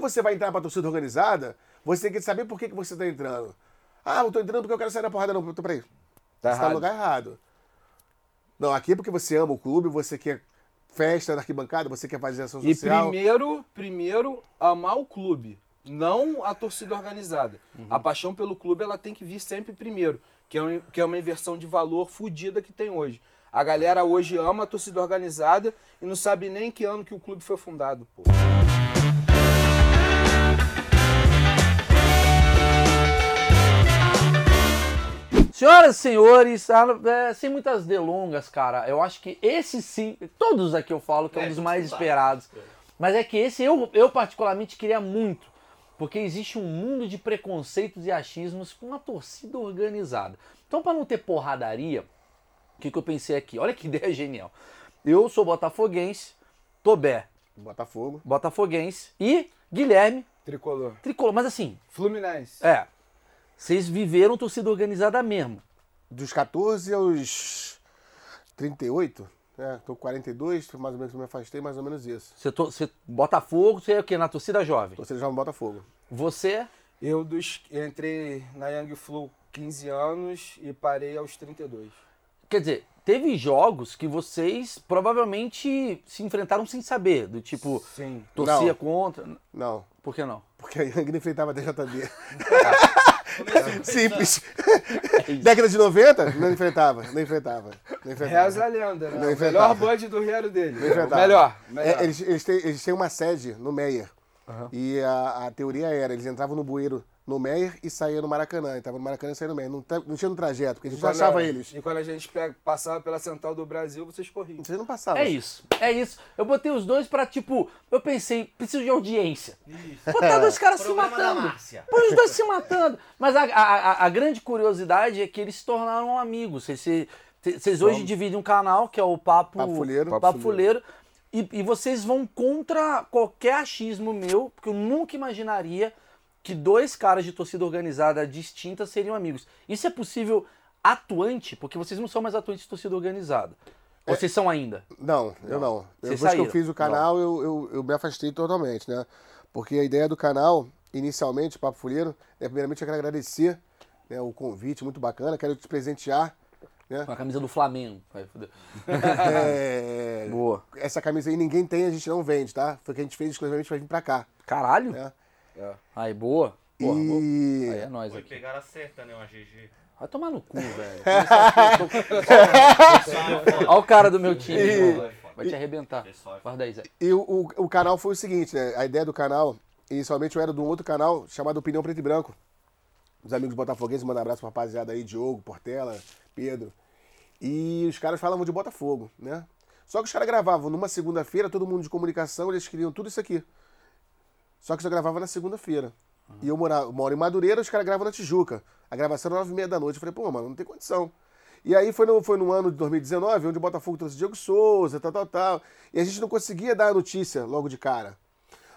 você vai entrar pra torcida organizada, você tem que saber por que, que você tá entrando. Ah, eu tô entrando porque eu quero sair da porrada. Não, tô- peraí. Tá você tá errado. no lugar errado. Não, aqui é porque você ama o clube, você quer festa na arquibancada, você quer fazer ação E social. primeiro, primeiro, amar o clube, não a torcida organizada. Uhum. A paixão pelo clube ela tem que vir sempre primeiro, que é, um- que é uma inversão de valor fodida que tem hoje. A galera hoje ama a torcida organizada e não sabe nem que ano que o clube foi fundado, pô. Senhoras e senhores, ah, é, sem muitas delongas, cara, eu acho que esse sim, todos aqui eu falo que é um dos mais esperados. Mas é que esse eu, eu particularmente queria muito, porque existe um mundo de preconceitos e achismos com a torcida organizada. Então, pra não ter porradaria, o que, que eu pensei aqui? Olha que ideia genial. Eu sou botafoguense, Tobé, Botafogo. botafoguense e Guilherme, Tricolor. tricolor. Mas assim, Fluminense. é, vocês viveram torcida organizada mesmo. Dos 14 aos 38, né? Tô com 42, mais ou menos me afastei, mais ou menos isso. Você, to, você Botafogo, você é o quê? Na torcida jovem. Torcida já no Botafogo. Você, Eu dos- entrei na Young Flu 15 anos e parei aos 32. quer dizer, teve jogos que vocês provavelmente se enfrentaram sem saber, do tipo, Sim. torcia Não. contra. Não, Por que não? porque a Young enfrentava a DJB. Simples. Década de 90, não enfrentava, não enfrentava. Não enfrentava. Reza a lenda, Não é né? O inventava. melhor band do Rio dele. Não inventava. é Melhor. melhor. É, eles, eles têm, eles têm uma sede no Meyer. E a, a teoria era, eles entravam no bueiro no Meyer e saíam no Maracanã. Entravam no Maracanã e saíam no Meyer. Não, tá- não tinha no trajeto, porque a gente não Galera, achava eles. E quando a gente pega- passava pela Central do Brasil, vocês corriam. Vocês não passavam. É isso, é isso. Eu botei os dois pra, tipo, eu pensei, preciso de audiência. Botar dois caras se Programa da matando. Márcia. Põe os dois se matando. Mas a, a- a- a grande curiosidade é que eles se tornaram amigos. Vocês, se- vocês hoje dividem um canal, que é o Papo, Papo Fuleiro. Papo Papo Fuleiro. E, e vocês vão contra qualquer achismo meu, porque eu nunca imaginaria que dois caras de torcida organizada distinta seriam amigos. Isso é possível atuante, porque vocês não são mais atuantes de torcida organizada. Ou Vocês são ainda. Não, eu não. Eu, depois Vocês que eu saíram? fiz o canal, eu, eu, eu me afastei totalmente, né? Porque a ideia do canal, inicialmente, Papo Fuleiro, é, primeiramente eu quero agradecer né, o convite, muito bacana. Quero te presentear. Né? Com a camisa do Flamengo. Vai, fudeu. É, Boa. Essa camisa aí ninguém tem, a gente não vende, tá? Foi o que a gente fez exclusivamente pra vir pra cá. Caralho. Né? É. Aí, boa. Porra, boa. e... Aí é nóis Foi aqui. pegar a certa, né, uma GG. Vai tomar no cu, velho. Olha o cara do meu time. mano. Vai te arrebentar. Guarda aí, Zé. E o, o- o canal foi o seguinte, né? A ideia do canal, inicialmente eu era de um outro canal chamado Opinião Preto e Branco. Os amigos botafoguenses mandam um abraço pra rapaziada aí, Diogo, Portela, Pedro. E os caras falavam de Botafogo, né? Só que os caras gravavam numa segunda-feira, todo mundo de comunicação, eles queriam tudo isso aqui. Só que só gravava na segunda-feira. E eu mora- moro em Madureira, os caras gravam na Tijuca. A gravação era nove e meia da noite. Eu falei, pô, mano, não tem condição. E aí foi no, foi no ano de 2019, onde o Botafogo trouxe Diego Souza, tal, tal, tal. E a gente não conseguia dar a notícia logo de cara.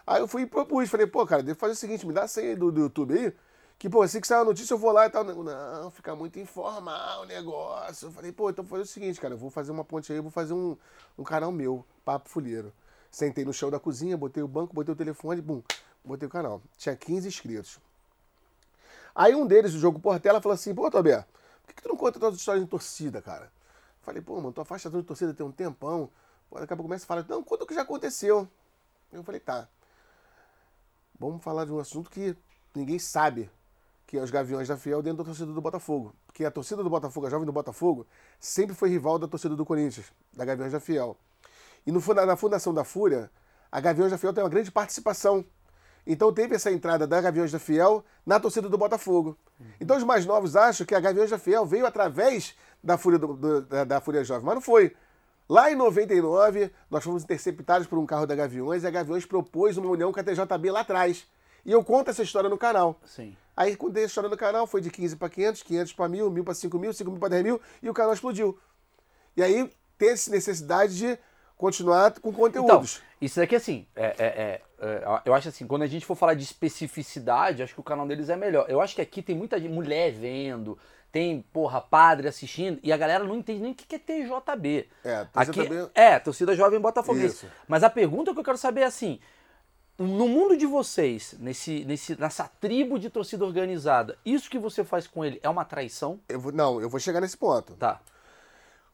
Aí eu fui e propus, falei, pô, cara, devo fazer o seguinte, me dá a senha aí do, do YouTube aí, que, pô, assim que sair a notícia eu vou lá e tal. Nego, Não, fica muito informal o negócio. Eu falei, pô, então vou fazer o seguinte, cara, eu vou fazer uma ponte aí, eu vou fazer um, um canal meu, Papo Fuleiro. Sentei no chão da cozinha, botei o banco, botei o telefone, bum, botei o canal. Tinha 15 inscritos. Aí um deles, o Jogo Portela, falou assim, pô, Tobé, por que, que tu não conta todas as histórias de torcida, cara? Falei, pô, mano, tô afastado de torcida tem um tempão. Pô, daqui a pouco começa a falar, não, conta o que já aconteceu. Eu falei, tá. Vamos falar de um assunto que ninguém sabe, que é os Gaviões da Fiel dentro da torcida do Botafogo. Porque a torcida do Botafogo, a jovem do Botafogo, sempre foi rival da torcida do Corinthians, da Gaviões da Fiel. E no funda- na fundação da Fúria, a Gaviões da Fiel tem uma grande participação. Então teve essa entrada da Gaviões da Fiel na torcida do Botafogo. Então os mais novos acham que a Gaviões da Fiel veio através da Fúria, do- do- da, da Fúria Jovem, mas não foi. Lá em 99, nós fomos interceptados por um carro da Gaviões e a Gaviões propôs uma união com a TJB lá atrás. E eu conto essa história no canal. Sim. Aí contei a história no canal, foi de 15 para 500, 500 para 1.000, 1.000 para 5.000, 5.000 para 10.000 e o canal explodiu. E aí tem essa necessidade de continuar com Então, conteúdos. isso daqui, assim, é, é- é- é, eu acho assim, quando a gente for falar de especificidade, acho que o canal deles é melhor. Eu acho que aqui tem muita gente- mulher vendo, tem, porra, padre assistindo, e a galera não entende nem o que que é TJB. É, Aqui, TJB é, torcida jovem botafoguense. Isso. Mas a pergunta que eu quero saber é assim, no mundo de vocês, nesse, nesse, nessa tribo de torcida organizada, isso que você faz com ele é uma traição? Eu vou- não, eu vou chegar nesse ponto. Tá.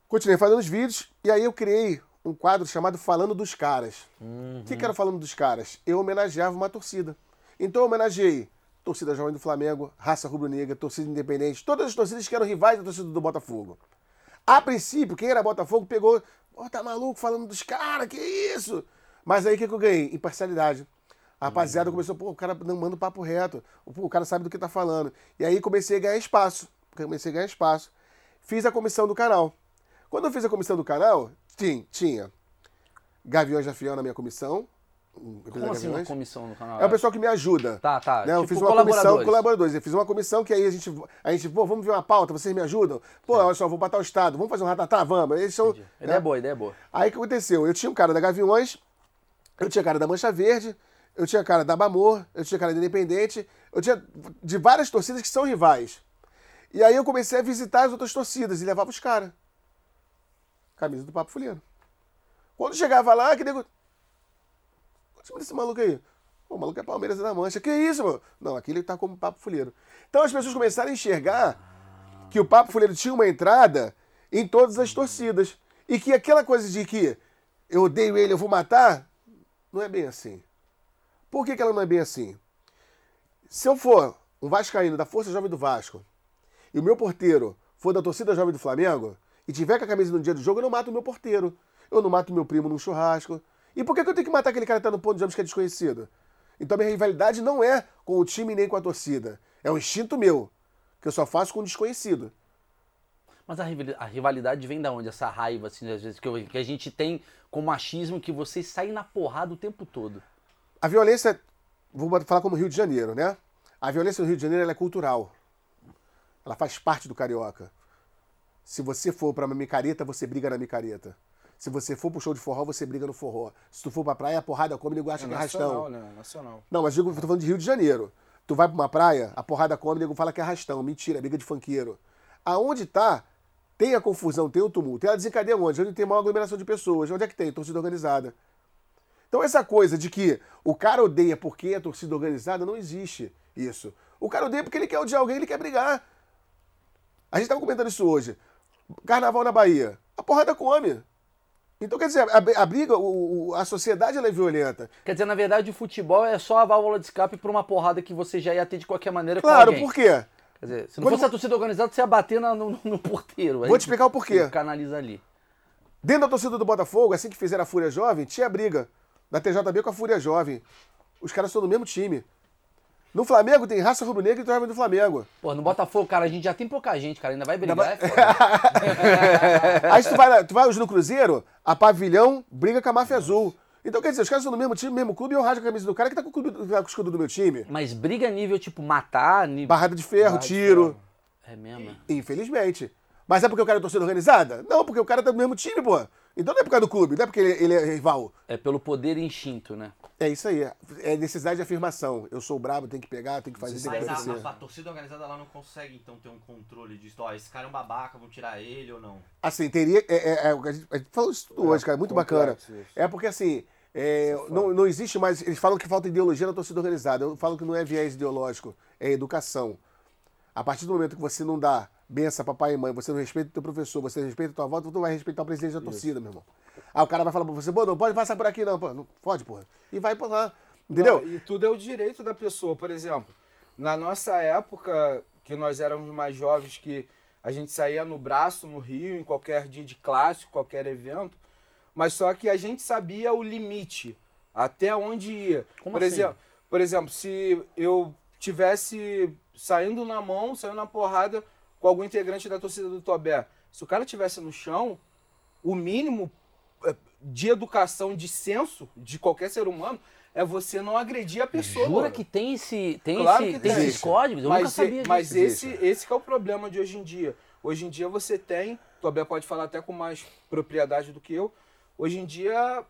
Continuei fazendo os vídeos e aí eu criei um quadro chamado Falando dos Caras. O que, que era o Falando dos Caras? Eu homenageava uma torcida. Então eu homenageei torcida jovem do Flamengo, raça rubro-negra, torcida independente, todas as torcidas que eram rivais da torcida do Botafogo. A princípio, quem era Botafogo pegou, ó, tá maluco falando dos caras, que isso? Mas aí o que, que eu ganhei? Imparcialidade. A rapaziada começou, pô, o cara não manda um papo reto, pô, o cara sabe do que tá falando. E aí comecei a ganhar espaço, comecei a ganhar espaço. Fiz a comissão do canal. Quando eu fiz a comissão do canal, tinha, tinha Gaviões da Fiel na minha comissão. Como assim uma Gaviões. comissão no canal? É o pessoal que me ajuda. Tá, tá. Né? eu Tipo fiz uma comissão colaboradores. colaboradores. Eu fiz uma comissão que aí a gente, a gente pô, vamos ver uma pauta, vocês me ajudam? Pô, olha só, vou botar o Estado, vamos fazer um ratatá, vamos. Eles são, A né? Ideia é boa, a ideia é boa. Aí o que aconteceu? Eu tinha um cara da Gaviões, eu tinha cara da Mancha Verde, eu tinha cara da Bamor, eu tinha cara da Independente, eu tinha de várias torcidas que são rivais. E aí eu comecei a visitar as outras torcidas e levava os caras. Camisa do Papo Fuleiro. Quando chegava lá, que nego. O time desse maluco aí? Pô, O maluco é Palmeiras e da Mancha. Que isso, mano? Não, aqui ele tá como Papo Fuleiro. Então as pessoas começaram a enxergar que o Papo Fuleiro tinha uma entrada em todas as torcidas. E que aquela coisa de que eu odeio ele, eu vou matar, não é bem assim. Por que, que ela não é bem assim? Se eu for um vascaíno da Força Jovem do Vasco e o meu porteiro for da torcida jovem do Flamengo e tiver com a camisa no dia do jogo, eu não mato o meu porteiro. Eu não mato meu primo num churrasco. E por que, que eu tenho que matar aquele cara que tá no ponto de ônibus que é desconhecido? Então minha rivalidade não é com o time nem com a torcida. É um instinto meu, que eu só faço com o desconhecido. Mas a rivali- a rivalidade vem da onde? Essa raiva, assim, às vezes, que, eu- que a gente tem com machismo que vocês saem na porrada o tempo todo. A violência, vou botar- falar como Rio de Janeiro, né? A violência no Rio de Janeiro ela é cultural. Ela faz parte do carioca. Se você for pra uma micareta, você briga na micareta. Se você for pro show de forró, você briga no forró. Se tu for pra praia, a porrada come, nego acha É que é arrastão. nacional, né? Nacional. Não, mas eu digo- eu tô falando de Rio de Janeiro. Tu vai pra uma praia, a porrada come, nego fala que é arrastão. Mentira, é briga de funkeiro. Aonde tá, tem a confusão, tem o tumulto. Ela desencadeia onde? Onde tem maior aglomeração de pessoas. Onde é que tem? Torcida organizada. Então essa coisa de que o cara odeia porque é torcida organizada, não existe isso. O cara odeia porque ele quer odiar alguém, ele quer brigar. A gente tava comentando isso hoje. Carnaval na Bahia. A porrada come. Então, quer dizer, a, a briga, o- o- a sociedade ela é violenta. Quer dizer, na verdade, o futebol é só a válvula de escape pra uma porrada que você já ia ter de qualquer maneira Claro, com alguém. por quê? Quer dizer, se não Quando- fosse a torcida organizada, você ia bater na- no, no, no porteiro. Aí Vou te explicar o porquê. você Canaliza ali. Dentro da torcida do Botafogo, assim que fizeram a Fúria Jovem, tinha briga da TJB com a Fúria Jovem. Os caras são do mesmo time. No Flamengo tem raça rubro-negra e jovem do Flamengo. Pô, no Botafogo, cara, a gente já tem pouca gente, cara. Ainda vai brigar, é foda. Aí se tu vai, na- tu vai hoje no Cruzeiro, a Pavilhão briga com a Máfia Azul. Então, quer dizer, os caras são do mesmo time, mesmo clube, e eu rasgo a camisa do cara que tá com o, clube, tá com o escudo do meu time. Mas briga nível, tipo, matar... Nível... Barrada de ferro, de tiro. É mesmo? é? Infelizmente. Mas é porque o cara é torcida organizada? Não, porque o cara tá do mesmo time, pô. Então não é por causa do clube, não é porque ele- ele é rival. É pelo poder e instinto, né? É isso aí. É necessidade de afirmação. Eu sou brabo, tenho que pegar, tenho que fazer, tem que Mas a, acontecer. a- a torcida organizada lá não consegue, então, ter um controle disso. Ó, esse cara é um babaca, vão tirar ele ou não. Assim, teria. É, é, é, o que a, gente, a gente falou isso tudo É, hoje, cara. Muito bacana. complexo isso. É porque assim. é, não, não existe mais. Eles falam que falta ideologia na torcida organizada. Eu falo que não é viés ideológico, é educação. A partir do momento que você não dá benção pra pai e mãe, você não respeita o teu professor, você respeita a tua volta, tu não vai respeitar o presidente da torcida, meu irmão. Aí o cara vai falar pra você, pô, não pode passar por aqui, não, pô. Não pode, porra. E vai por lá. Entendeu? Não, e tudo é o direito da pessoa. Por exemplo, na nossa época, que nós éramos mais jovens, que a gente saía no braço, no Rio, em qualquer dia de clássico, qualquer evento, mas só que a gente sabia o limite, até onde ia. Como por, assim? exemplo, por exemplo, se eu tivesse saindo na mão, saindo na porrada com algum integrante da torcida do Tobé, se o cara tivesse no chão, o mínimo eh, de educação, de senso de qualquer ser humano é você não agredir a pessoa. Jura que tem esse... Tem, Claro esse, que tem tem. esses códigos? Eu mas nunca e- sabia disso. mas esse, Existe. esse que é o problema de hoje em dia. Hoje em dia você tem, Tobé pode falar até com mais propriedade do que eu, hoje em dia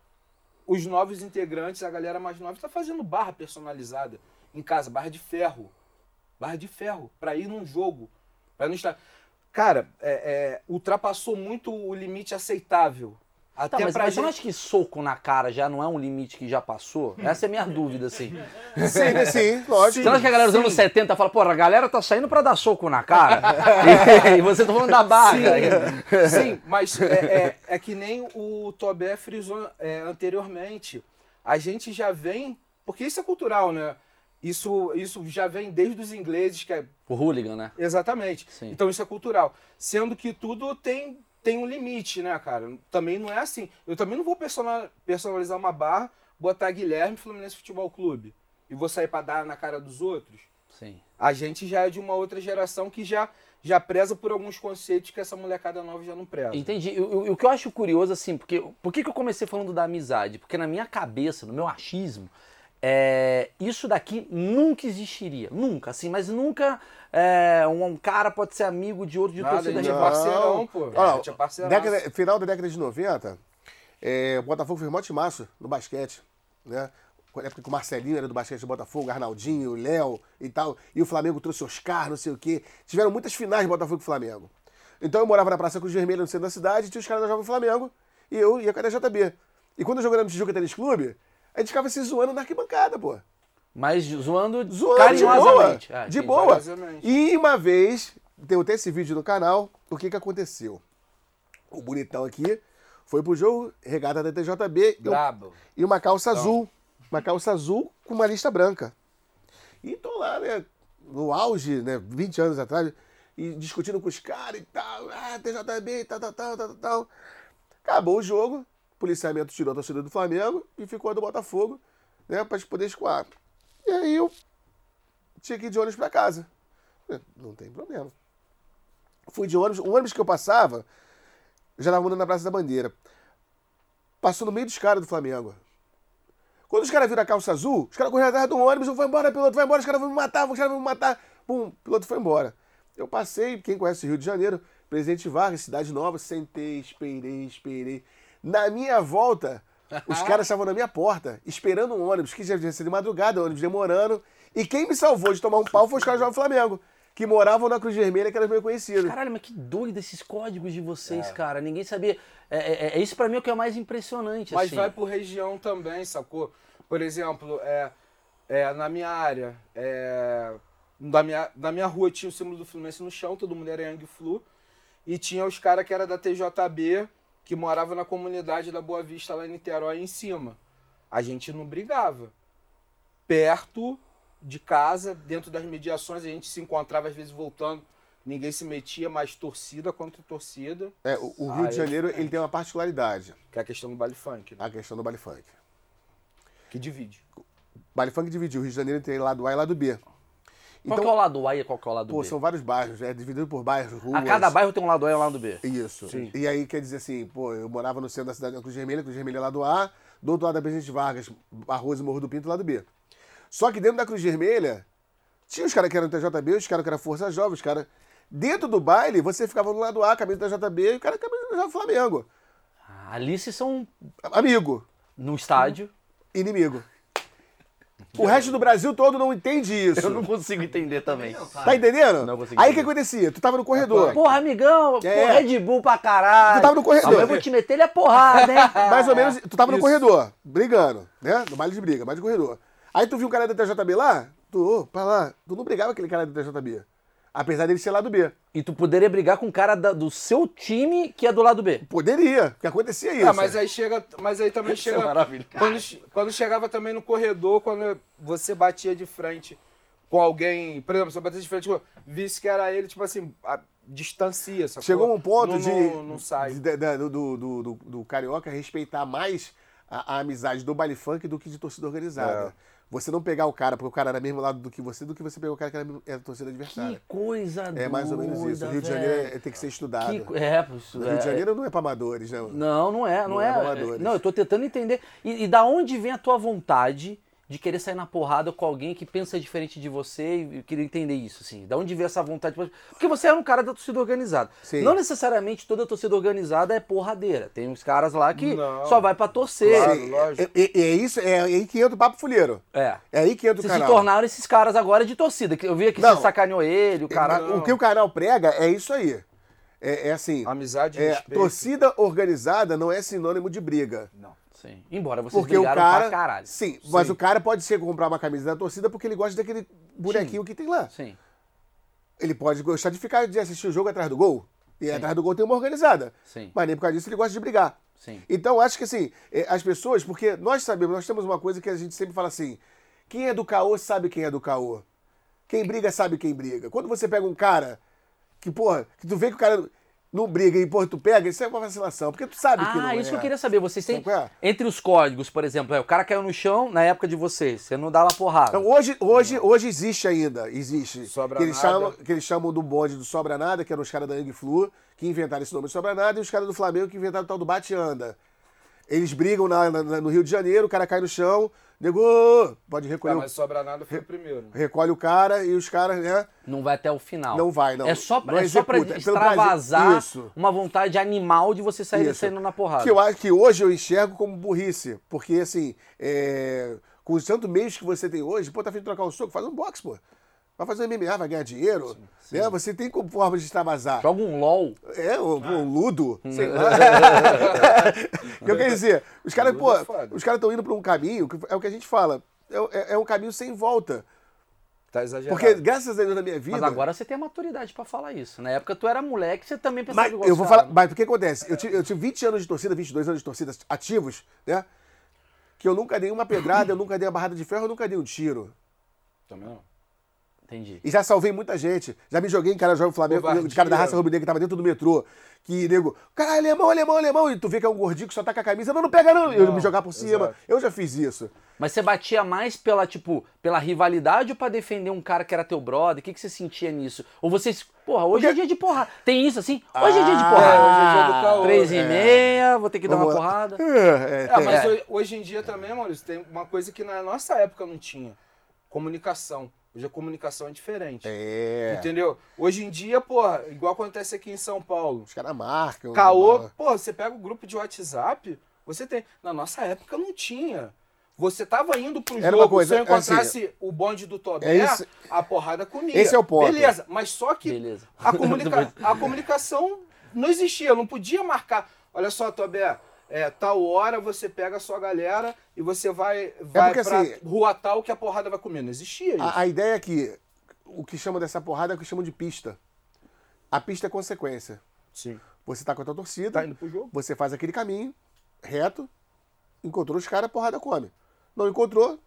os novos integrantes, a galera mais nova, está fazendo barra personalizada em casa, barra de ferro. Barra de ferro, para ir num jogo. Pra não estar. Cara, é- é, ultrapassou muito o limite aceitável Até Tá, mas, pra mas você não gente... acha que soco na cara já não é um limite que já passou? Essa é a minha dúvida, assim. Hum. Sim, sim, lógico. Você não acha que a galera dos anos 70 fala, porra, a galera tá saindo pra dar soco na cara? e, você tá falando da barra. Sim, mas é, é- é que nem o Tobé frisou é, anteriormente. A gente já vem. Porque isso é cultural, né? Isso, isso já vem desde os ingleses, que é O hooligan, né? Exatamente. Sim. Então isso é cultural. Sendo que tudo tem, tem um limite, né, cara? Também não é assim. Eu também não vou persona- personalizar uma barra, botar Guilherme Fluminense Futebol Clube e vou sair pra dar na cara dos outros. Sim. A gente já é de uma outra geração que já, já preza por alguns conceitos que essa molecada nova já não preza. Entendi. E o- e o que eu acho curioso, assim, porque por que, que eu comecei falando da amizade? Porque na minha cabeça, no meu achismo, é, isso daqui nunca existiria. Nunca, assim, mas nunca é, um, um cara pode ser amigo de outro de Nada, torcida a gente é Não. rival. parceirão, pô. Olha lá, A gente é parceiraço. década- final da década de 90, é, o Botafogo fez mó timaço no basquete, né? Na época que o Marcelinho era do basquete do Botafogo, Arnaldinho, Léo e tal. E o Flamengo trouxe Oscar, não sei o quê. Tiveram muitas finais de Botafogo e Flamengo. Então eu morava na Praça Cruz Vermelha, no centro da cidade, tinha os caras da Jovem Flamengo. E eu ia com a JB. E quando eu jogava no Tijuca Tênis Clube, a gente ficava se zoando na arquibancada, pô. Mas zoando, Zoando de boa. carinhosamente. É, De entendi. boa. carinhosamente. E uma vez, tem até esse vídeo no canal, o que que aconteceu? O bonitão aqui foi pro jogo, regata da TJB Então, eu- Brabo. e uma calça azul. Uma calça azul com uma lista branca. E tô lá, né, no auge, né, 20 anos atrás, e discutindo com os caras e tal, ah, TJB, tal, tal, tal, tal, tal. Acabou o jogo, o policiamento tirou a torcida do Flamengo e ficou a do Botafogo, né, pra gente poder escoar. E aí eu tinha que ir de ônibus pra casa. Não tem problema. Fui de ônibus, o ônibus que eu passava, eu já tava andando na Praça da Bandeira. Passou no meio dos caras do Flamengo. Quando os caras viram a calça azul, os caras correram atrás do ônibus, um vai embora, piloto, vai embora, os caras vão me matar, os caras vão me matar. Bum, o piloto foi embora. Eu passei, quem conhece o Rio de Janeiro, Presidente Vargas, Cidade Nova, sentei, esperei, esperei. Na minha volta, os caras estavam na minha porta, esperando um ônibus, que já devia ser de madrugada, ônibus demorando. E quem me salvou de tomar um pau foi os caras do Flamengo, que moravam na Cruz Vermelha, que eram meio conhecidos. Caralho, mas que doido esses códigos de vocês, cara. Ninguém sabia. É, é- é- isso pra mim é o que é mais impressionante, Mas assim. vai por região também, sacou? Por exemplo, é, é, na minha área, é, na, minha, na minha rua tinha o símbolo do Fluminense no chão, todo mundo era Yang Flu. E tinha os caras que era da TJB, que morava na comunidade da Boa Vista, lá em Niterói, em cima. A gente não brigava. Perto de casa, dentro das mediações, a gente se encontrava, às vezes voltando, ninguém se metia, mas torcida contra torcida, É, o, o Rio Ah, de é Janeiro ele tem uma particularidade, que é a questão do baile funk, né? a questão do baile funk. que divide. Baile funk dividiu, o Rio de Janeiro tem lado A e lado B. Então, Qual que é o lado A e qual que é o lado Pô, B? são vários bairros, é dividido por bairros, ruas. A cada bairro tem um lado A e um lado B. Isso. E aí quer dizer assim, pô, eu morava no centro da cidade da Cruz Vermelha, Cruz Vermelha é lá do A, do outro lado da Presidente Vargas, Arroz e Morro do Pinto, lá do B. Só que dentro da Cruz Vermelha, tinha os caras que eram TJB, os caras que eram Força Jovem, os caras. Dentro do baile, você ficava no lado A, caminho da JB, e o cara caminho do Jovem Flamengo. Ah, ali vocês são Amigo, no estádio. inimigo. O resto do Brasil todo não entende isso. consigo entender também. Tá entendendo? Não consegui aí o que entender. acontecia? Tu tava no corredor. Porra, amigão, É. porra, Red Bull pra caralho. Tu tava no corredor. Mas eu vou te meter ele a é porrada, hein? mais ou menos, tu tava no Isso. corredor, brigando, né? No baile de briga, mais de corredor. Aí tu viu um cara da TJB lá, tu, ô, pra lá, tu não brigava com aquele cara da TJB. Apesar dele ser lá do B. E tu poderia brigar com o cara da- do seu time que é do lado B. Poderia, porque acontecia isso. é Ah, mas aí chega, mas aí também chega. maravilhoso. Quando, che- quando chegava também no corredor, quando você batia de frente com alguém, por exemplo, você batia de frente com visse que era ele, tipo assim, a- distancia, sacou? Chegou um ponto Tá não, de, não, não sai. de- da- do, do, do- do- do carioca respeitar mais a, a amizade do baile funk do que de torcida organizada. É. Você não pegar o cara porque o cara era mesmo lado do que você, do que você pegar o cara que era, era torcida Que adversária. coisa doida, É mais ou menos isso. O Rio de Janeiro é- tem que ser estudado. Que... co- É, pô, isso O Rio é- de Janeiro não é pra amadores, não. Não, não é, não, Não é é. amadores. não, eu tô tentando entender. E, e da onde vem a tua vontade de querer sair na porrada com alguém que pensa diferente de você? E eu queria entender isso, assim. Da onde vem essa vontade? Porque você é um cara da torcida organizada. Sim. Não necessariamente toda torcida organizada é porradeira. Tem uns caras lá que Não. só vai pra torcer. Claro. Sim, lógico. É, é- é isso, é, aí que entra o papo fuleiro. É. É aí que entra o Vocês se canal. tornaram esses caras agora de torcida. que Eu vi aqui que Não. você sacaneou ele, o É, Cara, cara. o que o canal prega é isso aí. É, é assim. Amizade e é, respeito. torcida organizada não é sinônimo de briga. Não. Sim. Embora vocês Porque o brigaram cara. pra caralho. Sim, mas Sim. o cara pode ser comprar uma camisa da torcida porque ele gosta daquele bonequinho que tem lá. Sim. Ele pode gostar de ficar de assistir o jogo atrás do gol. E atrás do gol tem uma organizada. Sim. Mas nem por causa disso ele gosta de brigar. Sim. Então acho que assim, é, as pessoas, porque nós sabemos, nós temos uma coisa que a gente sempre fala assim: quem é do caô sabe quem é do caô. Quem briga sabe quem briga. Quando você pega um cara que, porra, que tu vê que o cara não briga e, porra, tu pega, isso é uma vacilação, porque tu sabe que não Ah, é. isso que eu queria saber. Vocês têm. Sabe qual é? Entre os códigos, por exemplo, é, o cara caiu no chão na época de vocês. Você não dava porrada. Então, hoje, hoje, hoje existe ainda, existe. Sobra que eles nada. chamam Que eles chamam do bonde do Sobra Nada, que eram os caras da Young Flu, que inventaram esse nome de Sobra Nada, e os caras do Flamengo que inventaram o tal do Bate-Anda. Eles brigam na- na- no Rio de Janeiro, o cara cai no chão, nego, "Ô, pode recolher, Tá, o- mas sobra nada foi o primeiro. né? recolhe o cara e os caras, né? Não vai até o final. Não vai, não. É só, Não é só pra executa, é pelo extravasar prazer. Isso. uma vontade animal de você sair Isso. saindo na porrada. Que eu acho que hoje eu enxergo como burrice. Porque, assim, é, com os tantos meios que você tem hoje, pô, tá afim de trocar um soco, faz um boxe, pô. Vai fazer um MMA, vai ganhar dinheiro. Né? Você tem como forma de extravasar. Joga um LOL. É, o, Ah. o Ludo, sei Hum. lá. O que eu quero dizer, os caras, Ludo pô, é foda. os caras estão indo pra um caminho, que é o que a gente fala. é- É, é um caminho sem volta. Tá exagerado. Porque, graças a Deus, na minha vida. Mas agora você tem a maturidade pra falar isso. Na época tu era moleque, você também pensava Mas igual eu os vou caras, falar, mas o que acontece? Eu tive, eu tive 20 anos de torcida, 22 anos de torcida ativos, né? Que eu nunca dei uma pedrada, eu nunca dei uma barrada de ferro, eu nunca dei um tiro. Também não. Entendi. E já salvei muita gente. Já me joguei em cara jovem Flamengo, Covardia. de cara da raça rubro-negra que tava dentro do metrô. Que nego, caralho, é alemão, alemão, alemão. E tu vê que é um gordinho que só tá com a camisa. Não, não pega não. eu Não, me jogar por cima. exato. Eu já fiz isso. Mas você batia mais pela, tipo, pela rivalidade ou pra defender um cara que era teu brother? O que, que você sentia nisso? Ou vocês. Porra, hoje é dia de porrada. Tem isso assim? Hoje é dia de Ah, porrada. é, hoje é dia do caô, Três e é. meia, vou ter que dar Vamos uma lá. porrada. É, é, É, tem. mas É. ho- hoje em dia também, Maurício, tem uma coisa que na nossa época não tinha. Comunicação. Hoje a comunicação é diferente. É. Entendeu? Hoje em dia, porra, igual acontece aqui em São Paulo. Os caras marcam. Caô, porra, você pega o grupo de WhatsApp, você tem. Na nossa época não tinha. Você tava indo pro Era uma jogo, coisa, se eu é assim, encontrasse o bonde do Tobé, é isso- a porrada comia. Esse é o ponto. Beleza, mas só que Beleza. a, comunica- a comunicação não existia, eu não podia marcar. Olha só, Tobé, é, tal hora você pega a sua galera e você vai, vai porque, pra assim, rua tal que a porrada vai comer. Não existia isso. A, a ideia é que o que chama dessa porrada é o que chamam de pista. A pista é consequência. Sim. Você tá com a tua torcida, Tá indo pro jogo. você faz aquele caminho reto, encontrou os caras, a porrada come. Não encontrou.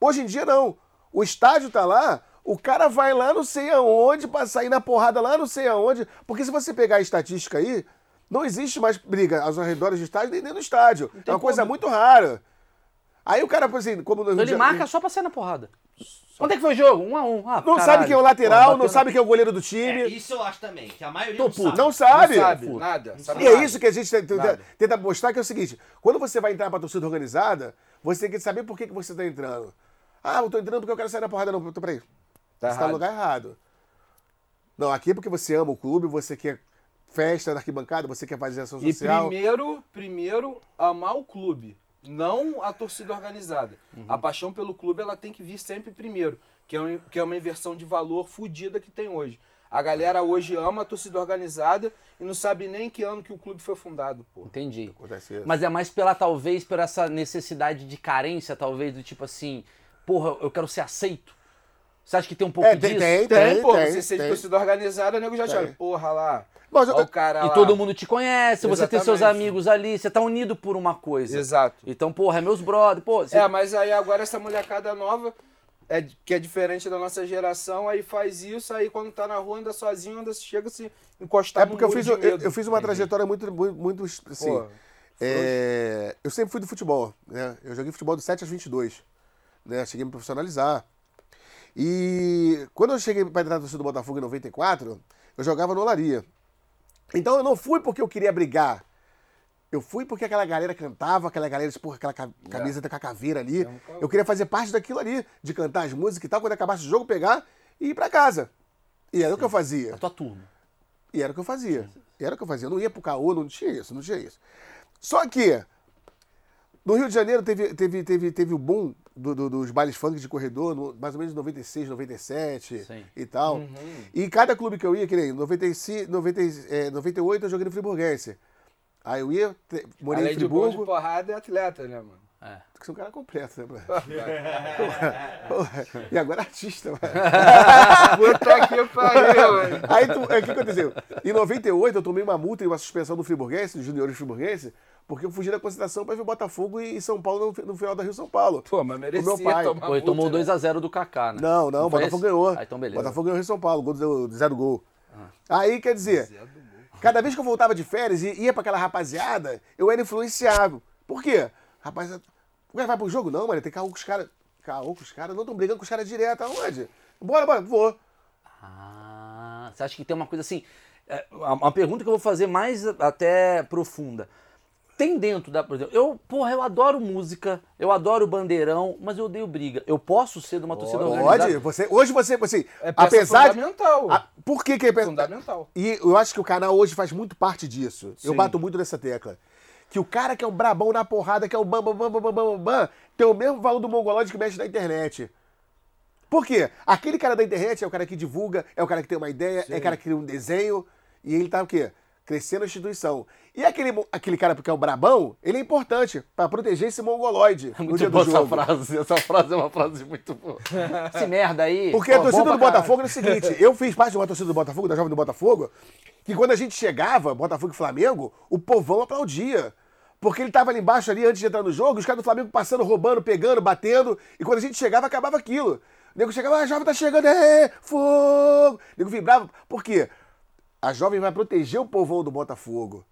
Hoje em dia não. O estádio tá lá, o cara vai lá não sei aonde pra sair na porrada lá não sei aonde. Porque se você pegar a estatística aí, não existe mais briga aos arredores do estádio nem dentro do estádio. É tem uma coisa como. muito rara. Aí o cara, por assim, como no Rio Então de ele Janeiro- marca só pra sair na porrada. Onde é que foi o jogo? Um a um. Ah, Não caralho. sabe quem é o Porra, lateral, bateu não na- sabe quem é o goleiro do É, time. isso eu acho também, que a maioria Tô não puto. sabe. Não sabe. Não sabe, Puto. nada. Sabe E é nada. isso que a gente tenta, Nada. tenta mostrar, que é o seguinte: quando você vai entrar pra torcida organizada, você tem que saber por que, que você tá entrando. Ah, eu tô entrando porque eu quero sair da porrada, não. Tô, peraí. você tá Tá errado. no lugar errado. Não, aqui é porque você ama o clube, você quer festa na arquibancada, você quer fazer ação E social. primeiro, primeiro, amar o clube, não a torcida organizada. Uhum. A paixão pelo clube, ela tem que vir sempre primeiro, que é, um- que é uma inversão de valor fodida que tem hoje. A galera hoje ama a torcida organizada e não sabe nem que ano que o clube foi fundado, pô. Entendi. Acontece isso. Mas é mais pela, talvez, por essa necessidade de carência, talvez, do tipo assim, porra, eu quero ser aceito. Você acha que tem um pouco É, disso? tem, tem, Tem, tem, pô, tem, você ser de tem. torcida organizada, o nego já te Tem. olha, porra lá, Mas eu- ó o cara E lá. todo mundo te conhece, você tem seus Exatamente. amigos ali, você tá unido por uma coisa. Exato. Então, porra, é meus brother, pô. você- É, mas aí agora essa molecada nova, é, que é diferente da nossa geração, aí faz isso, aí quando tá na rua anda sozinho, anda, chega a se encostar É porque eu no muro fiz, de eu, eu- medo. eu fiz uma trajetória muito, muito, muito, assim. Pô, é, eu sempre fui do futebol, né? Eu joguei futebol do 7 aos 22, né? Cheguei a me profissionalizar. E quando eu cheguei para entrar na torcida do Botafogo em 94, eu jogava no Olaria. Então eu não fui porque eu queria brigar. Eu fui porque aquela galera cantava, aquela galera, porra, aquela ca- camisa da caveira ali. um caô. Eu queria fazer parte daquilo ali, de cantar as músicas e tal, quando acabasse o jogo, pegar e ir pra casa. E era o que eu fazia. é A tua turma. E era o que eu fazia. E era o que eu fazia. Eu não ia pro caô, não tinha isso, não tinha isso. Só que no Rio de Janeiro teve, teve, teve, teve o boom do- do- dos bailes funk de corredor, no- mais ou menos 96, 97 Sim. e tal. Uhum. E cada clube que eu ia, que nem 95, 90, é, 98 eu joguei no Friburguense. Aí eu ia, te- morei Além em de bom de Friburgo. porrada, é atleta, né, mano? É. que sou um cara completo, né, mano? Porra, E agora é artista, mano. Puta que pariu, mano. Aí tu- aí o que aconteceu? Em 98 eu tomei uma multa e uma suspensão do Friburguense, dos juniores Friburguense, porque eu fugi da concentração pra ver Botafogo e e São Paulo no, fi- no final da Rio São Paulo. Pô, mas merecia meu pai. tomar Pô, multa, ele tomou né? 2x0 do Kaká, né? Não, não, o foi Botafogo esse? ganhou. Ah, então beleza. Ah. Botafogo ganhou Rio São Paulo, gol do, do Zé do Gol. Aí, quer dizer, cada vez que eu voltava de férias e ia pra aquela rapaziada, eu era influenciável. Por quê? Rapaziada, o cara vai pro jogo? Não, mano, tem caô com os caras. Caô com os caras? Não, tô brigando com os caras direto. Aonde? Bora, bora, vou. Ah, você acha que tem uma coisa assim? é, uma uma pergunta que eu vou fazer mais até profunda. Tem dentro da. Por exemplo, eu, porra, eu adoro música, eu adoro bandeirão, mas eu odeio briga. Eu posso ser de uma torcida organizada? Pode, você, hoje você, assim, É peça apesar de... fundamental. A- por que que é peça- Fundamental. E eu acho que o canal hoje faz muito parte disso. Eu Sim. bato muito nessa tecla. Que o cara que é um brabão na porrada, que é o bam, bam, bam, bam, bam, bam, bam, tem o mesmo valor do mongolóide que mexe na internet. Por quê? Aquele cara da internet é o cara que divulga, é o cara que tem uma ideia, é o cara que cria um desenho, e ele tá o quê? Crescendo a instituição. E aquele, mo- aquele cara que é o brabão, ele é importante pra proteger esse mongolóide no dia É Muito do boa essa jogo. frase. Essa frase é uma frase muito boa. Esse merda aí. Porque pô, a torcida bom do pra Botafogo era o seguinte: eu fiz parte de uma torcida do Botafogo, da Jovem do Botafogo, que quando a gente chegava, Botafogo e Flamengo, o povão aplaudia. Porque ele tava ali embaixo, ali, antes de entrar no jogo, os caras do Flamengo passando, roubando, pegando, batendo. E quando a gente chegava, acabava aquilo. O nego chegava, ah, a Jovem tá chegando, é, fogo. O nego vibrava. Por quê? A Jovem vai proteger o povão do Botafogo.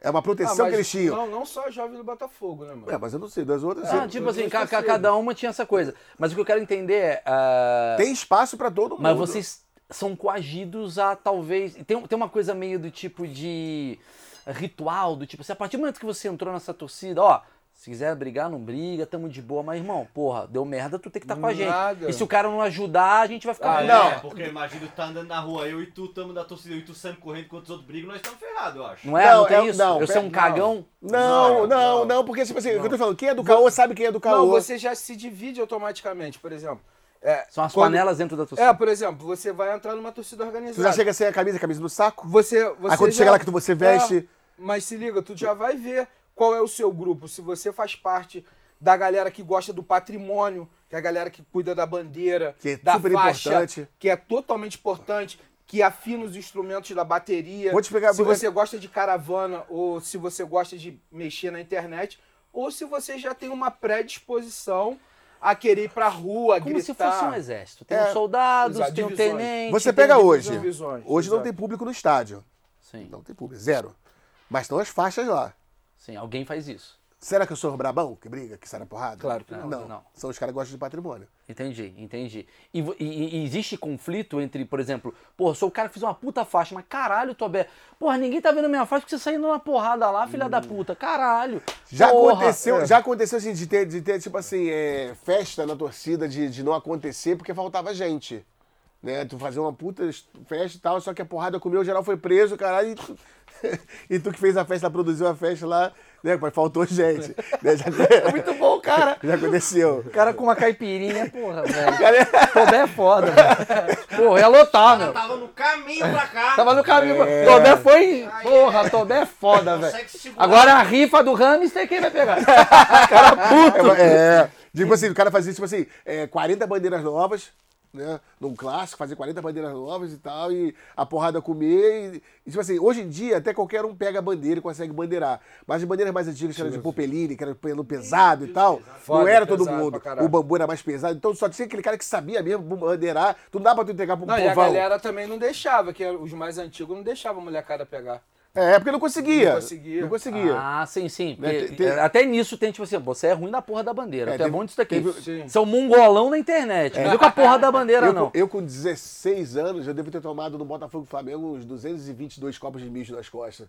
É uma Ah, proteção mas que eles tinham. Não, não só a jovem do Botafogo, né, mano? É, mas eu não sei, das outras. caralho. eu- Ah, tipo assim, Todas ca- as ca- torcidas. cada uma tinha essa coisa. Mas o que eu quero entender é. ah, Tem espaço pra todo mundo. Mas vocês são coagidos a talvez. Tem, tem uma coisa meio do tipo de ritual, do tipo assim, a partir do momento que você entrou nessa torcida, ó. Se quiser brigar, não briga, tamo de boa, mas irmão, porra, deu merda, tu tem que estar com a gente. Nada. E se o cara não ajudar, a gente vai ficar. Ah, É, puto. não. porque imagina tu tá andando na rua, eu e tu tamo na torcida, eu e tu sempre correndo enquanto os outros brigam, nós estamos ferrados, eu acho. Não é? Não, Não, tem é- isso? não, eu sou um não. cagão? Não, não, Não, não, não. porque, tipo assim, o que eu tô falando, quem é do caô sabe quem é do caô. Não, você já se divide automaticamente, por exemplo. É, São as quando- panelas dentro da É, torcida. por exemplo, você vai entrar numa torcida Tu já organizada. chega sem a camisa, a camisa no saco? Você, você Aí quando já- chega lá que tu- você veste. É, mas se liga, tu já vai ver qual é o seu grupo. Se você faz parte da galera que gosta do patrimônio, que é a galera que cuida da bandeira, Que é da super faixa, importante. que é totalmente importante, que afina os instrumentos da bateria. Vou te explicar- Se você gosta de caravana ou se você gosta de mexer na internet, ou se você já tem uma predisposição a querer ir pra rua, Como se gritar. fosse um exército. Tem É, os soldados, exato, tem o divisões. tenente. Você tem- um- pega hoje. divisões, Hoje não exato. tem público no estádio. Sim, Não tem público, zero. Mas estão as faixas lá. sim, alguém faz isso. Será que eu sou o brabão que briga, que sai na porrada? Claro que não. não, não. São os caras que gostam de patrimônio. Entendi, entendi. E, vo- e- e- e existe conflito entre, por exemplo, porra, sou o cara que fez uma puta faixa, mas caralho, Tobé, porra, ninguém tá vendo minha faixa porque você saindo numa porrada lá, filha da puta, caralho. Hum. Já Porra. É. aconteceu, já aconteceu assim, de ter, de ter tipo assim, é, festa na torcida de, de não acontecer porque faltava gente. Né? Tu fazer uma puta est- festa e tal, só que a porrada comeu, o geral foi preso, caralho, e tu, e tu que fez a festa, produziu a festa lá, né? Mas faltou gente. né? Já- É Muito bom, cara. já aconteceu. O cara com uma caipirinha, porra, velho. Tobé é foda, velho. Porra, ia lotar, Eu é. meu. tava no caminho pra cá. Tava no caminho. Tobé foi. Porra, Tobé é foda, Consegue velho. se segurar. Agora a rifa do hamster, quem vai pegar? Puto! É, é. Tipo assim, o cara fazia, tipo assim, é, 40 bandeiras novas, né? Num clássico, fazer 40 bandeiras novas e tal, e a porrada comer. E, e, tipo assim, hoje em dia até qualquer um pega a bandeira e consegue bandeirar. Mas as bandeiras mais antigas, que eram de Popeline, que era pelo pesado e tal, não Foda, é era todo pesado mundo. pra caralho. O bambu era mais pesado, então só tinha aquele cara que sabia mesmo bandeirar. Tu não dá pra tu entregar pro Não, povão. e a galera também não deixava, que os mais antigos não deixavam a molecada pegar. É, porque não conseguia. Não conseguia. Não conseguia. Ah, sim, sim. porque, Né, tem- tem- é, Até nisso tem, tipo assim, você é ruim na porra da É, bandeira. tu é teve- bom disso daqui. teve- É. Sim. Você é um mongolão na internet. Não viu com a porra da bandeira, eu, não. Com, eu com 16 anos, eu devo ter tomado no Botafogo e Flamengo uns 222 copos de mijo nas costas.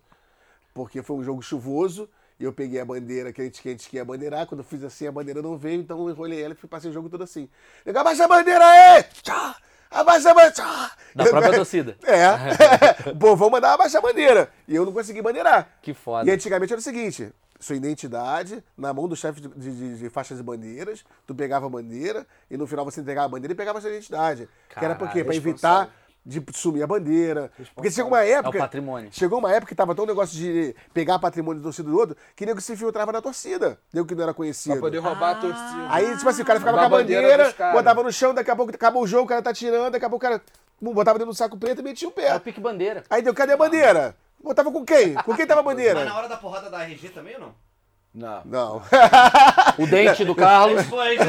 Porque foi um jogo chuvoso e eu peguei a bandeira que a gente, que a gente queria bandeirar. Quando eu fiz assim, a bandeira não veio, então eu enrolei ela e fui- passei o jogo todo assim. Eu, abaixa a bandeira aí! Tchá! Abaixa a bandeira! Tchá! Da própria torcida. É. o povão mandava abaixar a bandeira. E eu não consegui bandeirar. Que foda. E antigamente era o seguinte: sua identidade na mão do chefe de, de- de faixas e bandeiras. Tu pegava a bandeira e no final você entregava a bandeira e pegava a sua identidade. que era por quê? Caralho, Pra responsável. evitar de sumir a bandeira. Porque chegou uma É o época. patrimônio. Chegou uma época que tava tão negócio de pegar patrimônio do torcida do outro que nego se infiltrava na torcida. Nego que não era Pra conhecido. poder roubar a torcida. Aí, tipo assim, o cara ficava com a Da bandeira bandeira, dos caras. botava no chão, daqui a pouco acabou o jogo, o cara tá tirando, daqui a pouco o cara botava dentro do saco preto e metia o É o pé. pique bandeira. Aí deu, cadê a bandeira? Botava com quem? Com quem tava a Mas na bandeira? hora da porrada da RG também ou não? Não. Não. O dente do Carlos. Isso foi, isso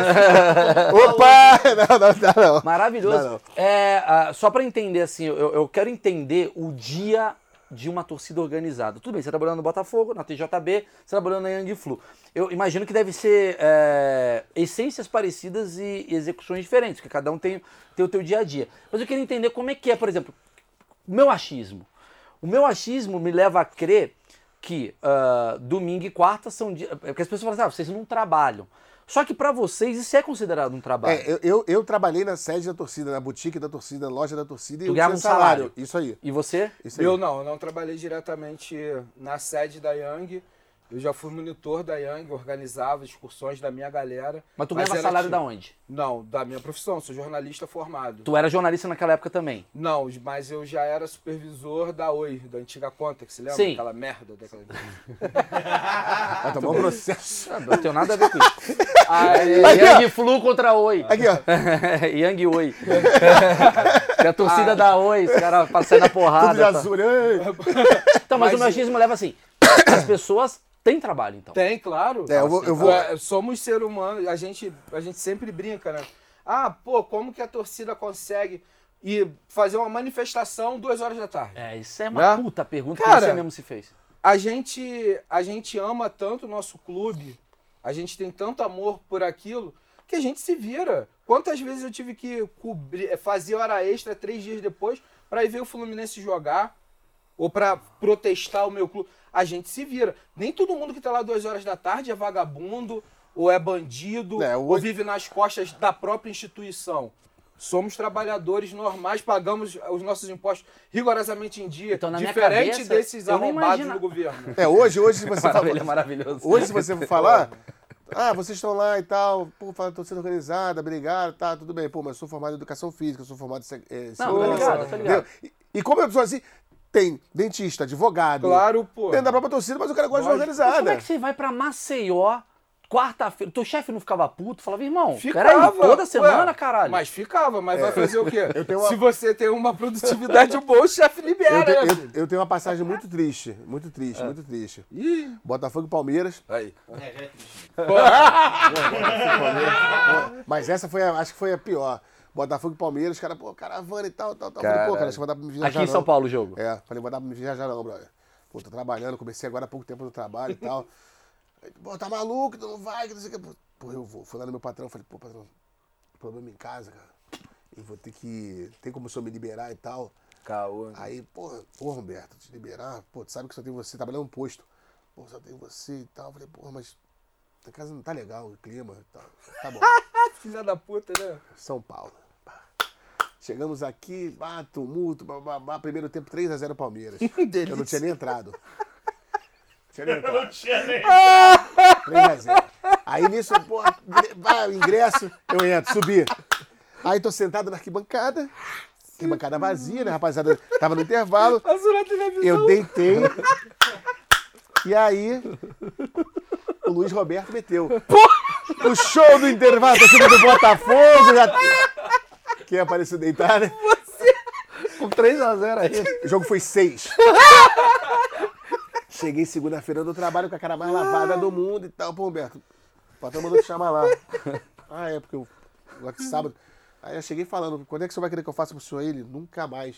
foi. Opa! Não, não, não, não. Maravilhoso. Não, não. É, ah, só pra entender, assim, eu, eu quero entender o dia de uma torcida organizada. Tudo bem, você tá trabalhando no Botafogo, na TJB, você tá trabalhando na Young Flu. Eu imagino que deve ser é, essências parecidas e execuções diferentes, porque cada um tem, tem o teu dia a dia. Mas eu queria entender como é que é, por exemplo, o meu achismo. O meu achismo me leva a crer que ah, domingo e quarta são dias. Porque as pessoas falam assim, ah, vocês não trabalham. Só que pra vocês isso é considerado um trabalho. É, eu, eu, eu trabalhei na sede da torcida, na boutique da torcida, na loja da torcida e Tu eu ganhava tinha um salário. Isso aí. E você? Isso aí. Eu não, eu não trabalhei diretamente na sede da Yang. Eu já fui monitor da Yang, organizava excursões da minha galera. Mas tu ganhava salário tipo da onde? Não, da minha profissão, sou jornalista formado. Tu era jornalista naquela época também. Não, mas eu já era supervisor da Oi, da antiga Contax, lembra? Sim. Aquela merda daquela. Ah, Vai tomar um processo. Eu Não tenho nada a ver com isso. Ah, é, Aí, Aqui, ó. Yang Flu contra Oi. Aqui, ó. Yang Oi. Que a torcida da Oi, os caras passando a Ah. Tudo de porrada. tá. azul. né? ei. Então, mas, Mas o meu e- achismo leva assim: as pessoas têm trabalho, então. Tem, claro. É, eu vou- eu vou- É, Somos ser humanos, a gente, a gente sempre brinca, né? Ah, pô, como que a torcida consegue ir fazer uma manifestação duas horas da tarde? É, isso é uma Né? puta pergunta que Cara, você mesmo se fez. A gente, a gente ama tanto o nosso clube, a gente tem tanto amor por aquilo, que a gente se vira. Quantas vezes eu tive que cobrir, eh, fazer hora extra três dias depois para ir ver o Fluminense jogar ou para protestar o meu clube? A gente se vira. Nem todo mundo que tá lá duas horas da tarde é vagabundo ou é bandido É, o- ou vive nas costas da própria instituição. Somos trabalhadores normais, pagamos os nossos impostos rigorosamente em dia, Então, na minha diferente cabeça, desses eu não arrombados imagina- do governo. É, hoje, hoje, se você Maravilha, falar. tá maravilhoso. Hoje, se você for falar, ah, vocês estão lá e tal, pô, fala, tô sendo organizada, obrigado, tá, tudo bem. Pô, mas eu sou formado em educação física, eu sou formado em se- eh, segurança, ligado, tá ligado. entendeu? E, e como eu sou assim, tem dentista, advogado, Claro, pô. dentro da própria torcida, mas o cara gosta de né? Lógico. Mas como organizada. é que você vai pra Maceió quarta-feira? Teu chefe não ficava puto? Falava, irmão, Ficava. peraí, toda ué. semana, caralho. Mas ficava, mas vai fazer o quê? tenho uma- Se você tem uma produtividade boa, o chefe Eu, libera. tenho- né, eu- filho? eu tenho uma passagem muito triste, muito Ah. triste, muito triste. Ih. Botafogo e Palmeiras. Aí. É, já é triste. Mas essa foi, a, acho que foi a pior. Botafogo e Palmeiras, cara, pô, caravana e tal, tal, tal. Falei, pô, cara, deixa eu mandar pra me viajar. Aqui em não. São Paulo o jogo. É, falei, vou dar pra me viajar não, brother. Pô, tô trabalhando, comecei agora há pouco tempo no trabalho e tal. Aí, Pô, tá maluco, tu não vai, que não sei o que. Pô, eu vou. Fui lá no meu patrão, falei, pô, patrão, problema em casa, cara. Eu vou ter que. Tem como o senhor me liberar e tal? Caô. Aí, pô, pô, Roberto, te liberar, pô, tu sabe que só tem você, trabalhando um posto. Pô, só tem você e tal. Falei, pô, mas a casa não tá legal, o clima e tal. Tá bom. Filha da puta, né? São Paulo. Pá. Chegamos aqui, ah, tumulto, blá, blá, blá. primeiro tempo 3x0 Palmeiras. Eu não tinha nem entrado. Tinha nem entrado. Não tinha nem. 3x0. Aí nisso, pô, ingre- vai, o ingresso, eu entro, subi. Aí tô sentado na arquibancada, arquibancada vazia, né, rapaziada? Tava no intervalo, Passou na televisão. eu deitei. E aí, o Luiz Roberto meteu. O show do intervalo pra cima do Botafogo. Já... Quem apareceu deitar, né? Com 3x0 aí. O jogo foi seis. Cheguei segunda-feira do trabalho com a cara mais lavada do mundo e tal. Pô, Humberto, o patrão mandou te chamar lá. Ah, é, porque eu gosto de sábado. Aí eu cheguei falando, quando é que você vai querer que eu faça pro senhor ele? Nunca mais.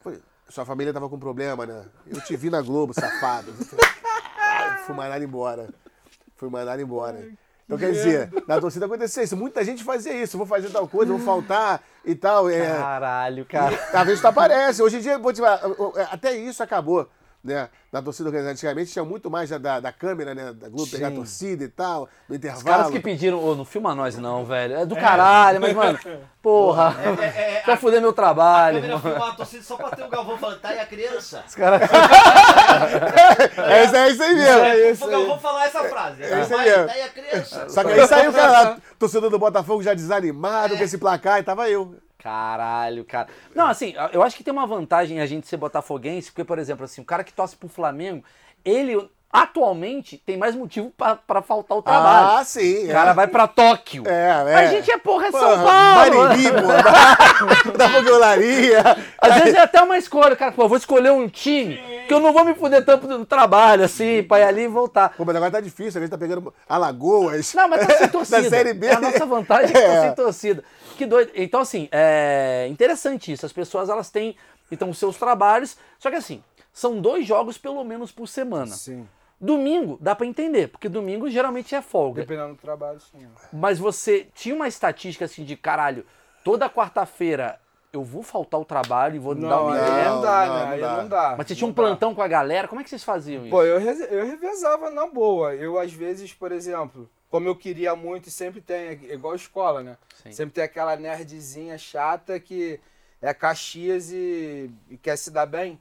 Falei, sua família tava com problema, né? Eu te vi na Globo, safado. Ah, Fui mandado embora. Fui mandado embora. Então, quer dizer, na torcida acontecia isso. Muita gente fazia isso. Vou fazer tal coisa, vou faltar e tal. É, Ah, Caralho, cara. Às vezes tu aparece. Hoje em dia, vou te falar, até é, isso acabou. né? Na torcida organizada. Antigamente tinha muito mais já da, da câmera, né? Da Globo pegar a Sim. torcida e tal, no intervalo. Os caras que pediram, ô, não filma nós não, velho. É do caralho, mas, mano, porra, É, é, é, vai a- fuder meu A trabalho. câmera mano. filmar a torcida só pra ter o Galvão falando, tá e a criança? Os caras. É isso, é isso aí mesmo. É, isso o aí. Galvão falar essa frase. É isso aí Mas, mesmo. Tá e a criança? Só que aí saiu o cara, lá, torcedor do Botafogo já desanimado com esse placar e tava eu. Caralho, cara. Não, assim, eu acho que tem uma vantagem a gente ser botafoguense, porque, por exemplo, assim, o cara que torce pro Flamengo, ele atualmente tem mais motivo pra- pra faltar o trabalho. Ah, sim. o cara é. vai pra Tóquio. É, é. A gente é porra, é São Porra, Paulo. Bariri, porra. Da fogolaria. Às vezes é até uma escolha, cara, pô, eu vou escolher um time que eu não vou me fuder tanto no trabalho, assim, pra ir ali e voltar. Pô, mas agora tá difícil, a gente tá pegando Alagoas. Não, mas tá sem torcida. Da Série B. É a nossa vantagem é que tá É. sem torcida. Que doido. Então, assim, é interessante isso. As pessoas, elas têm, então, os seus trabalhos. Só que, assim, são dois jogos, pelo menos, por semana. Sim. Domingo, dá pra entender, porque domingo geralmente é folga. Dependendo do trabalho, sim. Mas você tinha uma estatística, assim, de caralho, toda quarta-feira eu vou faltar o trabalho e vou Não, dar um aí migué. não dá, não, né? não Aí dá. não dá. Mas você tinha Não um dá. plantão com a galera, como é que vocês faziam isso? Pô, eu, reze- eu revezava na boa. Eu, às vezes, por exemplo, como eu queria muito, e sempre tem, é igual escola, né? Sim. Sempre tem aquela nerdzinha chata que é Caxias e, e quer se dar bem.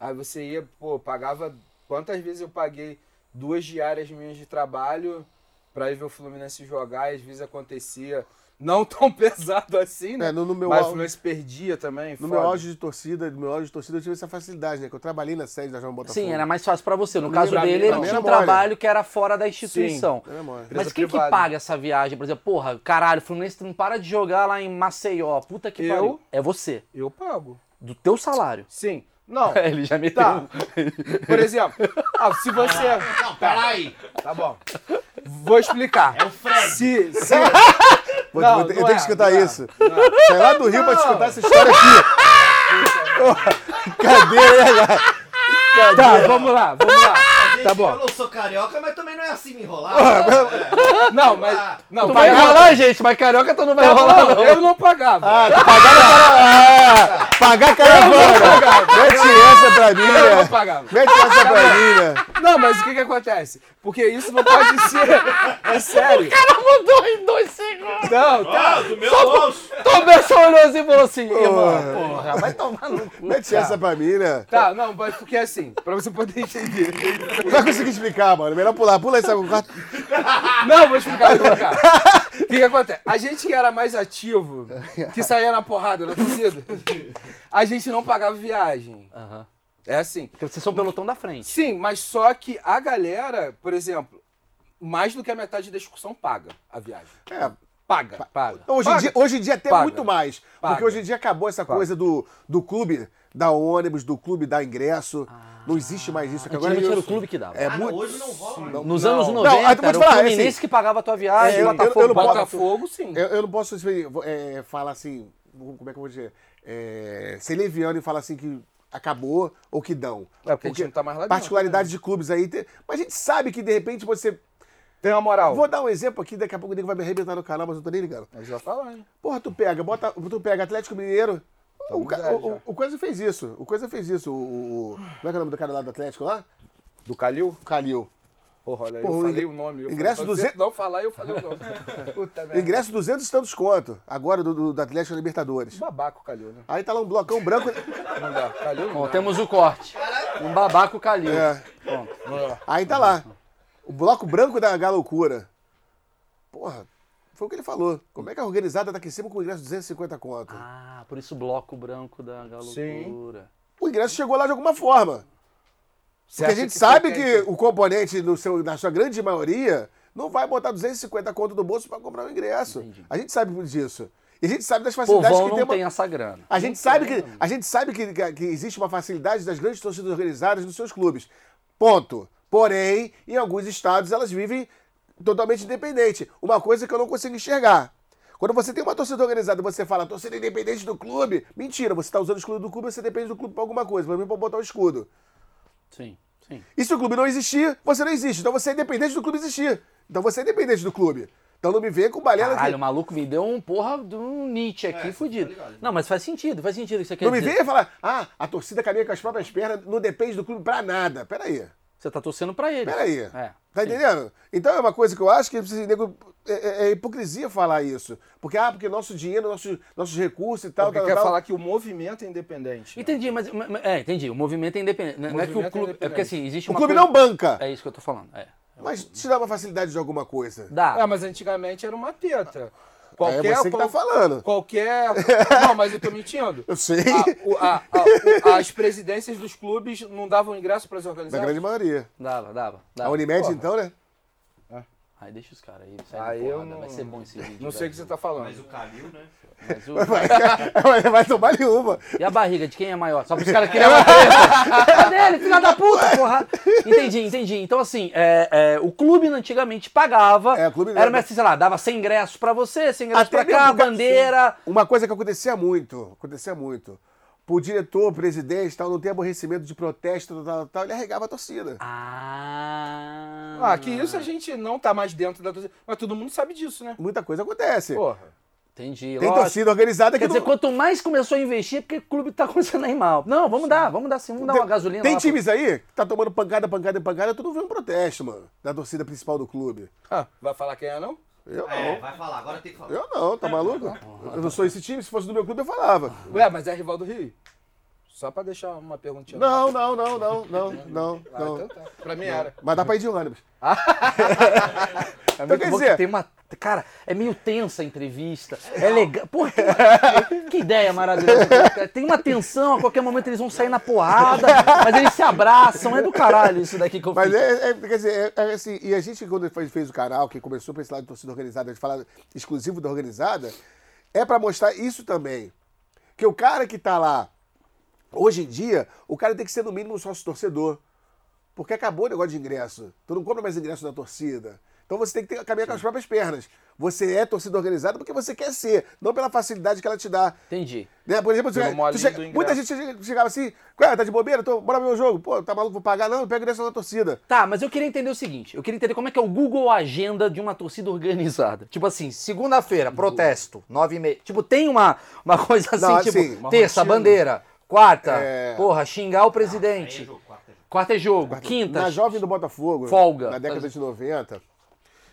Aí você ia, pô, pagava. Quantas vezes eu paguei duas diárias minhas de trabalho pra ir ver o Fluminense jogar, e às vezes acontecia. Não tão pesado assim, né? É, no- no meu Mas o au- Fluminense perdia também. No foda. meu auge de torcida, no meu auge de torcida, eu tive essa facilidade, né? Que eu trabalhei na sede da João Botafogo. Sim, era mais fácil pra você. No Pra caso mim, dele, pra ele mim tinha era um mole. trabalho que era fora da instituição. Era mole. Mas Empresa quem que privada. paga essa viagem? Por exemplo, porra, caralho, o Fluminense não para de jogar lá em Maceió. Puta que Eu? pariu. É você. Eu pago. Do teu salário. Sim. Não. Ele já me Tá. deu. Por exemplo, ah, se você. Não, peraí. Tá bom. Vou explicar. É o Fred. Se, se... Vou- Não, vou ter- eu não tenho é, que escutar não é. isso. Sai lá do Rio pra te escutar essa história aqui. Ah, Tá, vamos lá, vamos lá. Gente, Tá bom. Eu não sou carioca, mas também não é Ah, assim me enrolar. Ah, Não, mas. Não, Tu vai Tá pagava- rolar, gente, mas carioca tu não vai Não, rolar, não, não. eu não pagava. Pagar caravana. Mete essa pra mim, eu não né? pagava. Mete essa pra mim, né? Não, mas o que que acontece? Porque isso não pode ser. É sério. Ela mandou em dois segundos. Não, tá. Ah, do meu um bolso. Tomé só olhou assim e falou assim, irmão, porra, vai tomar no cu. Mete essa pra mim, né? Tá, não, mas porque assim, pra você poder entender. Não vai conseguir explicar, mano. Melhor pular. Pula essa. Não, vou explicar, vou explicar. O que, que acontece? A gente que era mais ativo, que saía na porrada na torcida, a gente não pagava viagem. Aham. É assim. Porque vocês são o pelotão da frente. Sim, mas só que a galera, por exemplo, mais do que a metade da excursão paga a viagem. É, então, Paga. Paga. Hoje em, Paga. dia, hoje em dia até Paga. muito mais. Porque Paga. hoje em dia acabou essa coisa do, do clube dar ônibus, do clube dar ingresso. não existe mais isso. que Ah. Antigamente era o eu- clube que dava. É Ah, não, muito. hoje não rola mais. Não. Nos Não. anos Não, 90, eu vou te era o falar, Fluminense assim, que pagava a tua viagem, é, eu- eu- eu Botafogo não posso- pagava tudo. Botafogo, sim. Eu, eu não posso assim, é, falar assim. Como é que eu vou dizer? É, ser leviano e falar assim que acabou ou que dão. É, porque a gente não tá mais lá dentro, Particularidades de clubes aí. tem- mas a gente sabe que de repente você. Tem uma moral. Vou dar um exemplo aqui, daqui a pouco o nego vai me arrebentar no canal, mas eu não tô nem ligando. Mas já falando. Porra, tu pega, bota, tu pega Atlético Mineiro. Tá O, ca- ligado, o- já. o- o Coisa fez isso. O Coisa fez isso. O, o, o- como é que é o nome do cara lá do Atlético lá? Do Calil? O Calil. Porra, olha, aí, Porra, eu falei ingre- o nome. Eu ingresso falei, 200 você Não falar, eu falei o nome. Puta merda. Ingresso 200 e tantos conto. Agora do, do, do Atlético na Libertadores. Babaca o Calil, né? Aí tá lá um blocão branco. Não dá. Calil não Bom, dá. temos o corte. Um babaco calil. É. Pronto. Aí tá lá. O bloco branco da galoucura. Porra, foi o que ele falou. Como é que a organizada tá aqui em cima com o ingresso 250 conto? Ah, por isso o bloco branco da galocura. O ingresso chegou lá de alguma forma. Você Porque a acha gente foi sabe quem? que o componente, no seu, na sua grande maioria, não vai botar 250 conto do bolso para comprar o ingresso. A gente sabe disso. E a gente sabe das facilidades que Povão não tem. tem, uma- essa grana. A gente sabe, que, a gente sabe que, que existe uma facilidade das grandes torcidas organizadas nos seus clubes. Ponto. Porém, em alguns estados elas vivem totalmente independente. Uma coisa que eu não consigo enxergar. Quando você tem uma torcida organizada e você fala torcida independente do clube, mentira, você está usando o escudo do clube, você depende do clube para alguma coisa, para para botar o escudo. Sim, sim. E se o clube não existir, você não existe. Então você é independente do clube existir. Então você é independente do clube. Então não me vem com balela Caralho, o de... maluco me deu um porra de um Nietzsche aqui É, fudido. tá ligado. não, mas faz sentido, faz sentido o que você quer Não me dizer. vem e falar, ah, a torcida caminha com as próprias pernas, não depende do clube pra nada. Peraí, Você tá torcendo pra ele. peraí. É. Tá entendendo? Então é uma coisa que eu acho que precisa- nego, é, é- é hipocrisia falar isso. Porque, ah, porque nosso dinheiro, nosso, nossos recursos e tal, Porque tal, quer tal. falar que o movimento é independente. né? Entendi, mas, mas- é, entendi. O movimento é independente. Não é que movimento o é clube. É, independente. porque assim, existe o uma. clube coisa- não banca, É isso que eu tô falando. É. mas te dá uma facilidade de alguma coisa. Dá. É, mas antigamente era uma teta. É Qualquer, você que tá qual- falando. qualquer. Não, mas eu tô mentindo. Eu sei, A- Ah, o- a- a- o- as presidências dos clubes não davam ingresso para as da organizadas. grande maioria. Dava, dava, A dava. Unimed, Tá. porra. então, né? Aí deixa os caras aí. Sai Aí de eu porrada. não- Vai ser bom esse vídeo. Não sei o que você tá Mas o falando. Calil, né? velho. Mas o- Vai, vai tomar nenhuma. E a barriga de quem é maior? Só para os caras querem uma treta. Cadê ele, É filha da puta, porra? Entendi, entendi. Então, assim, é, é, o clube antigamente pagava. É, o clube era, mesmo. mas, sei lá, dava 100 ingressos pra você, 100 ingressos Até pra mesmo cá, pro ca- bandeira. Uma coisa que acontecia muito, acontecia muito. Pro diretor, presidente, tal, não ter aborrecimento de protesto, tal, tal, tal, ele arregava a torcida. Ah. Ah, que isso a gente não tá mais dentro da torcida. Mas todo mundo sabe disso, né? Muita coisa acontece. Porra. Entendi. Tem lógico. torcida organizada Quer que dizer, não... quanto mais começou a investir, é porque o clube tá começando a ir mal. Não, vamos dar, vamos dar sim, vamos dar uma gasolina. Tem lá pro- times aí que tá tomando pancada, pancada, pancada, tu não vê um protesto, mano, da torcida principal do clube. Ah, vai falar quem é, não? Eu Tá É, não. vai falar, agora tem que falar. Eu não, tá maluco? Eu não sou esse time, se fosse do meu clube eu falava. Ué, mas é rival do Rio? Só pra deixar uma perguntinha. Não, não, não, não, não, não, Ah, não. então tá. Pra mim era. Mas dá pra ir de ônibus. É Então, muito quer bom que dizer- tem uma. Cara, é meio tensa a entrevista. É legal. Porra, que, uma- que ideia maravilhosa. cara. Tem uma tensão, a qualquer momento eles vão sair na porrada, mas eles se abraçam. É do caralho isso daqui que eu Mas fiz. é, é- quer dizer, é, é assim, e a gente, quando fez, fez o canal, que começou pra esse lado de torcida organizada, de falar exclusivo da organizada, é pra mostrar isso também. Que o cara que tá lá, hoje em dia, o cara tem que ser no mínimo um sócio torcedor. Porque acabou o negócio de ingresso. Tu não compra mais ingresso da torcida. Então você tem que ter, caminhar com as próprias pernas. Você é torcida organizada porque você quer ser, não pela facilidade que ela te dá. Entendi. Né? Por exemplo, Pelo tu molinho chega- do ingresso. muita gente chega- chegava assim, "Ué, tá de bobeira? Tô, bora ver o jogo. Pô, tá maluco, vou pagar? Não, pega ingresso da torcida. Tá, mas eu queria entender o seguinte: eu queria entender como é que é o Google Agenda de uma torcida organizada. Tipo assim, segunda-feira, protesto, nove e meia. Tipo, tem uma, uma coisa assim, Não, tipo, assim, uma terça, rotina. bandeira. Quarta, É. porra, xingar o Aí é presidente. jogo, quarta é jogo. Quarta é jogo, quinta. Na Jovem do Botafogo, Folga. na década de 90,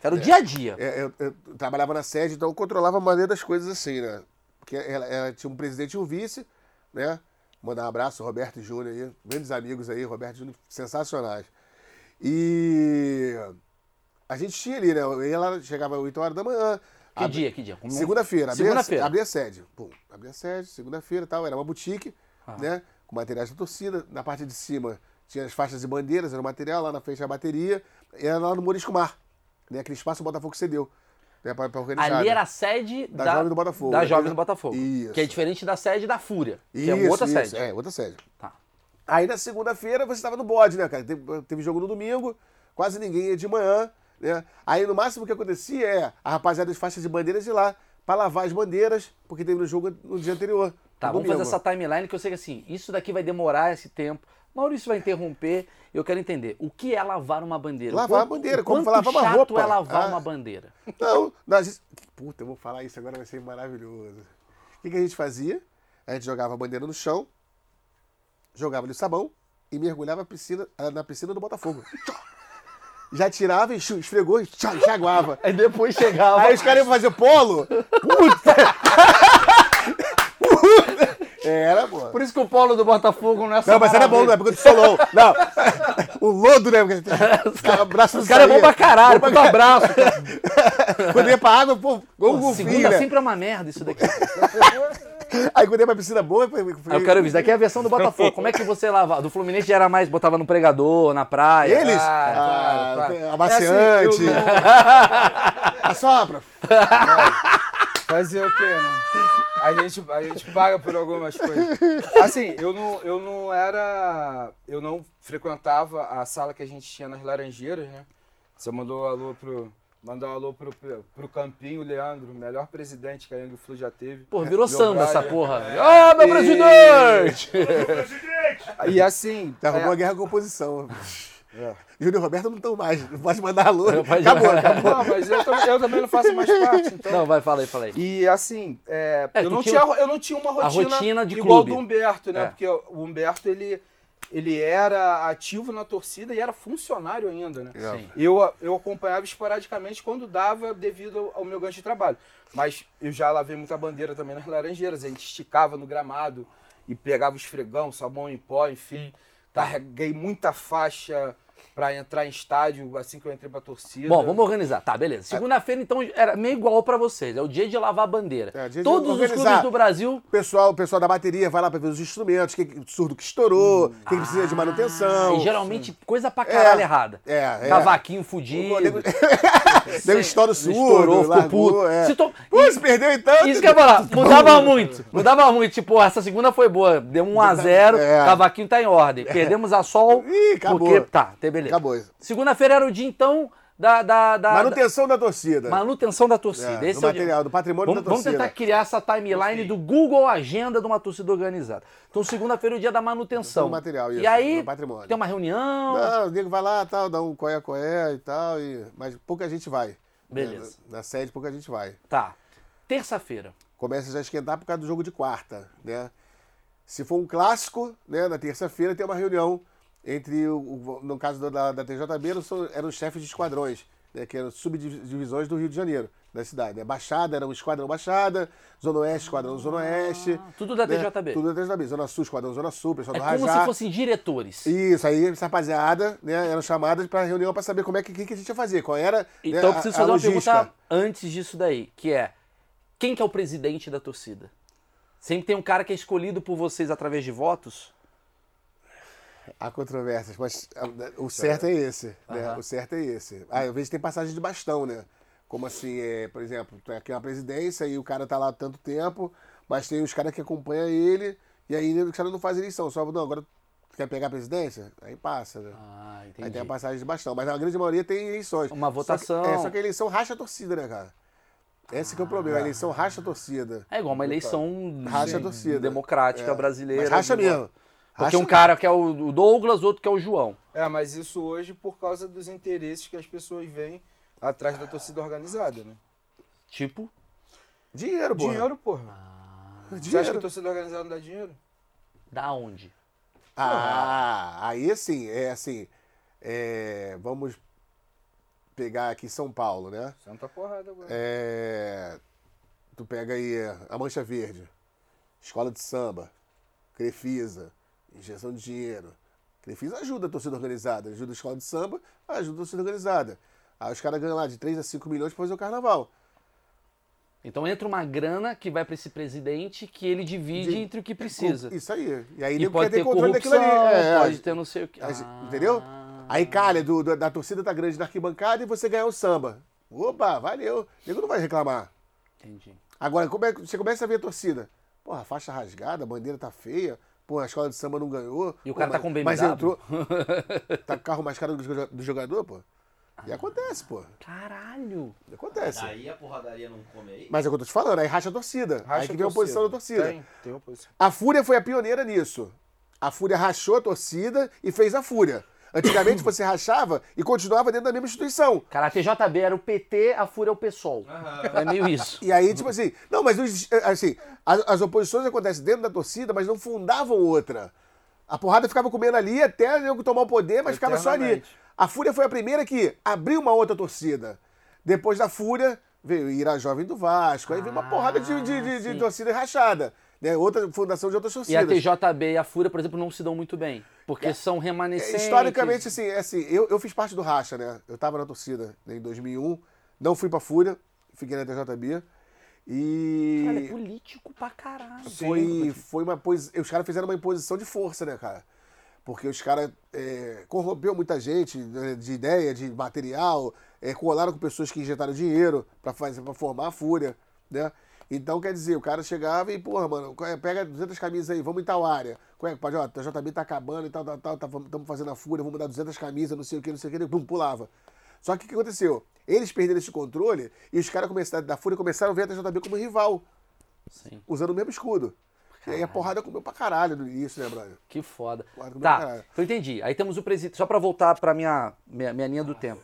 Era o dia a dia. é, eu, eu trabalhava na sede, então eu controlava a maneira das coisas assim, né? Porque ela, ela tinha um presidente e um vice, né? Mandar um abraço, Roberto e Júnior aí, grandes amigos aí, Roberto e Júnior, sensacionais. E a gente tinha ali, né? Eu ia lá, chegava às 8 horas da manhã. Que abri- dia, que dia? Como- Segunda-feira. abria- Segunda-feira. Abria a sede. Pum, abria a sede, segunda-feira e tal. Era uma boutique, Ah. né? Com materiais da torcida. Na parte de cima tinha as faixas e bandeiras, era o material. Lá na frente a bateria. E era lá no Morisco Mar. Né? Aquele espaço o Botafogo cedeu. Né? Pra, pra organizar. Ali era né? a sede Da da, Jovem do Botafogo. Da Jovem do Botafogo. Isso. Que é diferente da sede da Fúria, que é Isso, outra isso, sede. É, outra sede. Tá. Aí na segunda-feira você estava no bode, né, cara? Teve, teve jogo no domingo, quase ninguém ia de manhã, né? Aí no máximo que acontecia é a rapaziada das faixas de bandeiras ir lá pra lavar as bandeiras, porque teve no jogo no dia anterior. Tá, no vamos domingo. fazer essa timeline que eu sei que assim, isso daqui vai demorar esse tempo. Maurício vai interromper. Eu quero entender. O que é lavar uma bandeira? Lavar Quanto- a bandeira, o como quanto lavar uma chato roupa. é lavar Ah. uma bandeira? Não, não, a gente... Puta, eu vou falar isso agora, vai ser maravilhoso. O que, que a gente fazia? A gente jogava a bandeira no chão, jogava ali o sabão e mergulhava a piscina, ah, na piscina do Botafogo. Já tirava, enxu- esfregou e tchau, enxaguava. Aí depois chegava. Aí os caras iam fazer polo? Puta! Puta! Era, pô. Por isso que o polo do Botafogo não é só. Não, mas era bom na maravilha. época do Solon. Não. O lodo, né? Os caras abraço Os caras é bom pra caralho, puta abraço. Quando ia pra água, pô, igual um Pô, golfinho, segunda né? sempre é uma merda isso daqui. Aí quando ia pra piscina boa, foi... Aí eu quero ver, isso daqui é a versão do Botafogo. Como é que você lavava? Do Fluminense já era mais, botava no pregador, na praia. Eles? Ah, Ah, claro, claro. amaciante. É assim, É Assopra. Fazer o quê, né? A gente, a gente paga por algumas coisas. Assim, eu não, eu não era. Eu não frequentava a sala que a gente tinha nas Laranjeiras, né? Você mandou um alô pro. Mandar um alô pro, pro Campinho, Leandro, o melhor presidente que a Yang Flu já teve. É, Pô, Meu virou samba brother. essa porra. Ah, meu presidente! E assim. Já arrumou é, a guerra com a oposição. Júnior e Roberto não estão mais. Não pode mandar alô. É. Não pode- Acabou, acabou. Não, mas eu, tam- eu também não faço mais parte, então. Não, vai, fala aí, fala aí. E assim, é, É, eu, tu não tinha- tinha, eu não tinha uma a rotina, rotina de igual clube. do Humberto, né? É. Porque o Humberto, ele, ele era ativo na torcida e era funcionário ainda, né? Sim. Eu, eu acompanhava esporadicamente quando dava devido ao- ao meu gancho de trabalho. Mas eu já lavei muita bandeira também nas laranjeiras. A gente esticava no gramado e pegava o esfregão, sabão em pó, enfim. Carreguei muita faixa pra entrar em estádio assim que eu entrei pra torcida. Bom, vamos organizar. Tá, beleza. É. Segunda-feira, então, era meio igual pra vocês. É o dia de lavar a bandeira. É, dia de Todos os organizar. clubes do Brasil. Pessoal, o pessoal da bateria vai lá pra ver os instrumentos, que que- surdo que estourou, Hum. o que, que precisa de manutenção. E geralmente coisa pra caralho É, errada. é, é. Cavaquinho fudido. O nego- Deu estouro surdo, Estourou, ficou largou, puto. é. Se to- Pô, se perdeu então. Isso que é eu ia falar, mudava muito. Mudava muito. Tipo, essa segunda foi boa. Deu 1x0, É. cavaquinho tá em ordem. Perdemos a sol. Ih, acabou. Porque tá, tem beleza. Acabou isso. Segunda-feira era o dia, então, da. da, da Manutenção da torcida. da- manutenção da É, torcida. do Esse é o dia. material, do patrimônio Vamos, da vamos torcida. tentar criar essa timeline do Google Agenda de uma torcida organizada. Então, segunda-feira é o dia da manutenção. Do material, E isso, aí, do patrimônio. tem uma reunião. Não, o nego vai lá, tal, dá um coé, coé e tal, e... mas pouca gente vai. né? Beleza. Na, na sede, pouca gente vai. Tá. Terça-feira. Começa já a esquentar por causa do jogo de quarta, né? Se for um clássico, né, na terça-feira tem uma reunião entre, o, o- no caso do- da, da TJB, eram, só- eram os chefes de esquadrões, né, que eram subdivisões do Rio de Janeiro, da cidade. Né? Baixada era um esquadrão Baixada, Zona Oeste, esquadrão Zona Oeste. Ah, tudo da né? TJB. Tudo da TJB. Zona Sul, esquadrão Zona Sul, pessoal É do como Rajá. se fossem diretores. Isso, aí essa rapaziada, né, eram chamadas para reunião para saber como é que, que, que a gente ia fazer, qual era né, Então a- eu preciso a fazer uma logística. pergunta antes disso daí, que é quem que é o presidente da torcida? Sempre tem um cara que é escolhido por vocês através de votos? Há controvérsias, mas ah, o certo é esse, né? O certo é esse. Ah, às vezes tem passagem de bastão, né? Como assim, é, por exemplo, tem aqui uma presidência e o cara tá lá há tanto tempo, mas tem os caras que acompanham ele, e aí os caras não fazem eleição, só, não, agora tu quer pegar a presidência? Aí passa, né? Ah, entendi. Aí tem a passagem de bastão, mas a grande maioria tem eleições. Uma Só que- votação. é, só que a eleição racha a torcida, né, cara? Esse que é o problema, a eleição racha a torcida. É igual uma eleição Racha a de- torcida. democrática É. brasileira. Mas racha de- mesmo. Porque Racha um cara que é o o Douglas, outro que é o João. É, mas isso hoje por causa dos interesses que as pessoas veem atrás da torcida organizada, né? Tipo, Dinheiro, pô. Dinheiro, Ah. porra. Você acha que a torcida organizada não dá dinheiro? da onde? Ah, aí assim, é assim. é, vamos pegar aqui São Paulo, né? Santa porrada agora. É, tu pega aí é, a Mancha Verde, Escola de Samba, Crefisa, injeção de dinheiro. Crefisa ajuda a torcida organizada, ajuda a escola de samba, ajuda a torcida organizada. Aí os caras ganham lá de 3 a 5 milhões pra fazer o carnaval. Então entra uma grana que vai pra esse presidente que ele divide De- entre o que precisa. Com- Isso aí. E aí E ele quer pode ter ter controle corrupção, daquilo ali. É, pode é. ter não sei o que. A gente- Ah. Entendeu? Aí calha do, do- da torcida tá grande na arquibancada e você ganhar o samba. Opa, valeu. O nego não vai reclamar. Entendi. Agora, como é que você começa a ver a torcida? Porra, a faixa rasgada, a bandeira tá feia. Porra, a escola de samba não ganhou. E o Pô, cara tá mas- com BMW. Mas entrou. tá com o carro mais caro do jo- do jogador, pô. E acontece, pô. Caralho! É, Acontece. Daí a porradaria não come aí. Mas é o que eu tô te falando, aí racha a torcida. aí que vem a oposição da torcida. Tem, tem oposição. A Fúria foi a pioneira nisso. A Fúria rachou a torcida e fez a Fúria. Antigamente você rachava e continuava dentro da mesma instituição. Cara, a TJB era o PT, a Fúria é o PSOL. Ah. É meio isso. E aí, tipo assim, não, mas não existe- assim, as, as oposições acontecem dentro da torcida, mas não fundavam outra. A porrada ficava comendo ali até o nego tomar o poder, mas ficava só ali. Eternamente. A Fúria foi a primeira que abriu uma outra torcida. Depois da Fúria, veio ir a Jovem do Vasco. Aí veio uma porrada de, de, de- de Ah, sim. torcida rachada. Né? Outra fundação de outras E a torcidas. TJB e a Fúria, por exemplo, não se dão muito bem. Porque são remanescentes. É, Historicamente, assim, é assim eu, eu fiz parte do Racha, né? Eu tava na torcida né, em 2001, não fui pra Fúria, fiquei na TJB. E Cara, é político pra caralho. foi, foi uma posi... Os caras fizeram uma imposição de força, né, cara? Porque os caras é, corrompeu muita gente né, de ideia, de material, é, colaram com pessoas que injetaram dinheiro pra, fazer, pra formar a fúria, né? Então, quer dizer, o cara chegava e, porra, mano, qual é? pega 200 camisas aí, vamos em tal área. Qual é, pode, ó, JB tá acabando e tal, tal, tal, estamos fazendo a fúria, vamos dar 200 camisas, não sei o que, não sei o que, pum, pulava. Só que o que aconteceu? Eles perderam esse controle e os caras começaram, da fúria começaram a ver a TJB como rival, Sim. usando o mesmo escudo. E aí a porrada comeu pra caralho no início, né, brother? Que foda. Porrada comeu pra Tá, caralho. eu entendi. Aí temos o presidente. Só pra voltar pra minha, minha, minha linha do tempo.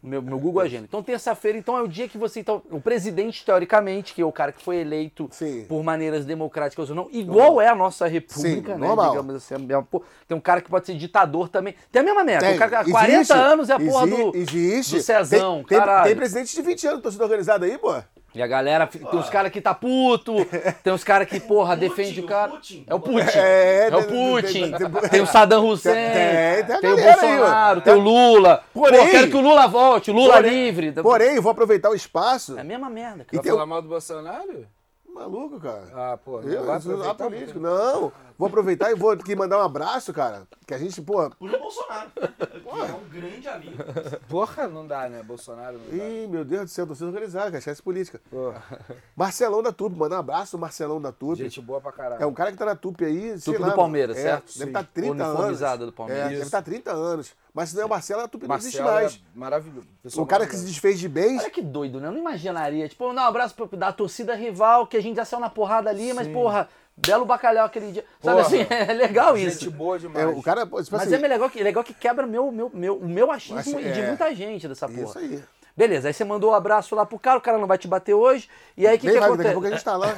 Meu, meu Google Agenda. Então, terça-feira, então, é o dia que você. Então, o presidente, teoricamente, que é o cara que foi eleito Sim. por maneiras democráticas ou não, igual é a nossa república, Sim, né? normal. Digamos assim, é a mesma por- tem um cara que pode ser ditador também. Tem a mesma merda. Tem. o cara que há Existe, 40 anos é a porra do, existe. do Cezão, tem, tem, caralho. tem presidente de 20 anos, torcida organizada aí, pô. E a galera, fi- tem uns caras que tá puto, tem uns caras que, porra, defende o o cara. Putin. É o Putin. É, É o tem- Putin. tem- tem- Tem o Saddam Hussein. Tem- tem a Tem o galera aí, Bolsonaro, ó. tem o Lula. Porém, Porém- Pô, quero que o Lula volte, o Lula Porém- livre. Porém, eu vou aproveitar o espaço. É a mesma merda, E cara. Vai tem falar o... mal do Bolsonaro? Maluco, cara. Ah, pô. não Eu, vai isso não é aproveitar político, né? não. Vou aproveitar e vou aqui mandar um abraço, cara. Que a gente, pô. Por um Bolsonaro. que é um grande amigo. porque- Porra, não dá, né? Bolsonaro não dá. Ih, meu Deus do céu, torcida organizada, cara. Esquece política. Marcelão da Tupi, mandar um abraço, Marcelão da Tupi. Gente boa pra caralho. É um cara que tá na Tupi aí. sei Tupi do lá, mano. Palmeiras, É, certo? Deve Sim. estar 30 anos. Uniformizada do Palmeiras. É, deve Isso. estar 30 anos. Mas se não é o Marcelo, a Tupi não existe Marcelo mais. é maravilhoso. Pessoa Um cara que se maravilhosa. desfez de bens. Olha que doido, né? Eu não imaginaria. Tipo, eu dar um abraço pra, da torcida rival, que a gente já saiu na porrada ali, mas, porra, belo bacalhau aquele dia. Sabe Porra. assim, é legal Gente isso. boa demais. É, o cara, pô, tipo Mas assim, é legal que, é legal que quebra meu, meu, meu, o meu achismo Acho- e de é. muita gente dessa porra. Isso aí. Beleza, aí você mandou o abraço lá pro cara, o cara não vai te bater hoje. E aí o que, Vem, que vai, daqui a acontece? pouco a gente tá lá.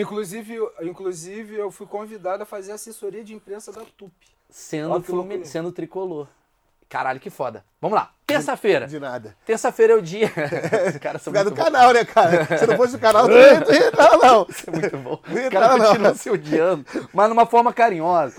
Inclusive, eu- inclusive, eu fui convidado a fazer assessoria de imprensa da TUP. Ó, Sendo, que Flumin- loucura. sendo tricolor. Caralho, que foda. Vamos lá. Terça-feira. É, De nada. Terça-feira é o dia. Os caras Por causa são muito do bons. canal, né, cara? Se não fosse o canal, não ia não ia entrar, não. É muito bom. Os Não, caras não. continuam se odiando, mas numa forma carinhosa.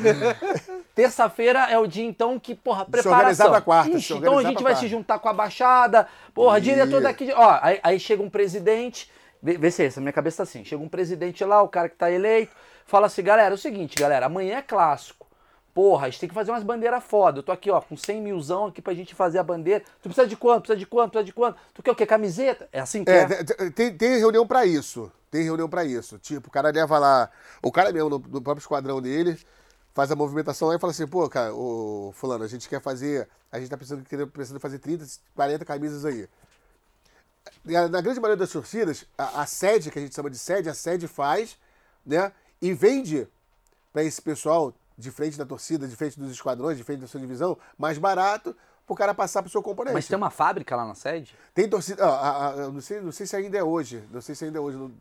Terça-feira é o dia, então, que, porra, organizar preparação. pra quarta, se Ixi, então a organizar gente pra vai quarta. se juntar com a Baixada, porra, Isso. diretor daqui. de- Ó, aí, aí chega um presidente, vê, vê se é isso, a minha cabeça tá assim. Chega um presidente lá, o cara que tá eleito, fala assim, galera, é o seguinte, galera, amanhã é clássico. Porra, a gente tem que fazer umas bandeiras foda. Eu tô aqui, ó, com 100 milzão aqui pra gente fazer a bandeira. Tu precisa de quanto? Precisa de quanto? Precisa de quanto? Tu quer o quê? Camiseta? É assim que é. É, te- tem, tem reunião pra isso. Tem reunião pra isso. Tipo, o cara leva lá. O cara mesmo, no, no próprio esquadrão dele, faz a movimentação lá e fala assim: pô, cara, ô, Fulano, a gente quer fazer. A gente tá pensando, querendo- pensando em fazer 30, 40 camisas aí. E a- Na grande maioria das torcidas, a, a sede, que a gente chama de sede, a sede faz, né? E vende pra esse pessoal de frente da torcida, de frente dos esquadrões, de frente da sua divisão, mais barato, pro cara passar pro seu componente. Mas tem uma fábrica lá na sede? Tem torcida. ó, a- a- eu não, sei, não sei se ainda é hoje. Não sei se ainda é hoje. não-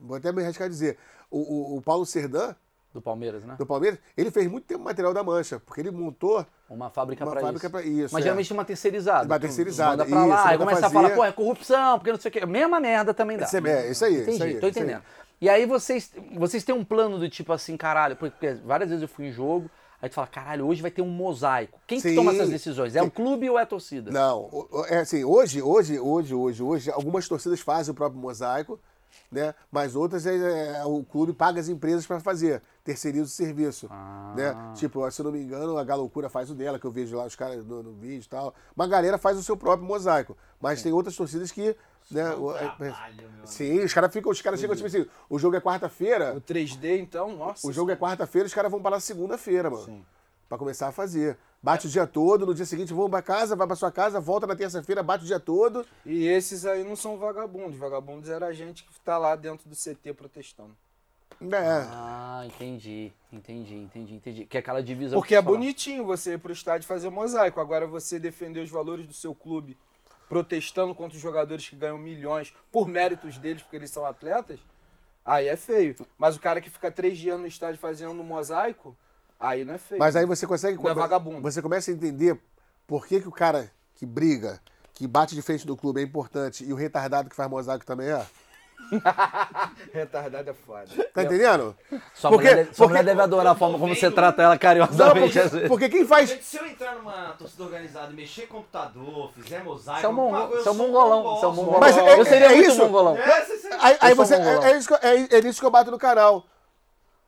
vou até me arriscar a dizer. O, o- o Paulo Serdã, Do Palmeiras, né? do Palmeiras, ele fez muito tempo material da Mancha, porque ele montou Uma fábrica uma pra fábrica isso. pra isso. Mas é. geralmente tem uma terceirizada. Uma Tu terceirizada, Manda pra isso, lá, manda aí começa a fazer. falar, pô, é corrupção, porque não sei o quê. Mesma merda também dá. Isso é- é isso aí, Entendi, isso aí, tô isso aí. entendendo. E aí vocês, vocês têm um plano do tipo assim, caralho, porque várias vezes eu fui em jogo, aí tu fala, caralho, hoje vai ter um mosaico. Quem que Sim. toma essas decisões? É o clube ou é a torcida? Não, o- o- é assim, hoje, hoje, hoje, hoje, hoje, algumas torcidas fazem o próprio mosaico, né? Mas outras é, é, o clube paga as empresas para fazer, terceiriza o serviço, né? Tipo, se eu não me engano, a Galoucura faz o dela, que eu vejo lá os caras no, no vídeo e tal. Uma galera faz o seu próprio mosaico, mas tem outras torcidas que, né? o- é- um Trabalho, meu amigo. sim, os caras ficam, os caras chegam tipo assim, o jogo é quarta-feira, O 3D, então, nossa. o jogo é quarta-feira, os caras vão para lá segunda-feira, mano. Pra começar a fazer. Bate o dia todo, no dia seguinte vão pra casa, vai pra sua casa, volta na terça-feira, bate o dia todo. E esses aí não são vagabundos. Vagabundos era a gente que tá lá dentro do CT protestando. É. Ah, entendi, entendi, entendi, entendi. Que é aquela divisão. Porque é que tu fala. bonitinho você ir pro estádio fazer mosaico. Agora você defender os valores do seu clube protestando contra os jogadores que ganham milhões por méritos deles, porque eles são atletas, aí é feio. Mas o cara que fica três dias no estádio fazendo mosaico, aí não é feio. Mas aí você consegue. Não é vagabundo. Você começa a entender por que, que o cara que briga, que bate de frente do clube é importante e o retardado que faz mosaico também é. Retardado é foda. Tá entendendo? Sua, porque- mulher, deve- sua porque- mulher deve adorar a forma como você trata ela Não, carinhosamente. às porque, vezes. porque quem faz. Gente, Se eu entrar numa torcida organizada e mexer computador, fizer mosaico, Você é um alguma mon- coisa, você é um eu sou mongolão, você é um mongol. mongolão. Mas é- eu seria é muito isso? mongolão. É, você- você- Aí, aí Eu sou você. mongolão. É, é isso que, é, é nisso que eu bato no canal.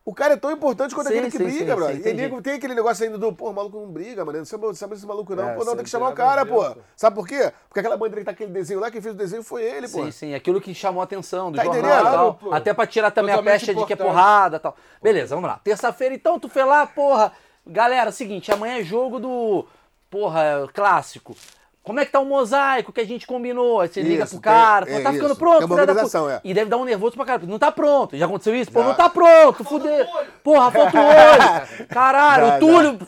O cara é tão importante quanto Sim, aquele que sim, briga, sim, bro. sim, e entendi. nego tem aquele negócio ainda do, pô, o maluco não briga, mano. Não chama, não chama esse maluco, não. É, pô, não, tem sim, que chamar o pelo amor cara, de pô. Deus, pô. Sabe por quê? Porque aquela bandeira que tá aquele desenho lá, quem fez o desenho foi ele, pô. Sim, sim, aquilo que chamou a atenção do Tá jornal entendendo? e tal. Claro, pô. Até pra tirar também a Totalmente pecha de que é importante. porrada e tal. Beleza, vamos lá. Terça-feira, então, tu foi lá, porra. Galera, seguinte, amanhã é jogo do. Porra, é, clássico. Como é que tá o mosaico que a gente combinou? Aí você liga Isso, pro cara, tem- é fala, tá ficando isso. Tem pronto, uma filha da organização, puta. é. E deve dar um nervoso pra caralho. Não tá pronto. Já aconteceu isso? Pô, Já. não tá pronto, fudeu. Porra, falta o olho. Caralho, Já, o Túlio,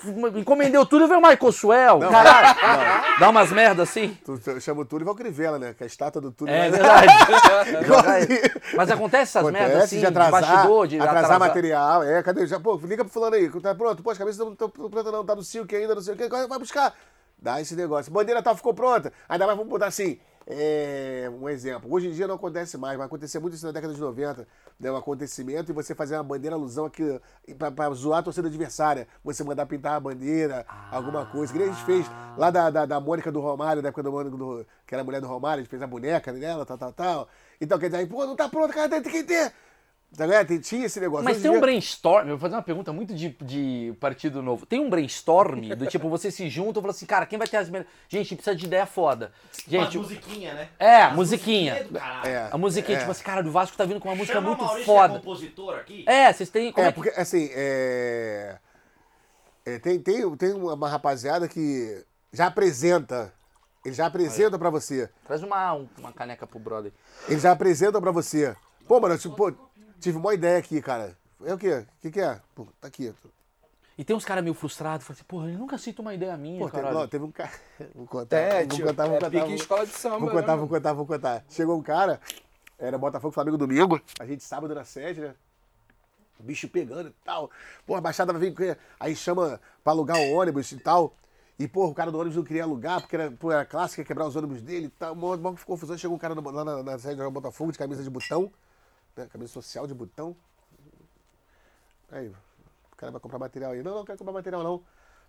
encomendei o Túlio, veio o Michael Suel. Não, Caralho. Dá umas merdas assim. Tu, tu chama o Túlio Valcrivela, né? Que é a estátua do Túlio. É mas- verdade. Igualzinho. Mas acontece essas merdas Acontece assim, de atrasar, de bastidor, de atrasar, material. É, cadê? Já, pô, liga pro fulano aí. Tá pronto? Pô, as cabeças não estão prontas não. Tá no silk ainda, não sei o quê. Vai buscar. Dá esse negócio. Bandeira tal ficou pronta. Ainda mais vamos botar assim. é, um exemplo. Hoje em dia não acontece mais, mas acontecia muito isso na década de 90. Né, um acontecimento e você fazer uma bandeira alusão aqui pra, pra zoar a torcida adversária. Você mandar pintar a bandeira, alguma coisa. Que nem a gente fez lá da, da, da Mônica do Romário, da época do Mônica do, que era a mulher do Romário, a gente fez a boneca dela, tal, tal, tal. Então, quer dizer, aí, pô, não tá pronto, cara, tem que ter. Tá ligado? Tem- Tinha esse negócio. Mas Hoje tem em um dia- brainstorm, eu vou fazer uma pergunta muito de, de partido novo. Tem um brainstorm do tipo, você se junta e fala assim, cara, quem vai ter as melhores. Gente, precisa de ideia foda. Gente, Uma musiquinha, né? É, As musiquinha. musiquinhas do caralho. É. a musiquinha, tipo assim, cara, o Vasco tá vindo com uma música Chama o muito Maurício, que É foda. compositor aqui. É, vocês têm. Como É, é, porque, assim, é... é, tem, tem, tem uma rapaziada que já apresenta. Ele já apresenta pra você. que... Traz uma, uma caneca pro brother. Eles já apresentam pra você. Pô, mano, tipo, pô, tive uma ideia aqui, cara. É o quê? O que, que é? Pô, tá aqui. E tem uns caras meio frustrados, falam assim, porra, ele nunca aceita uma ideia minha, Pô, teve, caralho. não, teve um cara. Vou contar. É, Tá, vou tio, contar, vou é contar. um- pique vou- escola de samba, Vou né, contar, vou mano? contar, vou contar. Chegou um cara, era Botafogo Flamengo domingo, a gente sábado na sede, né? O bicho pegando e tal. Pô, a baixada vai vir. com- Aí chama pra alugar o ônibus e tal. E, pô, o cara do ônibus não queria alugar, porque era, pô, era clássico, ia quebrar os ônibus dele e tal. Mó, mó confusão. Chegou um cara no- lá na, na sede do Botafogo de camisa de botão, né? Camisa social de botão. Aí, o cara vai comprar material aí. Não, não, não quero comprar material não.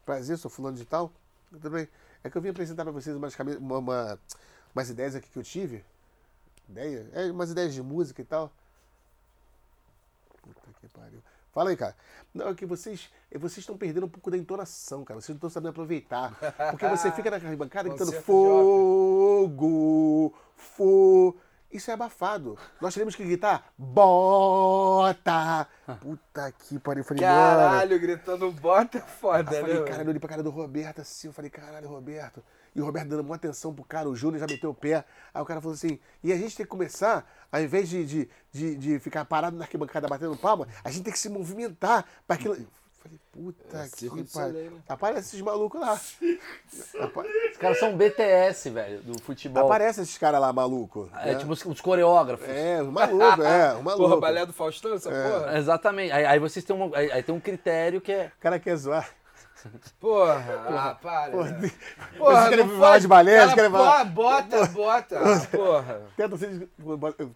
Prazer, sou fulano de tal. Tudo bem. É que eu vim apresentar pra vocês umas, cami- uma- uma- umas ideias aqui que eu tive. Ideia? É, umas ideias de música e tal. Puta que pariu. Fala aí, cara. Não, é que vocês é, vocês estão perdendo um pouco da entonação, cara. Vocês não estão sabendo aproveitar. Porque você fica na arquibancada gritando Concerto de fogo, fogo. Isso é abafado. Nós teremos que gritar bota. Puta que pariu. Eu falei, mano. Ah. Caralho, gritando bota é foda, Eu né? falei, mano? caralho, eu olhei pra cara do Roberto assim, eu falei, caralho, Roberto. E o Roberto dando uma atenção pro cara, o Júnior já meteu o pé. Aí o cara falou assim, e a gente tem que começar, ao invés de, de, de, de ficar parado na arquibancada batendo palma, a gente tem que se movimentar pra aquilo... Eu falei, puta que Cirque du É, Soleil, pariu. né? Aparece esses malucos lá. Apa- Os caras são BTS, velho, do futebol. Aparece esses caras lá, maluco. É, né? tipo os, os coreógrafos. É, os malucos, é, os malucos. Porra, balé do Faustão, essa É. porra? Exatamente. Aí, aí vocês têm uma, aí, aí tem um critério que é. O cara quer zoar. Porra, ah, para. né? É. Vocês querem falar de balé, vocês querem falar- Pô, bota, bota. Ah, Porra. Tenta ser.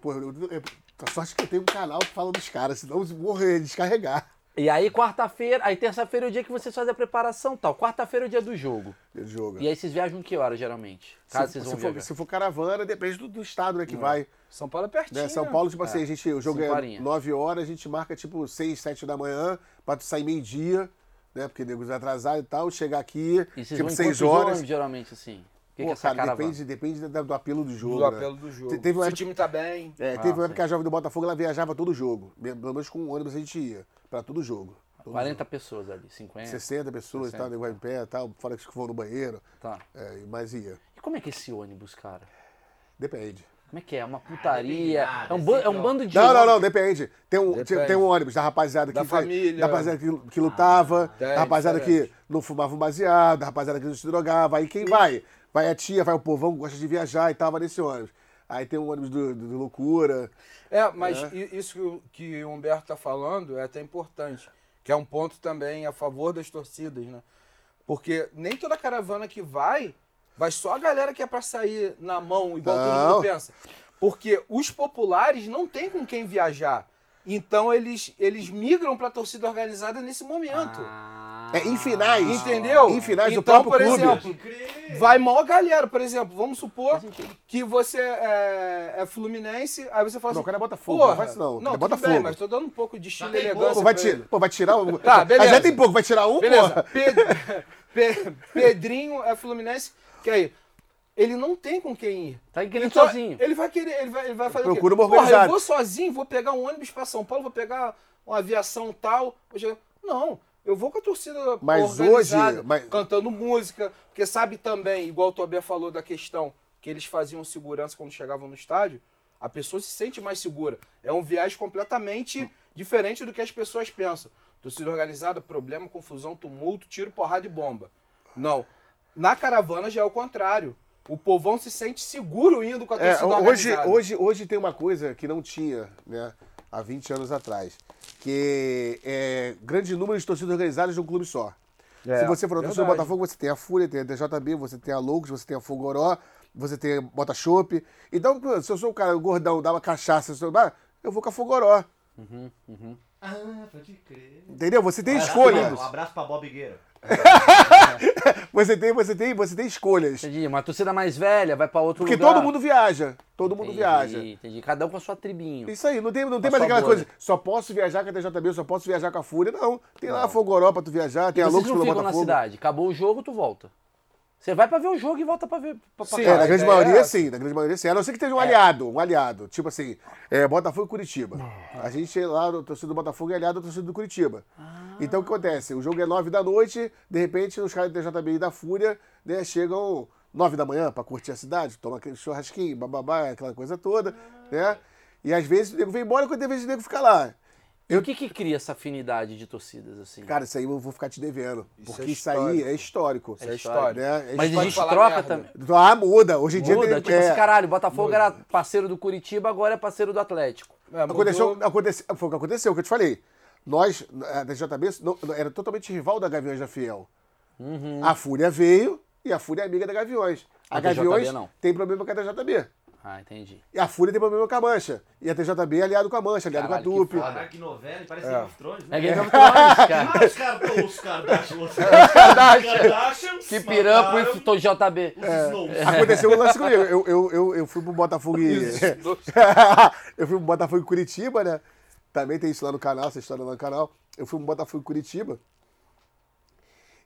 Porra, eu- eu- a sorte que eu tenho um canal que fala dos caras, senão eu morrer, descarregar. E aí, quarta-feira, aí terça-feira é o dia que vocês fazem a preparação e tal. Quarta-feira é o dia do jogo. Ele joga. E aí vocês viajam que hora, geralmente? Caso se, vocês se vão for, viajar. se for caravana, depende do, do estado né, que vai. São Paulo é pertinho. né? São né? Paulo, tipo assim, a gente, o jogo Cinco é horinhas. 9 horas, a gente marca tipo 6, 7 da manhã, pra tu sair meio-dia, né? Porque nego vai atrasar e tal, chegar aqui, E vocês tipo vão em 6 quantos horas. ônibus, geralmente, assim? O que, que Pô, é essa cara, caravana? depende, depende da- do apelo do jogo. Do né? apelo do jogo. Te- Teve uma Se o época, time tá bem. é, Ah, teve uma sim. época que a Jovem do Botafogo ela viajava todo jogo. Pelo menos com o ônibus a gente ia, pra todo jogo. Todo 40 pessoas ali, 50. 60 pessoas e tal, 60, nego vai em pé e tal, fora que vão no banheiro. Tá. É, mas ia. E como é que é esse ônibus, cara? Depende. Como é que é? É Ah, uma putaria? depende de é, um nada, ban- é um bando de. Não, não, não, depende. Tem um, Depende. Tem um ônibus da rapaziada que Da foi- família. Ah, da rapaziada que, que lutava, tem, da rapaziada que diferente. não fumava um baseado, da rapaziada que não se drogava. Aí quem vai? Vai a tia, vai o povão que gosta de viajar e tal, vai nesse ônibus. Aí tem um ônibus do, do- do loucura. É, mas i- isso que o- que o Humberto tá falando é até importante. Que é um ponto também a favor das torcidas, né? Porque nem toda caravana que vai, vai só a galera que é pra sair na mão, igual todo Não. mundo pensa. Porque os populares não têm com quem viajar. Então eles, eles migram pra torcida organizada nesse momento. Ah, É em finais. Ah, Entendeu? Em finais do Então, próprio por clube. exemplo, vai mó galera, por exemplo, vamos supor que você é, é fluminense, aí você fala Não, assim, cara, é Botafogo, porra, não faz isso não, cara, é tudo Botafogo. bem, mas tô dando um pouco de estilo e tem elegância. Pô, vai, pra ti- ele. pô, vai tirar um. Tá, Mas já beleza. tem pouco, vai tirar um, Beleza, porra. Pe- Pe- Pedrinho é fluminense, que aí, ele não tem com quem ir. Tá querendo Então, sozinho. é- Ele vai querer, ele vai, ele vai fazer Procura o uma quê? Porra, eu organizada. vou sozinho, vou pegar um ônibus pra São Paulo, vou pegar uma aviação tal. vou chegar- Não, eu Eu vou com a torcida Mas organizada, hoje- mas- cantando música, porque sabe também, igual o Tobé falou da questão que eles faziam segurança quando chegavam no estádio, a pessoa se sente mais segura. É um viés completamente diferente do que as pessoas pensam. Torcida organizada, problema, confusão, tumulto, tiro, porrada e bomba. Não. Na caravana já é o contrário. O povão se sente seguro indo com a É, torcida hoje, organizada. hoje, hoje tem uma coisa que não tinha, né? Há 20 anos atrás. Que é grande número de torcidas organizadas de um clube só. É, Se você for na torcida do verdade. Botafogo, você tem a Fúria, tem a DJB, você tem a Loucos, você tem a Fogoró, você tem a Bota Chopp. Então, pô, se eu sou um cara gordão, dá uma cachaça, se eu, dá, eu vou com a Fogoró. Ah, pode crer. Entendeu? Você É. tem Um abraço escolhas. pra- Um abraço pra Bob Gueira. Você tem, você tem, você tem escolhas. Entendi. Uma torcida mais velha vai pra outro Porque lugar. todo mundo viaja. Todo mundo viaja. Entendi, entendi. Cada um com a sua tribinho. Isso aí, não tem, não tem Com mais a sua aquela bolha. coisa, só posso viajar com a TJB, só posso viajar com a Fúria. Não, tem lá a Fogoró pra tu viajar, tem a Vocês Loucos não pelo ficam na Botafogo. cidade. Acabou o jogo, tu volta. Você vai pra ver o jogo e volta pra ver. Pra, pra Sim, É, casa. na A grande ideia é maioria essa. sim, na grande maioria sim. A não ser que É. tenha um aliado, um aliado. Tipo assim, é, Botafogo e Curitiba. A gente lá, o torcedor do Botafogo é aliado ao torcedor do Curitiba. Ah. Então o que acontece? O jogo é 9 da noite, de repente os caras do TJB e da Fúria né, chegam 9 da manhã pra curtir a cidade, toma aquele churrasquinho, bababá, aquela coisa toda, Ah. né? E às vezes o nego vem embora, quando tem vezes o nego fica lá. E o que que cria essa afinidade de torcidas, assim? Cara, isso aí eu vou ficar te devendo. Isso porque é isso aí é histórico. Isso é histórico. Né? É Mas histórico. existe falar troca merda. também. Ah, muda. Hoje em dia Muda, tem- tipo é, assim, caralho, Botafogo era parceiro do Curitiba, agora é parceiro do Atlético. É, mudou- aconteceu, aconteceu, foi o que aconteceu, o que eu te falei. Nós, eh, a DJB, não- não- era totalmente rival da Gaviões da Fiel. A Fúria veio e a Fúria é amiga da Gaviões. A, Uhum. A TJB Gaviões não. tem problema com a TJB. Ah, entendi. E a Fúria tem problema com a Mancha. E a TJB é aliado com a Mancha, aliado Caralho, com a que Tupi. Caraca, que novela, parece Game of Thrones, né? É Game of Thrones, cara. Ah, os Kardashian, os Kardashian, os Kardashians Que pirampo e mataram f- JB. os Snows. Aconteceu um lance comigo. Eu, eu, eu, eu fui pro Botafogo e. eu fui pro Botafogo e Curitiba, né? Também tem isso lá no canal, essa história lá no canal. Eu fui pro Botafogo e Curitiba.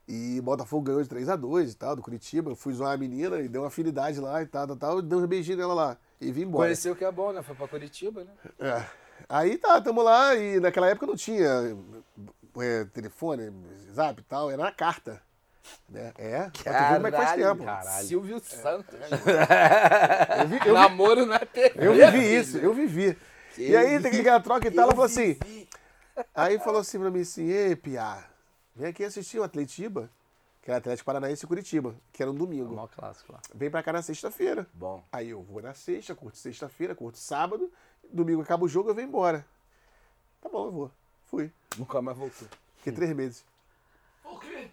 E Botafogo ganhou de 3x2 e tal, do Curitiba. Eu fui zoar a menina e deu uma afinidade lá e tal, tal, tal. Deu uns beijinhos nela lá. E vim embora. Conheceu que é bom, né? Foi pra Curitiba, né? É. Aí tá, tamo lá e naquela época não tinha é, telefone, zap e tal, era na carta. Né? É, Botafogo, mas faz tempo. Caralho. Silvio Santos. Eu vi- eu vi- Namoro é na TV. Eu vivi isso, eu vivi. e né? Eu aí, tem aquela troca e tal, ela Eu falou assim. vivi. Aí falou assim pra mim assim, ei, Piá, vem aqui assistir o Atletiba, que era Atlético Paranaense e Curitiba, que era um domingo. É Mó clássico lá. Vem pra cá na sexta-feira. Bom. Aí eu vou na sexta, curto sexta-feira, curto sábado, domingo acaba o jogo, eu venho embora. Tá bom, eu vou. Fui. Nunca mais voltou. Fiquei três meses. Por quê?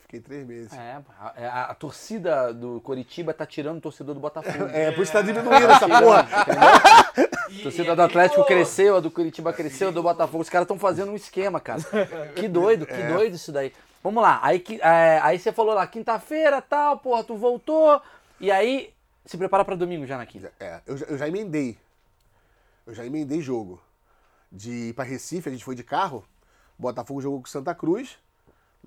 Fiquei três meses. É, a- é, a, a torcida do Curitiba tá tirando o torcedor do Botafogo. É, por isso tá diminuindo essa porra. E- A torcida e- é do Atlético pô, cresceu, a do Curitiba cresceu, a do Botafogo. Os caras estão fazendo um esquema, cara. Que doido, É. que doido isso daí. Vamos lá, aí, que- é, aí você falou lá, quinta-feira, tal, porra, tu voltou. E aí, se prepara pra domingo já na quinta. É, eu, já- eu já emendei. Eu já emendei jogo. De ir pra Recife, a gente foi de carro. Botafogo jogou com Santa Cruz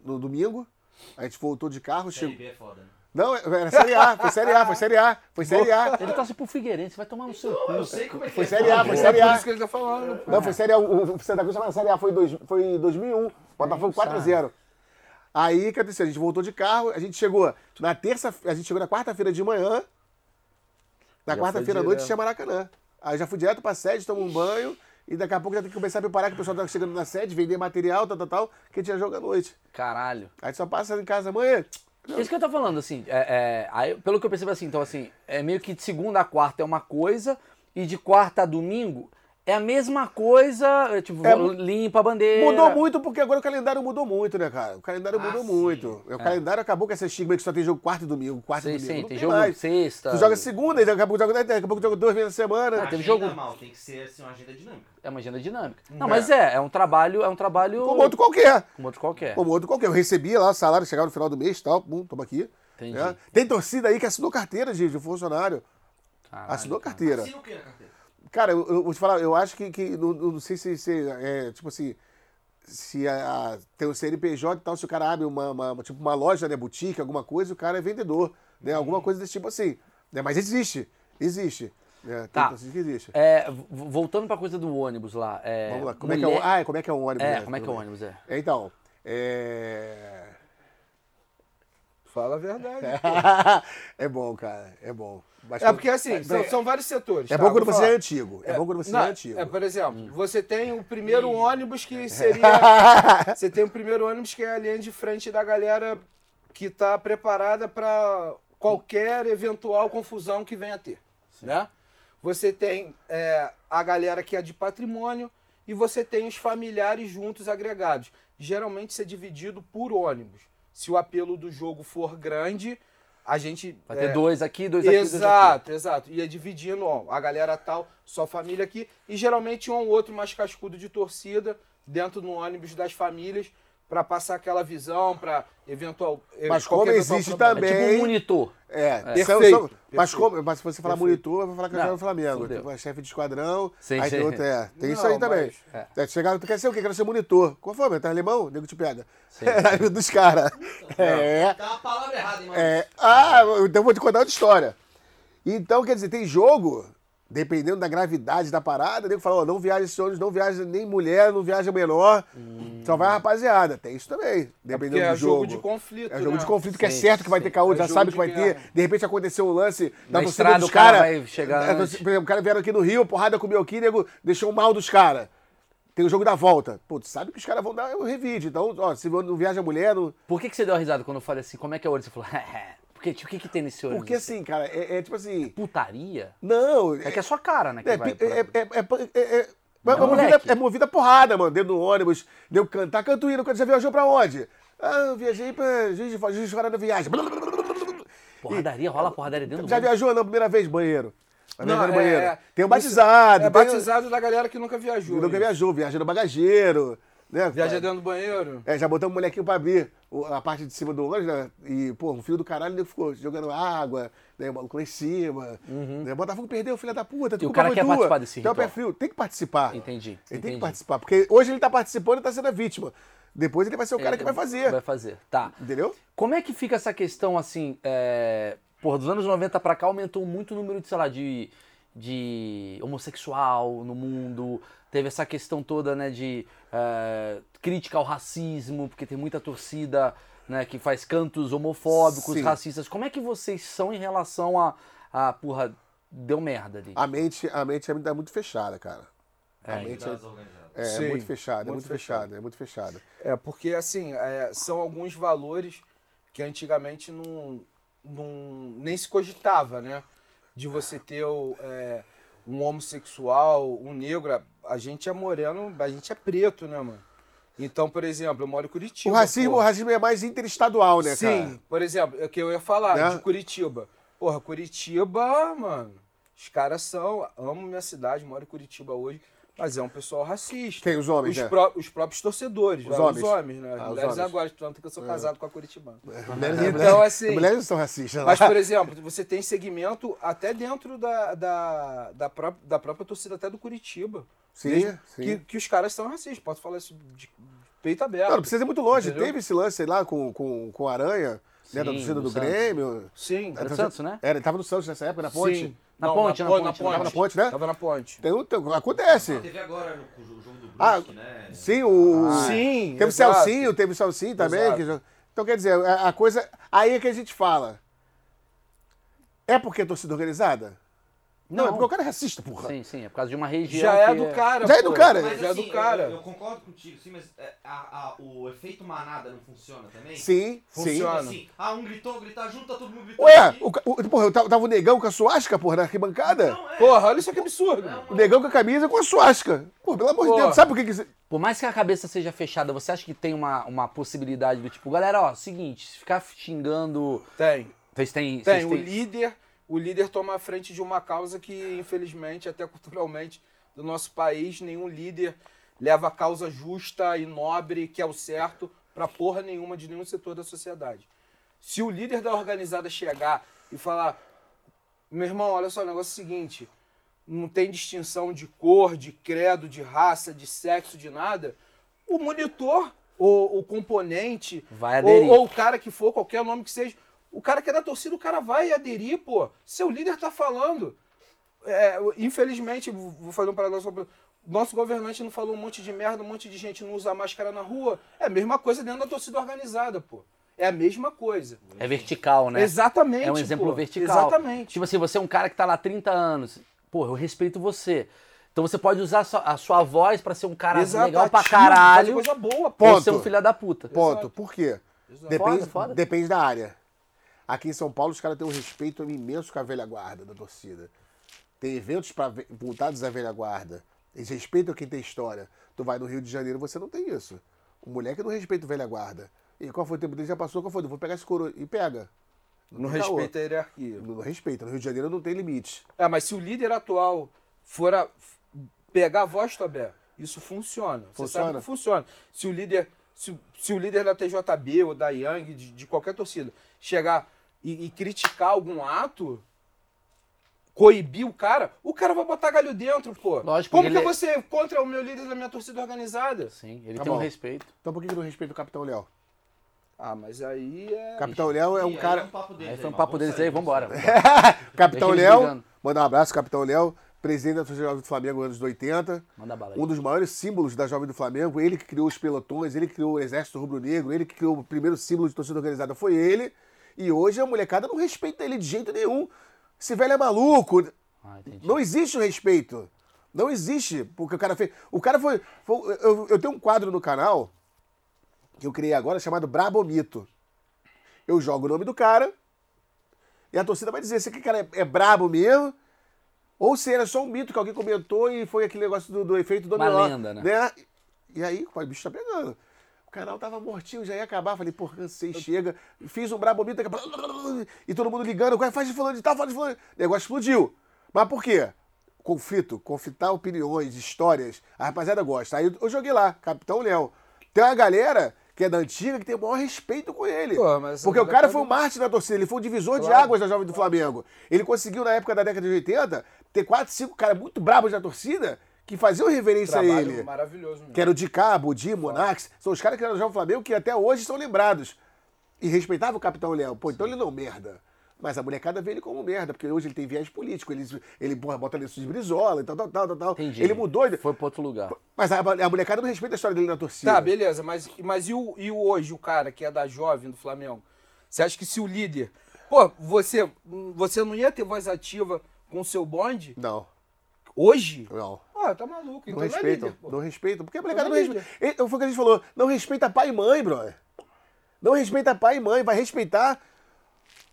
no domingo. A gente voltou de carro. Chegou... CLB é foda, né? Não, era Série A, foi Série A, foi Série A, foi Série A. Ele torce pro Figueirense, vai tomar no seu cu. Eu sei como é que Foi é. Série A, Ah, foi Série Por A. isso que ele tá falando. Não, foi Série A. O o Santa Cruz estava na Série A, foi em dois- foi em 2001. Botafogo 4x0. Aí, o que aconteceu? A gente voltou de carro, a gente chegou na terça, a gente chegou na quarta-feira de manhã. Na Já quarta-feira à foi noite direto. tinha Maracanã. Aí já fui direto pra sede, tomo um banho. E daqui a pouco já tem que começar a preparar que o pessoal tá chegando na sede, vender material, tal, tal, tal, que tinha jogo à noite. Caralho. Aí só passa em casa amanhã. Isso que eu tô falando, assim, é, é, aí, pelo que eu percebo, assim, então, assim, é meio que de segunda a quarta é uma coisa e de quarta a domingo é a mesma coisa, é, tipo, É, vo- limpa a bandeira. Mudou muito porque agora o calendário mudou muito, né, cara? O calendário Ah, mudou sim. muito. O calendário acabou com essa estigma que só tem jogo quarto e domingo, quarto Sim, e domingo. sim, Não tem jogo mais. sexta. Tu joga segunda, e daqui a pouco joga, né, daqui a pouco joga duas vezes na semana. Agenda teve jogo. mal, tem que ser assim, uma agenda dinâmica. É uma agenda dinâmica. Não, mas é, é um trabalho, é um trabalho Como outro qualquer. como outro qualquer. Como outro qualquer. Eu recebia lá o salário, chegava no final do mês e tal, pum, toma aqui. Entendi. né? Tem torcida aí que assinou carteira de, de funcionário. Ah, Caralho, assinou cara. carteira. Assina o que na carteira? Cara, eu, eu vou te falar, eu acho que, que não, não sei se, se é, tipo assim, se a, a- tem o CNPJ e tal, se o cara abre uma, uma- uma- tipo uma loja, né, boutique, alguma coisa, o cara é vendedor, Uhum. né, alguma coisa desse tipo assim. Né, mas existe, existe. Né, tem Tá. torcida que existe. É, v- voltando pra coisa do ônibus lá. É, Vamos lá, como é, que é, mulher- o, ah, é, como é que é o ônibus? É, né, como é que é o tudo bem. ônibus, é. Então, É... Fala a verdade. é bom, cara. É bom. Mas É quando- porque assim, são, são vários setores. É tá? bom quando Vou você é falar. antigo. É, Hum. bom quando você Não, é antigo. é, por exemplo, você tem o primeiro ônibus É. que seria. você tem o primeiro ônibus que é a linha de frente da galera que tá preparada para qualquer eventual confusão que venha a ter. Né? Você tem é, a galera que é de patrimônio e você tem os familiares juntos agregados. Geralmente isso é dividido por ônibus. Se o apelo do jogo for grande, a gente. Vai ter é, dois aqui, dois aqui, É tipo dois aqui. Exato, exato. Ia dividindo, ó, a galera tal, só família aqui. E geralmente um ou outro mais cascudo de torcida dentro do ônibus das famílias pra passar aquela visão, pra eventual. eh, Mas qualquer como eventual existe problema. também. Tipo um monitor. É, É. são- Perfeito, são- mas, perfeito. como, mas se você falar Perfeito. monitor, vai falar que eu Não, quero no Flamengo. fudeu. Tipo, é chefe de esquadrão, Sim, aí tem sim. outro, é. Tem isso Não, aí também. mas- É, chegaram, tu quer ser o quê? Quero ser monitor. Qual foi, meu? Tá alemão? O nego te pega. É, dos caras. É, Tá uma palavra errada, hein, mano? é. Ah, então eu vou te contar outra história. Então, quer dizer, tem jogo, dependendo da gravidade da parada, o nego fala, ó, não viaja esse ônibus, não viaja nem mulher, não viaja menor. Só vai a rapaziada. Tem isso também, É porque dependendo é do jogo. jogo de conflito. É jogo né? de conflito que é certo que vai ter caô, É já jogo sabe de que vai guerra. ter. De repente aconteceu um lance Na da torcida estrada dos o cara cara- vai chegar É, torcida- antes. Por exemplo, o cara vieram aqui no Rio, porrada comeu aqui, nego, deixou o mal dos caras. Tem o jogo da volta. Pô, tu sabe que os caras vão dar o revide. Então, ó, se não viaja mulher, não... Por que, que você deu uma risada quando eu falei assim, como é que é o olho? Você falou, porque tipo, o que, que tem nesse olho? Porque assim, cara, é, é tipo assim. Putaria? Não. É que é só cara, né? Que É, vai pi- pra- é, é, é- é- é- mas- mas moleque. movida- é movida a porrada, mano. Dentro do ônibus, deu cantar, canto hino. Quando você viajou pra onde? Ah, eu viajei pra Juiz de Fora, Juiz de Fora da viagem. Porradaria, rola porradaria dentro Já do ônibus. viajou não, primeira vez, banheiro? Vai Não, viajar no é- banheiro. é- tem o isso- batizado. É tem- batizado da galera que nunca viajou. Nunca né? viajou, viaja no bagageiro. Né? Viaja dentro do banheiro. É, já botamos um molequinho pra abrir o- a parte de cima do ônibus, né? E, pô, um filho do caralho ele ficou jogando água, né? O maluco lá em cima. Né? Botafogo perdeu, filha da puta. Uhum. E o cara quer participar desse então, ritual. pé frio, tem que participar. Entendi, Ele tem entendi. que participar. Porque hoje ele tá participando e tá sendo a vítima. Depois ele vai É, ser o cara que então vai fazer. É, Vai fazer, tá. Entendeu? Como é que fica essa questão assim? É... Porra, dos anos 90 pra cá aumentou muito o número de, sei lá, de, de homossexual no mundo. Teve essa questão toda, né, de é, crítica ao racismo, porque tem muita torcida né, que faz cantos homofóbicos, Sim. racistas. Como é que vocês são em relação a. a porra, deu merda ali. Ah, A mente, a mente ainda é muito fechada, cara. Tá a mente é, Torcidas organizadas. é Sim, muito fechada, é muito muito fechada, é muito fechada. É, porque assim, é, são alguns valores que antigamente não, não- nem se cogitava, né? De você ter o, é, um homossexual, um negro. A, a gente é moreno, a gente é preto, né, mano? Então, por exemplo, eu moro em O Curitiba. racismo, o pô. racismo é mais interestadual, né, cara? Sim, por exemplo, é o que eu ia falar, Né? de Curitiba. Porra, Curitiba, mano, os caras são. Amo minha cidade, moro em Curitiba hoje, mas é um pessoal racista. Quem? Os homens, Os, né? pró- os próprios torcedores, Os né? homens. os homens, né? As Ah, os mulheres homens. É. agora, tanto que eu sou casado com a Curitibana. Mulheres- Então, mulheres- assim- Mulheres não são racistas. né? Mas, lá. por exemplo, você tem segmento até dentro da, da, da, pró- da própria torcida, até do Curitiba. Sim, Mesmo sim. Que, que os caras são racistas. Posso falar isso de peito aberto. Não, não precisa ir muito longe. Entendeu? Teve esse lance lá com, com, com o Aranha, né, da Sim, torcida do do Santos. Grêmio. Sim. A torcida- Santos, né? Era, ele tava no Santos nessa época, na ponte. Sim. Na Não, ponte, na pon- ponte, Tava na ponte, né? Tava na ponte. Tem um- tem- acontece. Ah, Teve agora no- o jogo do Brusque, Ah, né? Sim, o. Ah, sim, Teve o exato. Celcinho, teve o Celcinho também. Exato. que jo- então, quer dizer, a, a coisa. Aí é que a gente fala. É porque é torcida organizada? Não, é porque o cara é racista, porra. Sim, sim, é por causa de uma região. Já é que do cara. Já é do pô. cara. Mas Já é assim, do cara. Eu, eu concordo contigo, sim, mas é, a- a- o efeito manada não funciona também? Sim, sim. Funciona. Assim, ah, um gritou, gritar junto, tá todo mundo gritando. Ué, aqui. o, ca- o, porra, eu tava tava o negão com a suasca, porra, na arquibancada? Não, é, Porra, olha isso que absurdo. é uma- O negão com a camisa com a suasca. Pô, pelo amor de Porra. Deus, sabe por que que... isso- é? Por mais que a cabeça seja fechada, você acha que tem uma, uma possibilidade do tipo, galera, ó, seguinte, se ficar xingando. Tem. Vocês têm. Tem, vocês o têm- líder, o líder toma a frente de uma causa que, infelizmente, até culturalmente, do nosso país, nenhum líder leva a causa justa e nobre, que é o certo, pra porra nenhuma de nenhum setor da sociedade. Se o líder da organizada chegar e falar, meu irmão, olha só, o negócio é o seguinte, não tem distinção de cor, de credo, de raça, de sexo, de nada, o monitor, ou o componente, Vai ou, aderir. ou o cara que for, qualquer nome que seja, o cara que é da torcida, o cara vai aderir, pô. Seu líder tá falando. É, infelizmente, vou fazer um paradoxo. nosso governante não falou um monte de merda, um monte de gente não usa máscara na rua. É a mesma coisa dentro da torcida organizada, pô. É a mesma coisa. É vertical, né? Exatamente. É um exemplo pô. vertical. Exatamente. Tipo assim, você é um cara que tá lá há 30 anos. Porra, eu respeito você. Então você pode usar a sua, a sua voz pra ser um cara Exato, legal pra ativo, fazer caralho. coisa boa, pô. Ou ser um Ponto. filho da puta. Ponto. Por quê? Depende, Foda, foda. depende da área. Aqui em São Paulo, os caras têm um respeito imenso com a velha guarda da torcida. Tem eventos pra ve- voltados à velha guarda. Eles respeitam quem tem história. Tu vai no Rio de Janeiro, você não tem isso. O moleque não respeita o velha guarda. E qual foi o tempo dele? Já passou, qual foi? Vou pegar esse coroa. E pega. Não tem caô. respeita a hierarquia. Não respeita. No Rio de Janeiro não tem limite. É, mas se o líder atual for a- f- pegar a voz, Tobé, isso funciona. Você Funciona? sabe que funciona. Se o líder, se, o- se o líder da TJB ou da Yang, de, de qualquer torcida, chegar e, e criticar algum ato, coibir o cara, o cara vai botar galho dentro, pô. Lógico, Como ele que é- você é contra o meu líder da minha torcida organizada? Sim, ele Tá tem um bom. respeito. Então por que que não respeita o Capitão Léo? Ah, mas aí é. Capitão Léo é E um aí cara. um papo deles Aí foi um mano. papo Vamos deles sair aí, disso. vambora. É. Capitão Deixa eles Léo, brigando. manda um abraço, Capitão Léo, presidente da Sociedade do Flamengo nos anos 80, Manda bala aí. um dos maiores símbolos da Jovem do Flamengo, ele que criou os pelotões, ele que criou o Exército Rubro-Negro, ele que criou o primeiro símbolo de torcida organizada, foi ele. E hoje a molecada não respeita ele de jeito nenhum. Esse velho é maluco. Ah, entendi. Não existe o respeito. Não existe. Porque o cara fez. O cara foi. foi- eu, eu tenho um quadro no canal que eu criei agora chamado Brabomito. Eu jogo o nome do cara e a torcida vai dizer se aquele cara é, é brabo mesmo ou se era só um mito que alguém comentou e foi aquele negócio do, do efeito dominó. lenda, né? E aí, pô, o bicho tá pegando. O canal tava mortinho, já ia acabar. Falei, porra, cansei, chega. Fiz um brabomito, daqui a pouco- E todo mundo ligando, "Ué, faz de fulano de tal, faz de fulano. de-". O negócio explodiu. Mas por quê? Conflito, conflitar opiniões, histórias. A rapaziada gosta. Aí eu joguei lá, Capitão Léo. Tem uma galera que é da antiga que tem o maior respeito com ele. Pô, mas essa tá Porque o cara molecada- foi um Marte na torcida, ele foi um divisor de Claro. águas da Jovem do Flamengo. Ele conseguiu, na época da década de 80, ter quatro, cinco caras muito bravos na torcida que faziam reverência a Trabalho ele. maravilhoso. Mesmo. Que era o de Cabo, o Di, Monax. São os caras que eram do Jovem Flamengo que até hoje são lembrados. E respeitava o Capitão Léo. Pô, então ele não é um merda. Mas a molecada vê ele como um merda, porque hoje ele tem viés político. Ele, ele porra, bota lenço de brisola e tal, tal, tal, tal, tal. Entendi. Ele mudou. ele- Foi pra outro lugar. Mas a, a molecada não respeita a história dele na torcida. Tá, beleza, mas, mas e, o, e o hoje, o cara que é da jovem do Flamengo? Você acha que se o líder. Pô, você, você não ia ter voz ativa com o seu bonde Não, hoje? não. Ah, tá maluco, Não então não é respeitam, líder, pô. não respeitam. Porque a molecada não Não é respeita. Ele- Foi o que a gente falou, não respeita pai e mãe, brother. Não respeita pai e mãe, vai respeitar.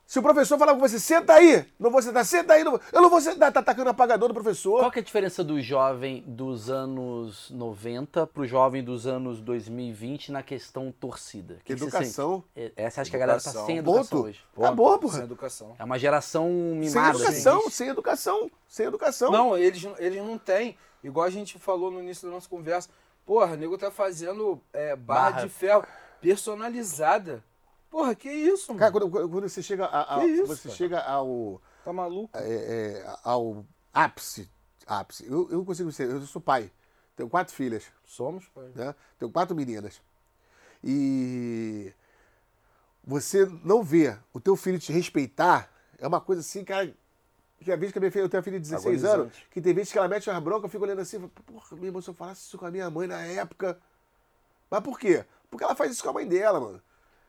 Se o professor falar com você, senta aí, não vou sentar, senta aí, não vou- eu não vou sentar, tá atacando o apagador do professor. Qual que é a diferença do jovem dos anos 90 pro jovem dos anos 2020 na questão torcida? O Que que você Educação. sente? É, Essa acho que a galera tá Educação. sem educação Ponto. hoje. Acabou, Sem porra. educação. É uma geração Sem mimada. assim, educação, sem educação, sem educação. Não, eles, eles não têm. Igual a gente falou no início da nossa conversa. Porra, o nego tá fazendo é, barra, Barra. de ferro personalizada. Porra, que isso, Cara, mano? quando, quando você chega, a- a- Que isso, você cara? chega ao, Tá maluco? é, é, ao ápice, ápice. Eu, eu não consigo ser, eu sou pai, tenho quatro filhas. Somos, pai. né? Tenho quatro meninas. E você não vê o teu filho te respeitar é uma coisa assim, cara. Que a vez que a minha filha, eu tenho uma filha de 16 anos, Agonizante. que tem vezes que ela mete uma bronca, eu fico olhando assim, e falo, porra, meu irmão, se eu falasse isso com a minha mãe na época. Mas por quê? Porque ela faz isso com a mãe dela, mano.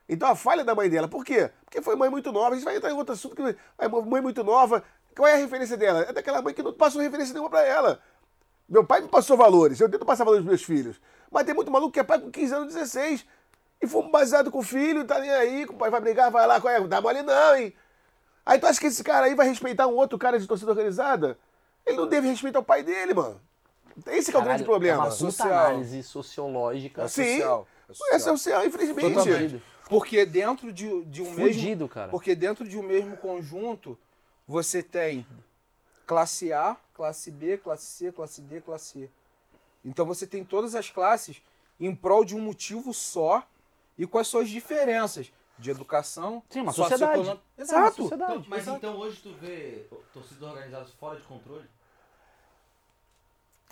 Então a falha da mãe dela, por quê? Porque foi mãe muito nova. A gente vai entrar em outro assunto que a mãe muito nova. Qual é a referência dela? É daquela mãe que não passou referência nenhuma pra ela. Meu pai me passou valores, eu tento passar valores pros meus filhos. Mas tem muito maluco que é pai com 15 anos, 16. E fomos baseado com o filho, tá nem aí, com o pai vai brigar, vai lá, qual é? Não dá mole não, hein? Aí tu acha que esse cara aí vai respeitar um outro cara de torcida organizada? Ele não deve respeitar o pai dele, mano. Esse que é o grande É problema. uma puta Social. análise sociológica. Sim. social, é É social. social, infelizmente. Totalmente. Porque dentro de, de um Fudido, mesmo. cara. Porque dentro de um mesmo conjunto, você tem classe A, classe B, classe C, classe D, classe E. Então você tem todas as classes em prol de um motivo só e com as suas diferenças de educação. Sim, uma socioeconômica. sociedade. É uma Exato. sociedade. Então, mas então hoje tu vê torcidas organizadas fora de controle?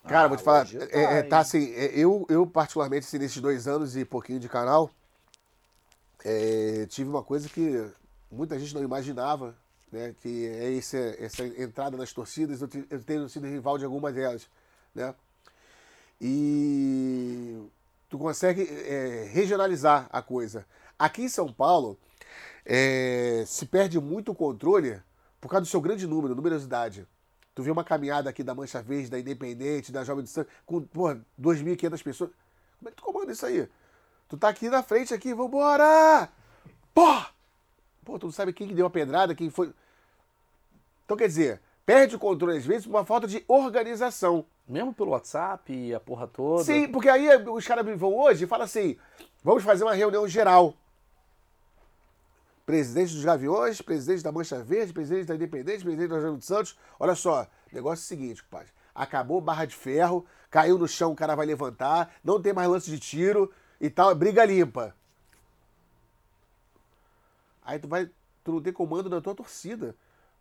Cara, vou te falar, Ah, hoje é- é, tá, tá hein? assim, é, eu, eu particularmente, assim, nesses dois anos e pouquinho de canal, é, tive uma coisa que muita gente não imaginava, né? Que é esse, essa entrada nas torcidas, eu, te- eu tenho sido rival de algumas delas, né? e tu consegue é, regionalizar a coisa. Aqui em São Paulo, é, se perde muito o controle por causa do seu grande número, numerosidade. Tu vê uma caminhada aqui da Mancha Verde, da Independente, da Jovem de Santos, com, porra, 2.500 pessoas. Como é que tu comanda isso aí? Tu tá aqui na frente, aqui, vambora! Pô! Pô, tu não sabe quem que deu a pedrada, quem foi. Então, quer dizer, perde o controle às vezes por uma falta de organização. Mesmo pelo WhatsApp e a porra toda. Sim, porque aí os caras me vão hoje e falam assim: vamos fazer uma reunião geral. Presidente dos Gaviões, presidente da Mancha Verde, presidente da Independente, presidente do Jânio dos Santos. Olha só, negócio é o seguinte, compadre. Acabou barra de ferro, caiu no chão, o cara vai levantar, não tem mais lance de tiro e tal, é briga limpa. Aí tu vai, tu não tem comando da tua torcida.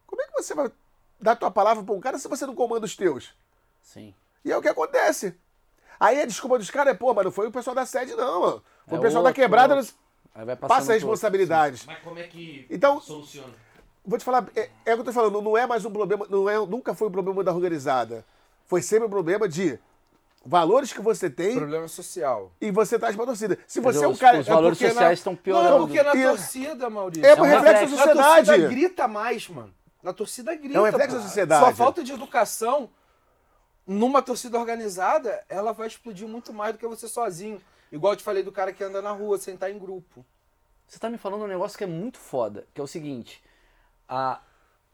Como é que você vai dar tua palavra pra um cara se você não comanda os teus? Sim. E é o que acontece. Aí a desculpa dos caras é, pô, mas não foi o pessoal da sede, não, mano. Foi É o pessoal da outro, quebrada, outro. Aí vai passando passa as por- responsabilidades. Mas como é que Então- soluciona? Vou te falar, é, é o que eu tô falando, não é mais um problema, não é, nunca foi um problema da organizada. Foi sempre um problema de valores que você tem Problema social. e você traz pra torcida. Se você Mas é um os- cara. os é valores porque na- sociais estão piorando. Não, é Porque na E- torcida, Maurício. É, por É um reflexo da sociedade. Na torcida grita mais, mano. Na torcida grita. É um reflexo pô. da sociedade. Só falta de educação numa torcida organizada, ela vai explodir muito mais do que você sozinho. Igual eu te falei do cara que anda na rua, sem estar em grupo. Você tá me falando um negócio que é muito foda, que é o seguinte: a,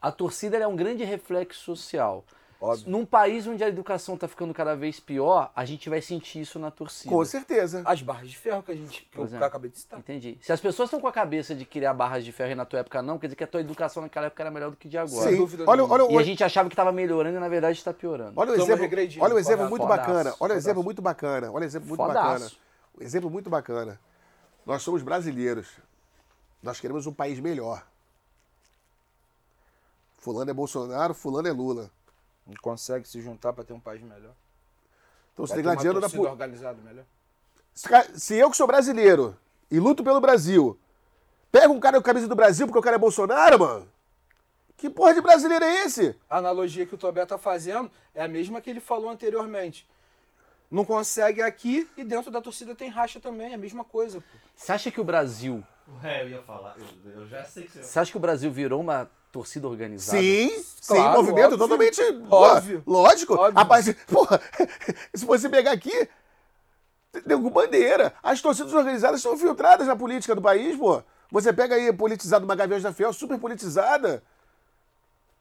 a torcida ela é um grande reflexo social. Óbvio. Num país onde a educação tá ficando cada vez pior, a gente vai sentir isso na torcida. Com certeza. As barras de ferro que a gente que eu Pois é. acabei de citar. Entendi. Se as pessoas estão com a cabeça de criar barras de ferro e na tua época não, quer dizer que a tua educação naquela época era melhor do que de agora. Sim. dúvida Olha, nenhuma. olha, E o- a gente achava que tava melhorando e na verdade tá piorando. Olha o Estamos exemplo, regredindo, olha o exemplo fodaço, muito fodaço, bacana. Olha o fodaço. exemplo muito bacana. Olha o exemplo muito Fodaço. bacana. Um exemplo muito bacana. Nós somos brasileiros. Nós queremos um país melhor. Fulano é Bolsonaro, fulano é Lula. Não consegue se juntar pra ter um país melhor. Então você tem Vai ter uma gladiando na torcida política. organizada melhor. Se ca- Se eu que sou brasileiro e luto pelo Brasil, pega um cara com a camisa do Brasil porque o cara é Bolsonaro, mano? Que porra de brasileiro é esse? A analogia que o Tobé tá fazendo é a mesma que ele falou anteriormente. Não consegue aqui e dentro da torcida tem racha também, é a mesma coisa. Pô. Você acha que o Brasil. É, eu ia falar. Eu, eu já sei que você Você acha que o Brasil virou uma torcida organizada? Sim, sim, Claro, movimento óbvio. totalmente Óbvio. Ó, Lógico. Óbvio. A partir, porra, se você pegar aqui, tem com bandeira. As torcidas organizadas são filtradas na política do país, pô. Você pega aí politizado uma Gaviões da Fiel, super politizada.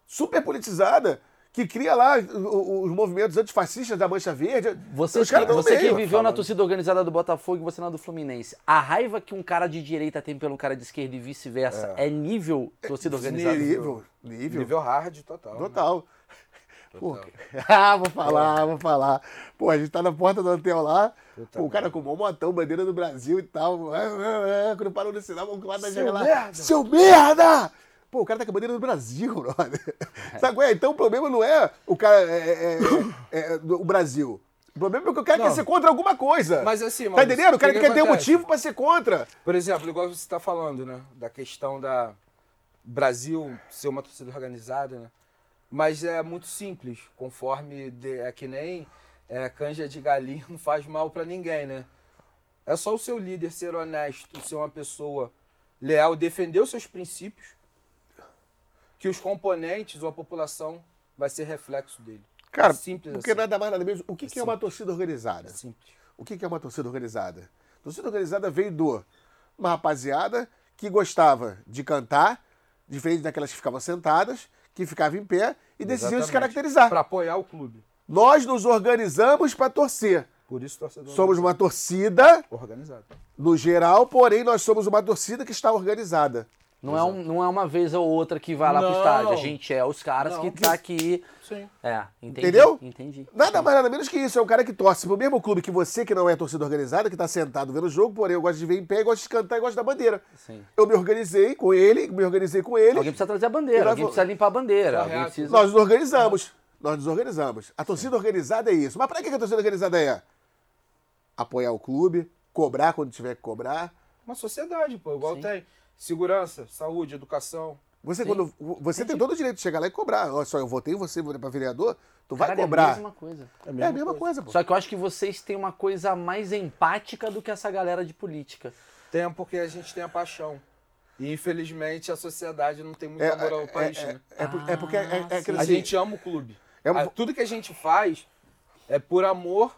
Super politizada. Que cria lá o- o- os movimentos antifascistas da Mancha Verde. Você, os caras que, estão você no que meio. viveu na torcida organizada do Botafogo e você na do Fluminense, a raiva que um cara de direita tem pelo cara de esquerda e vice-versa é. nível torcida organizada? É Nível, nível, Nível hard total. né? Total. Pô, ah, vou É. falar, vou falar. Pô, a gente tá na porta do hotel lá, pô, o cara com o maior motão, bandeira do Brasil e tal. Ah, ah, ah, Quando parou no sinal, vamos lá na janela. lá. merda! Seu merda! Pô, o cara tá com a bandeira do Brasil, brother. Sabe qual é? Então o problema não é o cara, é, é, é, é, do- o Brasil. O problema é que o cara Não. quer ser contra alguma coisa. Mas assim, Tá Maurício, entendendo? O o cara que quer que ter um acontece? É motivo pra ser contra. Por exemplo, igual você está falando, né? Da questão da Brasil ser uma torcida organizada, né? Mas é muito simples, conforme de- é que nem é, canja de galinha não faz mal para ninguém, né? É só o seu líder ser honesto, ser uma pessoa leal, defender os seus princípios, que os componentes ou a população vai ser reflexo dele. Cara, é simples porque assim. nada mais nada menos. O que, que é uma torcida organizada? É simples. O que que é uma torcida organizada? Torcida organizada veio do uma rapaziada que gostava de cantar, diferente daquelas que ficavam sentadas, que ficavam em pé e decidiam se Exatamente. caracterizar. Para apoiar o clube. Nós nos organizamos para torcer. Por isso, torcedor Somos uma torcida organizado. no geral, porém nós somos uma torcida que está organizada. Não é, um- não é uma vez ou outra que vai lá pro Não. estádio. A gente é os caras Não. que tá aqui. Sim. É, entendi. Entendeu? Entendi. Nada mais nada menos que isso, é um cara que torce pro mesmo clube que você, que não é torcida organizada, que tá sentado vendo o jogo, porém eu gosto de ver em pé, gosto de cantar e gosto da bandeira. Sim. Eu me organizei com ele, me organizei com ele. Alguém precisa trazer a E bandeira, nós alguém vamos- precisa limpar a bandeira. Correto. Alguém precisa... Nós nos organizamos. Nós nos organizamos. A torcida organizada é isso. Mas para que que a torcida organizada é? Apoiar o clube, cobrar quando tiver que cobrar. Uma sociedade, pô, igual Sim. tem. Segurança, saúde, educação. Você, quando, você tem todo o direito de chegar lá e cobrar. Olha só, eu votei em você para vereador, tu vai Cara, É cobrar. a mesma coisa. É a mesma coisa, pô. Só que eu acho que vocês têm uma coisa mais empática do que essa galera de política. Tem porque a gente tem a paixão. E infelizmente a sociedade não tem muito É, amor ao país, é, né? é, é por- é porque é, Ah, é, é aquele A assim, gente ama o clube. É um- A- Tudo que a gente faz é por amor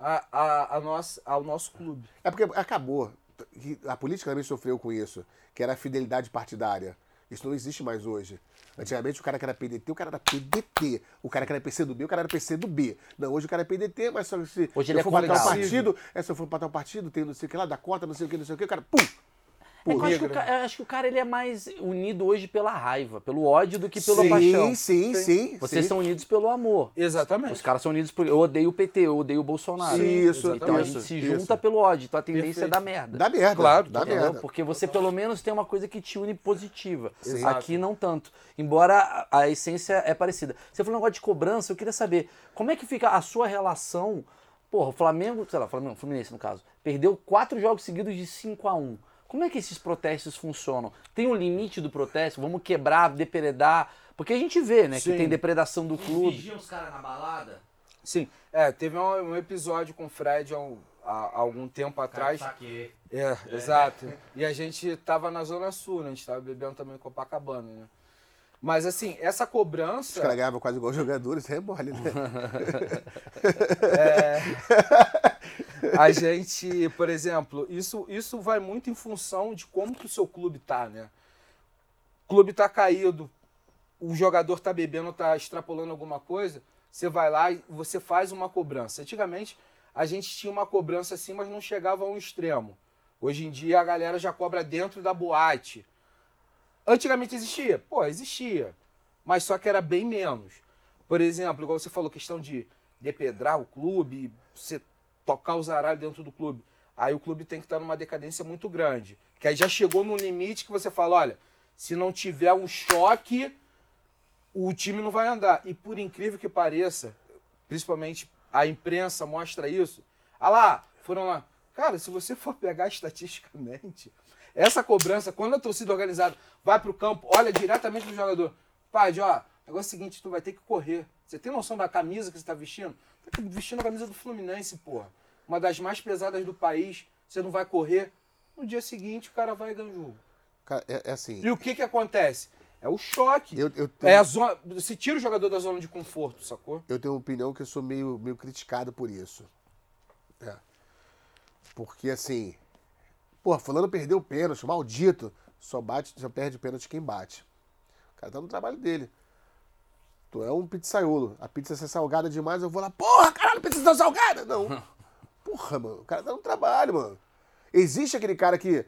a, a, a nossa, ao nosso clube. É porque acabou. que A política também sofreu com isso, que era a fidelidade partidária. Isso não existe mais hoje. Antigamente o cara que era PDT, o cara era PDT. O cara que era PCdoB, o cara era PCdoB. Não, hoje o cara é PDT, mas só se eu Hoje ele é for pra tal conversível. partido, é, se eu for pra tal partido, tem não sei o que lá, da cota, não sei o que, não sei o que, o cara, pum! É que eu, acho que o Negra. ca- eu acho que o cara ele é mais unido hoje pela raiva, pelo ódio do que pela sim, paixão. sim, sim, sim. Vocês são unidos pelo amor. Exatamente. Os caras são unidos por. Eu odeio o PT, eu odeio o Bolsonaro. Isso, Então a isso, gente se isso. junta pelo ódio. Então a tendência é Perfeito. da merda. Dá merda. Claro, dá Entendeu? merda. Porque você pelo menos tem uma coisa que te une positiva. Exato. Aqui não tanto. Embora a, a essência é parecida. Você falou um negócio de cobrança, eu queria saber como é que fica a sua relação. Porra, o Flamengo, sei lá, Flamengo, Fluminense no caso, perdeu quatro jogos seguidos de 5 a 1 Como é que esses protestos funcionam? Tem um limite do protesto? Vamos quebrar, depredar? Porque a gente vê, né, Sim. que tem depredação do clube. Vigiam os caras na balada. Sim. É, teve um, um episódio com o Fred há um- há- há algum tempo Cara, atrás. saque. É, exato. E a gente tava na Zona Sul, né? A gente tava bebendo também em Copacabana, né? Mas assim, essa Os cobrança. caras ganhavam quase igual jogadores, é mole, né? A gente, por exemplo, isso, isso vai muito em função de como que o seu clube tá, né? O clube tá caído, o jogador tá bebendo, tá extrapolando alguma coisa, você vai lá e você faz uma cobrança. Antigamente, a gente tinha uma cobrança assim, mas não chegava a um extremo. Hoje em dia, a galera já cobra dentro da boate. Antigamente existia? Pô, existia. Mas só que era bem menos. Por exemplo, igual você falou, questão de depedrar o clube, você tocar os aralhos dentro do clube. Aí o clube tem que estar numa decadência muito grande. Que aí já chegou num limite que você fala, olha, se não tiver um choque, o time não vai andar. E por incrível que pareça, principalmente a imprensa mostra isso. Ah lá, foram lá. Cara, se você for pegar estatisticamente, essa cobrança, quando a torcida organizada vai pro campo, olha diretamente pro jogador. Padre, ó, negócio é o seguinte, tu vai ter que correr. Você tem noção da camisa que você tá vestindo? Tá vestindo a camisa do Fluminense, porra. Uma das mais pesadas do país. Você não vai correr. No dia seguinte, o cara vai e ganha o jogo. Cara, é, é assim. E o que que acontece? É o choque. Eu, eu tenho, É a zona. Você tira o jogador da zona de conforto, sacou? eu tenho uma opinião que eu sou meio, meio criticado por isso. É. Porque assim. Pô, fulano perdeu o pênalti, maldito. Só bate, só perde o pênalti quem bate. O cara tá no trabalho dele. Tu é um pizzaiolo. A pizza ser salgada demais, eu vou lá, porra, caralho, pizza tá salgada! Não. Porra, mano, o cara tá no trabalho, mano. Existe aquele cara que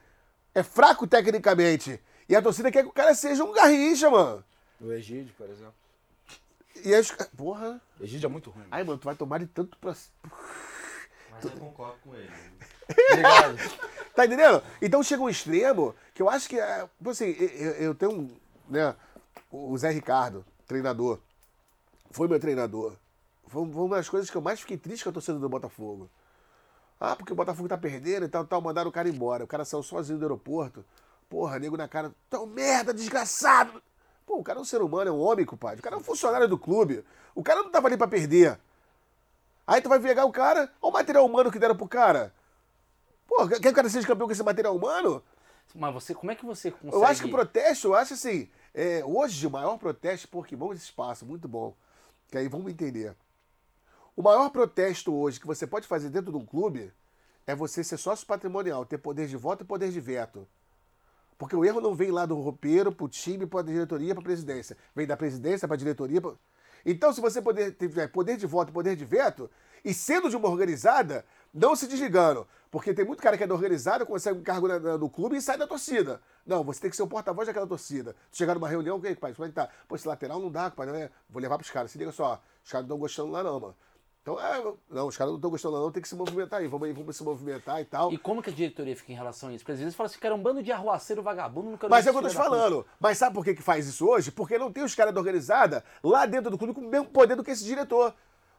é fraco tecnicamente. E a torcida quer que o cara seja um garrincha, mano. O Egídio, por exemplo. E aí os caras. Porra. O Egídio é muito ruim. Ai, mano, tu vai tomar de tanto processo. Mas eu concordo com ele. Obrigado. Tá entendendo? Então chega um extremo que eu acho que. é, tipo Assim, eu, eu- eu tenho um. Né, o Zé Ricardo, treinador, foi meu treinador. Foi um- foi uma das coisas que eu mais fiquei triste com a torcida do Botafogo. Ah, porque o Botafogo tá perdendo e tal, tal, mandaram o cara embora. O cara saiu sozinho do aeroporto. Porra, nego na cara, tão merda, desgraçado. Pô, o cara é um ser humano, é um homem, compadre. O cara é um funcionário do clube. O cara não tava ali pra perder. Aí tu vai pegar o cara, olha o material humano que deram pro cara. Pô, quer que o cara seja campeão com esse material humano? Mas você, como é que você consegue? Eu acho que o protesto, eu acho assim, é, hoje o maior protesto, pô, que bom esse espaço, muito bom. Que aí vamos entender. O maior protesto hoje que você pode fazer dentro de um clube é você ser sócio patrimonial, ter poder de voto e poder de veto. Porque o erro não vem lá do roupeiro pro time, pra diretoria, pra presidência. Vem da presidência pra diretoria. pra- Então, se você poder, tiver poder de voto, poder de veto, e sendo de uma organizada, não se desligando. Porque tem muito cara que é da organizada, consegue um cargo na- na- no clube e sai da torcida. Não, você tem que ser o porta-voz daquela torcida. Tu chegar numa reunião, o que, pai? Como é que tá? Pô, esse lateral não dá, pai. Né? Vou levar pros caras. Se liga só, os caras não estão gostando lá, não, mano. Então, é, não, os caras não estão gostando lá, não. Tem que se movimentar aí. Vamos aí, vamos se movimentar e tal. E como que a diretoria fica em relação a isso? Porque às vezes fala assim, cara, é um bando de arruaceiro vagabundo, não quero Mas é ver o que eu tô te esse filho da puta. falando. Mas sabe por que, que faz isso hoje? Porque não tem os caras da organizada lá dentro do clube com o mesmo poder do que esse diretor.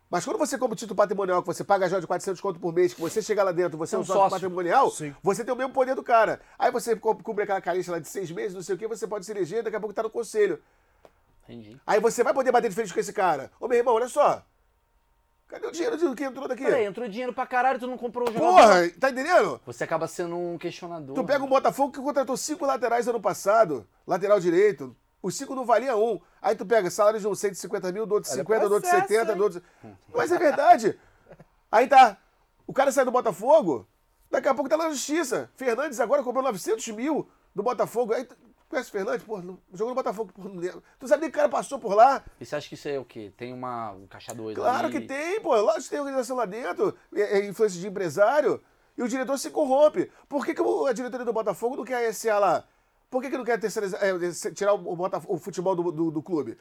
Mas quando você compra o título patrimonial, que você paga já de 400 conto por mês, que você chega lá dentro, você é um, um sócio, sócio. patrimonial, Sim. você tem o mesmo poder do cara. Aí você co- cumpre aquela carência lá de seis meses, não sei o quê, você pode se eleger, daqui a pouco tá no conselho. Entendi. Aí você vai poder bater de frente com esse cara. Ô, meu irmão, olha só. Cadê o dinheiro de- que entrou daqui? Peraí, entrou dinheiro pra caralho, tu não comprou o jornal. Porra, tá entendendo? Você acaba sendo um questionador. Tu pega o Botafogo que contratou cinco laterais ano passado, lateral direito, os cinco não valia um. Aí tu pega salário de um 150 mil, do outro 50, do outro processo, 70, hein? do outro... Mas é verdade. Aí tá, o cara sai do Botafogo, daqui a pouco tá lá na justiça. Fernandes agora cobrou 900 mil do Botafogo. Aí tu conhece o Fernandes? Pô, não- jogou no Botafogo, pô, não lembro. Tu sabe nem que o cara passou por lá? E você acha que isso é o quê? Tem uma um caixa dois Claro ali? que tem, pô. Lógico que tem organização lá dentro, é, é influência de empresário. E o diretor se corrompe. Por que, que o- a diretoria do Botafogo não quer a SA lá? Por que, que não quer terceirizar- é, se- tirar o, Botaf- o futebol do, do- do clube?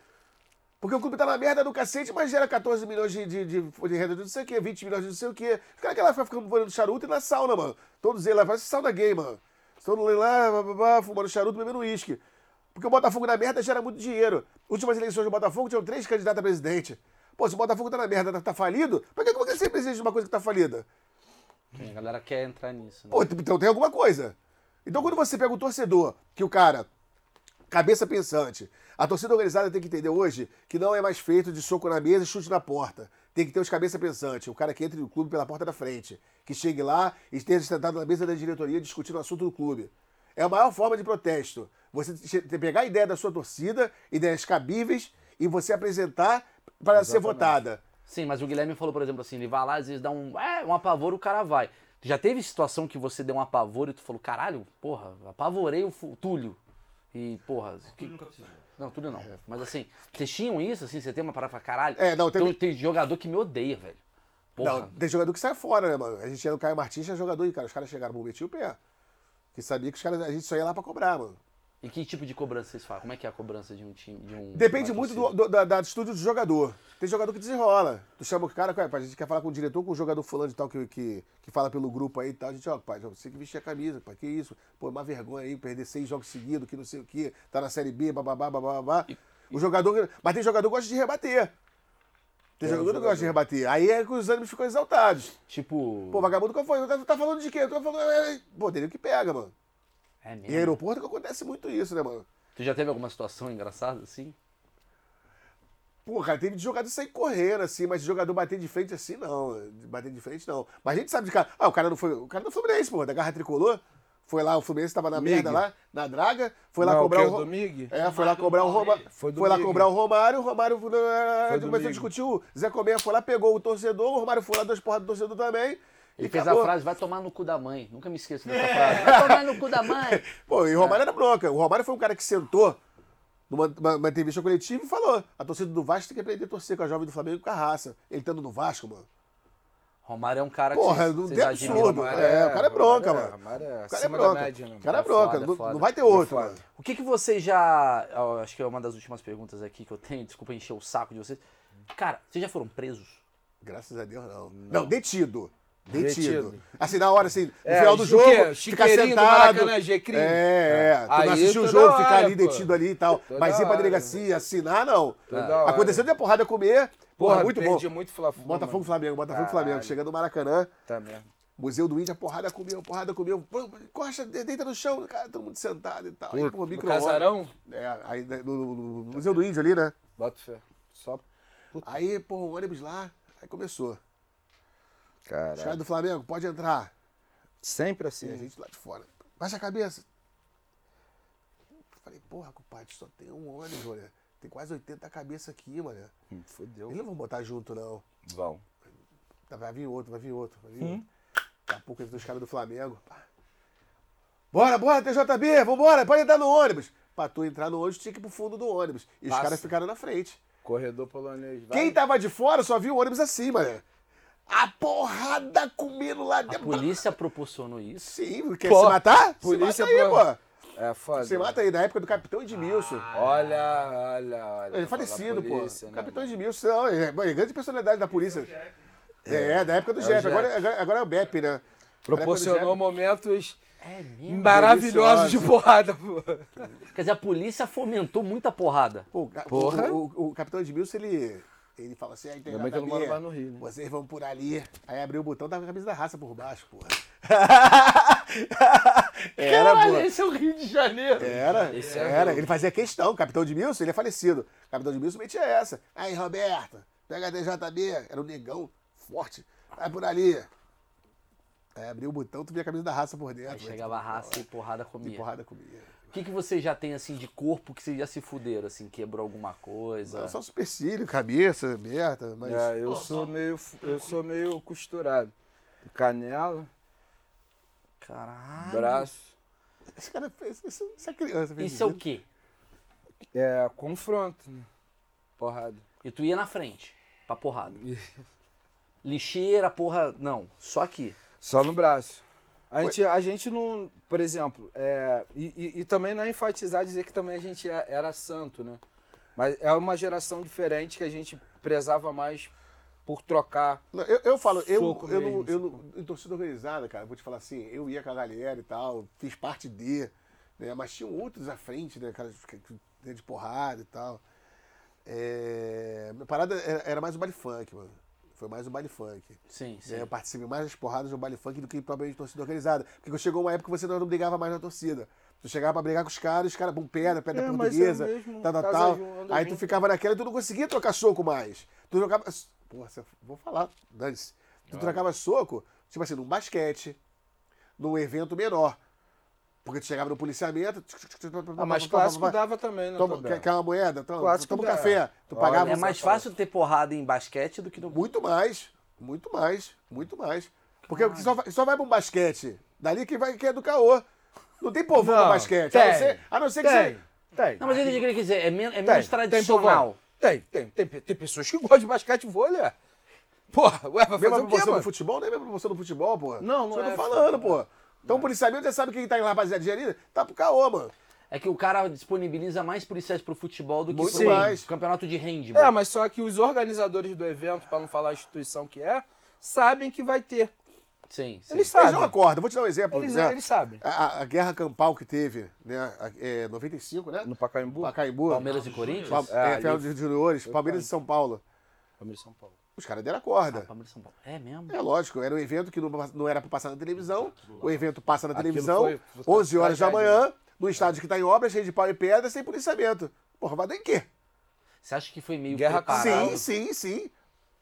Porque o clube tá na merda do cacete, mas gera 14 milhões de, de, de, de renda de não sei o quê, 20 milhões de não sei o quê. Os caras que lá ficam ficando fumando charuto e na sauna, mano. Todos eles lá, parece sauna gay, mano. Estão lá, blá, blá, blá, fumando charuto, bebendo uísque. Porque o Botafogo na merda gera muito dinheiro. Últimas eleições do Botafogo tinham três candidatos a presidente. Pô, se o Botafogo tá na merda, tá- tá falido, pra que, como é que você é presidente de uma coisa que tá falida? Tem, A galera quer entrar nisso. Né? Pô, então tem alguma coisa. Então quando você pega o torcedor, que o cara, cabeça pensante, a torcida organizada tem que entender hoje que não é mais feito de soco na mesa e chute na porta. Tem que ter os cabeça pensante, o cara que entra no clube pela porta da frente, que chegue lá e esteja sentado na mesa da diretoria discutindo o assunto do clube. É a maior forma de protesto. Você che- pegar a ideia da sua torcida, ideias cabíveis, e você apresentar para ser votada. Sim, mas o Guilherme falou, por exemplo, assim, ele vai lá, às vezes dá um, é, um apavoro, o cara vai. Já teve situação que você deu um apavoro e tu falou, caralho, porra, apavorei o Fu- Túlio. E, porra, Ele que... nunca precisou. não, Túlio não. Mas assim, vocês tinham isso, assim, você tem uma parada pra caralho? É, não, teve- Então, tem jogador que me odeia, velho. Porra. Não, tem jogador que sai fora, né, mano? A gente era o Caio Martins, tinha jogador e, cara, os caras chegaram, bom, meti o pé. Que sabia que os caras, a gente só ia lá pra cobrar, mano. E que tipo de cobrança vocês fazem? Como é que é a cobrança de um time? De um, Depende de uma muito torcida? do, do, da, da atitude do jogador. Tem jogador que desenrola. Tu chama o cara, "Ué, pai, a gente quer falar com o diretor, com o jogador fulano e tal, que, que, que fala pelo grupo aí e tal. A gente, ó, pai, você que vestir a camisa, pai, que isso? Pô, é uma vergonha aí, perder seis jogos seguidos, que não sei o quê, tá na Série B, bababá, bababá. O jogador, mas tem jogador que gosta de rebater. Tem jogador que gosta de rebater. Aí é que os ânimos ficam exaltados. Tipo. Pô, vagabundo, qual foi? Tá, tá falando de quê? Tá falando... é, é. Pô, tem que pega, mano. é E mesmo. aeroporto que acontece muito isso, né, mano? Tu já teve alguma situação engraçada assim? Pô, cara, teve de jogador sair correndo, assim, mas de jogador bater de frente assim, não. De Bater de frente, não. Mas a gente sabe de cara. Ah, o cara não foi. O cara do Fluminense, pô, da garra tricolor. Foi lá, o Fluminense tava na Mig. merda lá, na draga. Foi lá Não, cobrar que o. é do Ro- Mig? É, foi lá cobrar o Romário. Foi Foi, do lá Mig. cobrar o Romário, o Romário Foi do começou a Mig. discutir. O Zé Comer foi lá, pegou o torcedor, o Romário foi lá, duas porras do torcedor também. e Ele fez acabou. a frase, vai tomar no cu da mãe. Nunca me esqueço dessa frase. Vai tomar no cu da mãe. Pô, e o É. Romário era bronca. O Romário foi um cara que sentou numa, numa- numa entrevista coletiva e falou: a torcida do Vasco tem que aprender a torcer com a jovem do Flamengo e com a raça. Ele estando no Vasco, mano. Romário é um cara Porra, que não vocês tem admiram absurdo. muito. É, o cara é bronca, o mano. Romário é O cara é acima da bronca. média, né? o cara é É bronca. foda, não, foda. não vai ter outro, foda. mano. O que, que vocês já. ó, acho que é uma das últimas perguntas aqui que eu tenho. Desculpa encher o saco de vocês. Cara, vocês já foram presos? Graças a Deus, não. Não, detido. Detido. Detido. Assim, na hora, assim, no É, final do o jogo, ficar quê? Chiqueirinho do sentado. Maracanã, G. crime. É, é. Tu Aí não assistiu o toda jogo, hora, ficar ali pô. detido ali e tal. Toda Mas ir pra hora. delegacia, assinar, não. Toda Aconteceu de a porrada comer. Porra, Porra, muito bom. perdi muito Fla-Flu, Botafogo mano. Flamengo, Botafogo Caralho. Flamengo. Chegando no Maracanã, Tá mesmo. Museu do Índia, porrada comeu, porrada comeu. Pô, Costa, deita no chão, cara, todo mundo sentado e tal. Aí, pô, No micro-ondas. casarão? É, aí né, no, no- no- no Museu do Índio ali, né? Bota fé. Só. Aí, pô, o ônibus lá, aí começou. Os caras Caralho. do Flamengo, pode entrar. Sempre E a assim. gente lá de fora. Baixa a cabeça. Falei, porra, compadre, só tem um ônibus, olha. Tem quase 80 cabeças aqui, mano. Hum, Fudeu. Eles não vão botar junto, não. Vão. Tá, Vai vir outro, vai vir outro, vai Hum? vir outro. Daqui a pouco entra os caras do Flamengo. pá. Bora, bora, TJB, vambora, pode entrar no ônibus. Pra tu entrar no ônibus, tinha que ir pro fundo do ônibus. E os Passa. caras ficaram na frente. Corredor polonês. Vai. Quem tava de fora só viu o ônibus assim, mano. A porrada comendo lá A dentro. polícia proporcionou isso? Sim, quer Pô, se matar? polícia se mata aí, pro- pô. É foda. Se mata aí, na época do Capitão Edmilson. Ah, Olha, olha, olha. Ele é falecido, Fala a polícia, pô. né, Capitão mano? Edmilson, não, é, é grande personalidade da polícia. É, da época do o Jeff. Jeff. Agora, agora, agora é o Beppe, né? Proporcionou momentos É mesmo? maravilhosos de porrada, pô. Quer dizer, a polícia fomentou muita porrada. Pô, o- Porra. O, o- o Capitão Edmilson, ele, ele, Ele fala assim, aí tem Ainda bem que eu não moro Gabi, lá no Rio, né? Vocês vão por ali. Aí abriu o botão, tava com a camisa da raça por baixo, porra. era, Caralho, porra. esse é o Rio de Janeiro. Era, Esse é era. meu. Ele fazia questão. Capitão de Milson, ele é falecido. Capitão de Milson metia essa. Aí, Roberto, pega a DJB. Era um negão forte. Vai por ali. Aí abriu o botão, tu via a camisa da raça por dentro. Aí chegava a raça e porrada E comia. porrada comia. O que, que você já tem assim de corpo que você já se fuderam, assim, quebrou alguma coisa? Não, Só supercílio, cabeça aberta, mas... É, eu sou meio, eu sou meio costurado. Canela, Ah. Caralho. braço. Esse cara fez... Isso, isso é criança. fez Isso é o isso. quê? É, confronto, né? Porrada. E tu ia na frente, pra porrada. Lixeira, porra, não. Só aqui. Só no braço. A gente, a gente não, por exemplo, é, e, e- e também não é enfatizar dizer que também a gente é- era santo, né? Mas é uma geração diferente que a gente prezava mais por trocar. Não, eu, eu falo, eu, Soco eu, não, mesmo, eu não- em torcida organizada, cara, vou te falar assim, eu ia com a galera e tal, fiz parte de, né, mas tinham outros à frente, né, cara, que- que- de porrada e tal. É, minha parada era, era mais o baile funk, mano. Foi mais o baile funk. Sim, sim. né, eu participei mais das porradas do baile funk do que propriamente de torcida organizada. Porque chegou uma época que você não brigava mais na torcida. Tu chegava pra brigar com os caras, os caras, bum, pedra, pedra É, mas portuguesa, é o mesmo, tal, tal, casa tal. junto, anda Aí tu junto. ficava naquela e tu não conseguia trocar soco mais. Tu trocava. Porra, você- vou falar, dane-se. Tu trocava soco, tipo assim, num basquete, num evento menor. Porque tu chegava no policiamento. Ah, mas clássico dava também, né? Toma, Tobel? quer, quer uma moeda? Toma, Clássico toma um dá. café. Tu Olha, pagava É um mais fácil ter porrada em basquete do que no. muito mais, muito mais, muito mais. Porque só, vai- só vai pra um basquete. Dali quem vai quem é do caô. Não tem povão no Não, basquete. A tem. não ser, a não ser que Tem, você. tem. Não, mas ele quer dizer, é, men- é Tem, um menos tradicional. Tem, tem, tem, tem, tem pessoas que gostam de basquete e vôlei, ué. Porra, ué, Mesma vai fazer o quê, proporção do mano? futebol, nem mesma proporção do futebol, pô. Não, não Só é. tô falando, pô. Então o policiamento já sabe quem tá em rapaziadinha ali, tá pro caô, mano. É que o cara disponibiliza mais policiais pro futebol do que Muito pro mais. campeonato de handball. É, mas só que os organizadores do evento, pra não falar a instituição que é, sabem que vai ter. Sim, sim. Eles Eles não sabem. acordam, vou te dar um exemplo. Eles, é, né? eles sabem. A, a- a guerra campal que teve, né? a- É, 95, né? No Pacaembu? Pacaembu. Palmeiras e Corinthians? Pa- É, é, ali. Ferro de Juniores, Palmeiras e São Paulo. Palmeiras e São Paulo. Os caras deram a corda. Palmeiras e São Paulo. É mesmo? É lógico, era um evento que não, não era para passar na televisão. O evento passa na Aquilo televisão, foi- tá foi 11 horas da tragédia, manhã, num estádio que tá em obras, cheio de pau e pedra, sem policiamento. Porra, vai dar em quê? Você acha que foi meio Guerra preparado? Sim, sim, sim.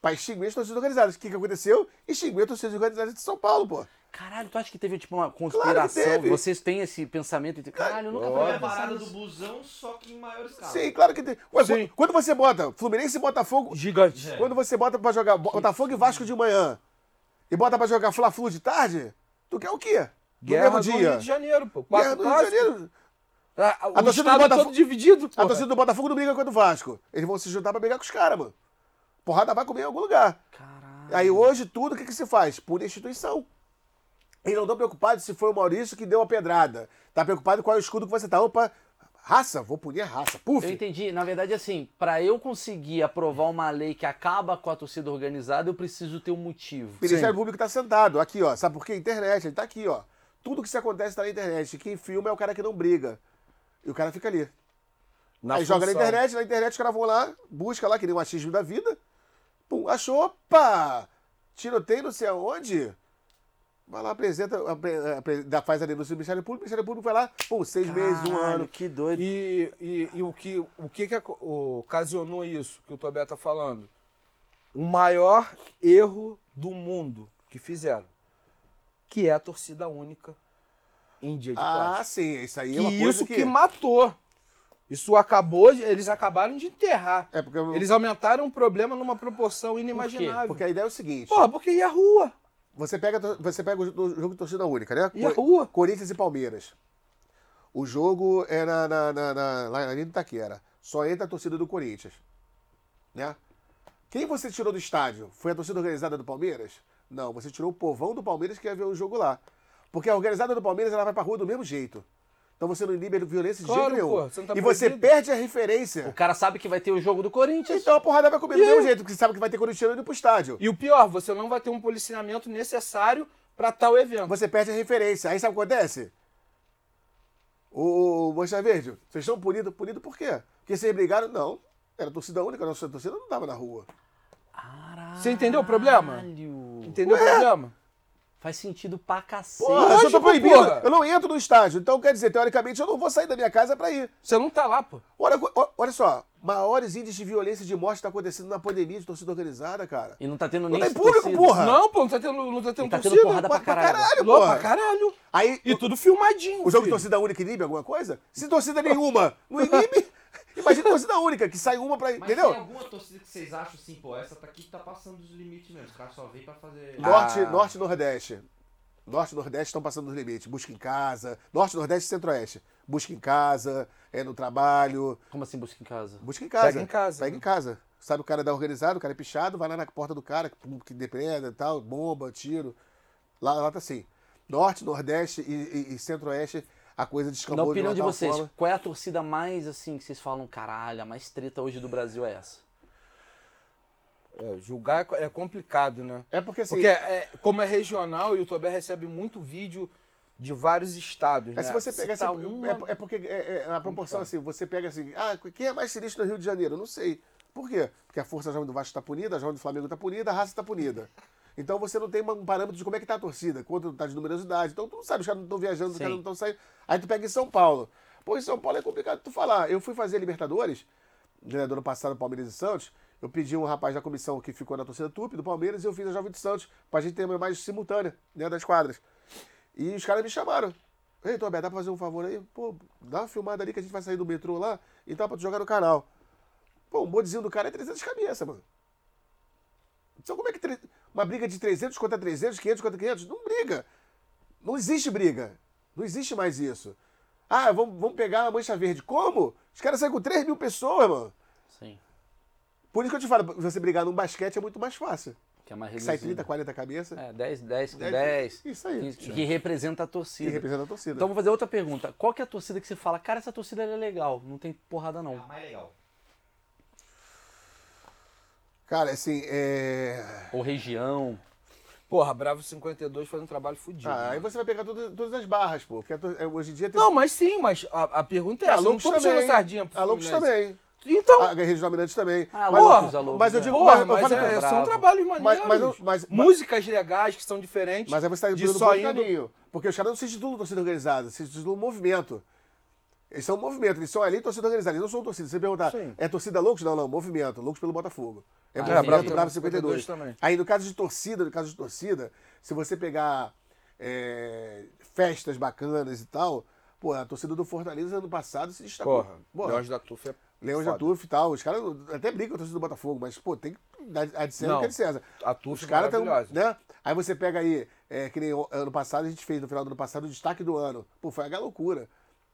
Pra extinguir as torcidas organizadas. O que, que aconteceu? Extinguiu as torcidas organizadas de São Paulo, pô. Caralho, tu acha que teve tipo uma conspiração? teve. Vocês têm esse pensamento? de, Caralho, eu nunca Foi parei a pra pensar é parada do nisso. busão, só que em maior escala. Sim, claro que tem. Ué, Tá. Sim. qu- Quando você bota Fluminense e Botafogo. Gigante. É. Quando você bota pra jogar Bo- Botafogo e Vasco de manhã e bota pra jogar Fla-Flu de tarde, tu quer o quê? No Guerra mesmo do dia. Rio de Janeiro, pô. Guerra Quatro do Rio de Janeiro. Janeiro. Ah, A o torcida do estado Botafogo- todo dividido, pô. A torcida do Botafogo não briga contra o Vasco. Eles vão se juntar pra brigar com os caras, mano. Porrada vai comer em algum lugar. Caralho. Aí hoje tudo o que, que se faz? Por instituição. Eles não estão preocupados se foi o Maurício que deu a pedrada. Tá preocupado qual é o escudo que você tá. Opa, raça, vou punir a raça. Puf. Eu entendi. Na verdade, assim, pra eu conseguir aprovar uma lei que acaba com a torcida organizada, eu preciso ter um motivo. O Ministério Público tá sentado. Aqui, ó. Sabe por quê? Internet. Ele tá aqui, ó. Tudo que se acontece tá na internet. Quem filma é o cara que não briga. E o cara fica ali. Na aí joga na função. internet, na internet os caras vão lá, busca lá, que nem o achismo da vida. Pum, achou, opa! Tiroteio não sei aonde. Vai lá, apresenta, apre- apre- dá- faz a denúncia do Ministério Público, o Ministério Público vai lá, pum, seis meses, um Caralho, ano. que doido. E, e- e o que, o que, que aco- ocasionou isso que o Tobé tá falando? O maior erro do mundo que fizeram, que é a torcida única em dia de Ah, clássico. sim, isso aí E é uma coisa isso que... que... matou. Isso acabou, de- eles acabaram de enterrar. É porque, Eles aumentaram o problema numa proporção inimaginável. porque a ideia é o seguinte, Porra, porque ia à rua. você pega, a tor- você pega o jo- o jogo de torcida única, né? Ia à Co- rua. Corinthians e Palmeiras. O jogo é na, na, na, na, lá na Arena Itaquera. Só entra a torcida do Corinthians. Né? Quem você tirou do estádio? Foi a torcida organizada do Palmeiras? Não, você tirou o povão do Palmeiras que ia ver o jogo lá. Porque a organizada do Palmeiras ela vai pra rua do mesmo jeito. Então você não inibe a violência de Claro, jeito nenhum. pô, você não tá e você proibido. perde a referência. O cara sabe que vai ter o jogo do Corinthians. Então a porrada vai comer do mesmo jeito, porque você sabe que vai ter corintiano indo pro estádio. E o pior, você não vai ter um policiamento necessário para tal evento. Você perde a referência. Aí sabe o que acontece? Ô, ô, Mancha Verde, vocês estão punidos. Punidos por quê? Porque vocês brigaram? Não. Era torcida única, nossa torcida não tava na rua. Você entendeu o problema? Entendeu o problema? Faz sentido pra cacete. Porra, se eu lógico, tô proibido. porra. Eu não entro no estádio. Então, quer dizer, teoricamente, eu não vou sair da minha casa pra ir. Você não tá lá, pô. Olha, o- olha só, maiores índices de violência e de morte tá acontecendo na pandemia de torcida organizada, cara. E não tá tendo Não nem tem público, torcida. porra. Não, pô, não tá tendo, não tá tendo Tá tendo torcida. porrada pra Mas pra caralho. caralho, Lô, porra. pra caralho. Aí, E o- tudo filmadinho. o jogo de filho. torcida única inibe alguma coisa? Se torcida nenhuma não inibe, imagina torcida única, que sai uma pra... Mas tem é. entendeu? alguma torcida que vocês acham assim, pô, essa tá aqui tá passando dos limites mesmo. Os caras só vêm pra fazer. Norte, Ah. Norte e Nordeste. Norte e Nordeste estão passando dos limites. Busca em casa. Norte, Nordeste e Centro-Oeste. Busca em casa, é no trabalho. Como assim busca em casa? Busca em casa. Pega em casa, Pega né? em casa. Sabe, o cara dá organizado, o cara é pichado, vai lá na porta do cara, pum, que dependa e tal, bomba, tiro. Lá, lá tá assim. Norte, Nordeste e, e- e Centro-Oeste, a coisa Na descambou opinião uma de tal vocês, forma. qual é a torcida mais assim que vocês falam, caralho, a mais treta hoje do Brasil é essa? É, julgar é co- é complicado, né? É porque assim. Porque, é, como é regional, o YouTube recebe muito vídeo de vários estados. É né? se você pega assim, Citar uma- Então. é, é porque é, é a proporção assim, você pega assim, ah, quem é mais sinistro no Rio de Janeiro? Eu Não sei. Por quê? Porque a força jovem do Vasco está punida, a jovem do Flamengo está punida, a raça está punida. Então você não tem uma- um parâmetro de como é que tá a torcida, quanto tá de numerosidade. Então tu não sabe, os caras não estão viajando, os caras não estão saindo. Aí tu pega em São Paulo. Pô, em São Paulo é complicado tu falar. Eu fui fazer Libertadores, né, do ano passado, Palmeiras e Santos. Eu pedi um rapaz da comissão que ficou na torcida Tupi do Palmeiras e eu fiz a Jovem do Santos, pra gente ter uma imagem simultânea, né, das quadras. E os caras me chamaram. Ei, Torbé, dá pra fazer um favor aí? Pô, dá uma filmada ali que a gente vai sair do metrô lá e dá pra tu jogar no canal. Pô, um bodezinho do cara é 300 cabeça, mano. Então como é que tre- uma briga de 300 contra 300, 500 contra 500? Não briga. Não existe briga. Não existe mais isso. Ah, vamos, vamos pegar a mancha verde. Como? Os caras saem com 3 mil pessoas, mano. Sim. Por isso que eu te falo, você brigar num basquete é muito mais fácil. Que é mais Que sai reduzida. 30, 40 cabeça É, 10, 10, Dez, 10. isso aí. Que, que representa a e torcida. representa a torcida. Então vou fazer outra pergunta. Qual que é a torcida que você fala, cara, essa torcida ela é legal, não tem porrada É a não. mais legal. Cara, assim, é... Ou região. Porra, Bravo 52 faz um trabalho fodido. Ah, aí você vai pegar todas, todas as barras, pô. Porque a tor- é, hoje em dia tem. Não, mas sim, mas a, a pergunta é, a essa. Não Lopes tô puxando também. sardinha pro A Lopes Fluminense. também. Ah, Então, A Guerreiros Dominantes também. Ah, mas, loucos, porra, loucos, mas eu é. digo- porra, mas- mas mas, olha é, pra- são trabalhos maneiros. mas não- mas- Músicas legais que são diferentes. mas aí você tá de indo só por indo- caminho. Porque os caras não se titulam torcida organizada, se titulam movimento. Eles são um movimento, eles são ali torcida organizada, eles não são torcida. Se você perguntar, Sim. é torcida loucos? Não, não, movimento, loucos pelo Botafogo. É é, Bravo movimento do Bravo 52. 52 também. Aí no caso de torcida, no caso de torcida, se você pegar é, festas bacanas e tal, pô, a torcida do Fortaleza ano passado se destacou. Porra, Porra. Leões da Tufa é Leões foda. da Turf e tal. Os caras até brincam com a torcida do Botafogo, mas, pô, tem que dar a de César Não, que é de César. a Turf Os é caras tão, maravilhosa. né? Aí você pega aí, é, que nem o- ano passado, a gente fez, no final do ano passado, o destaque do ano. Pô, foi a Galocura.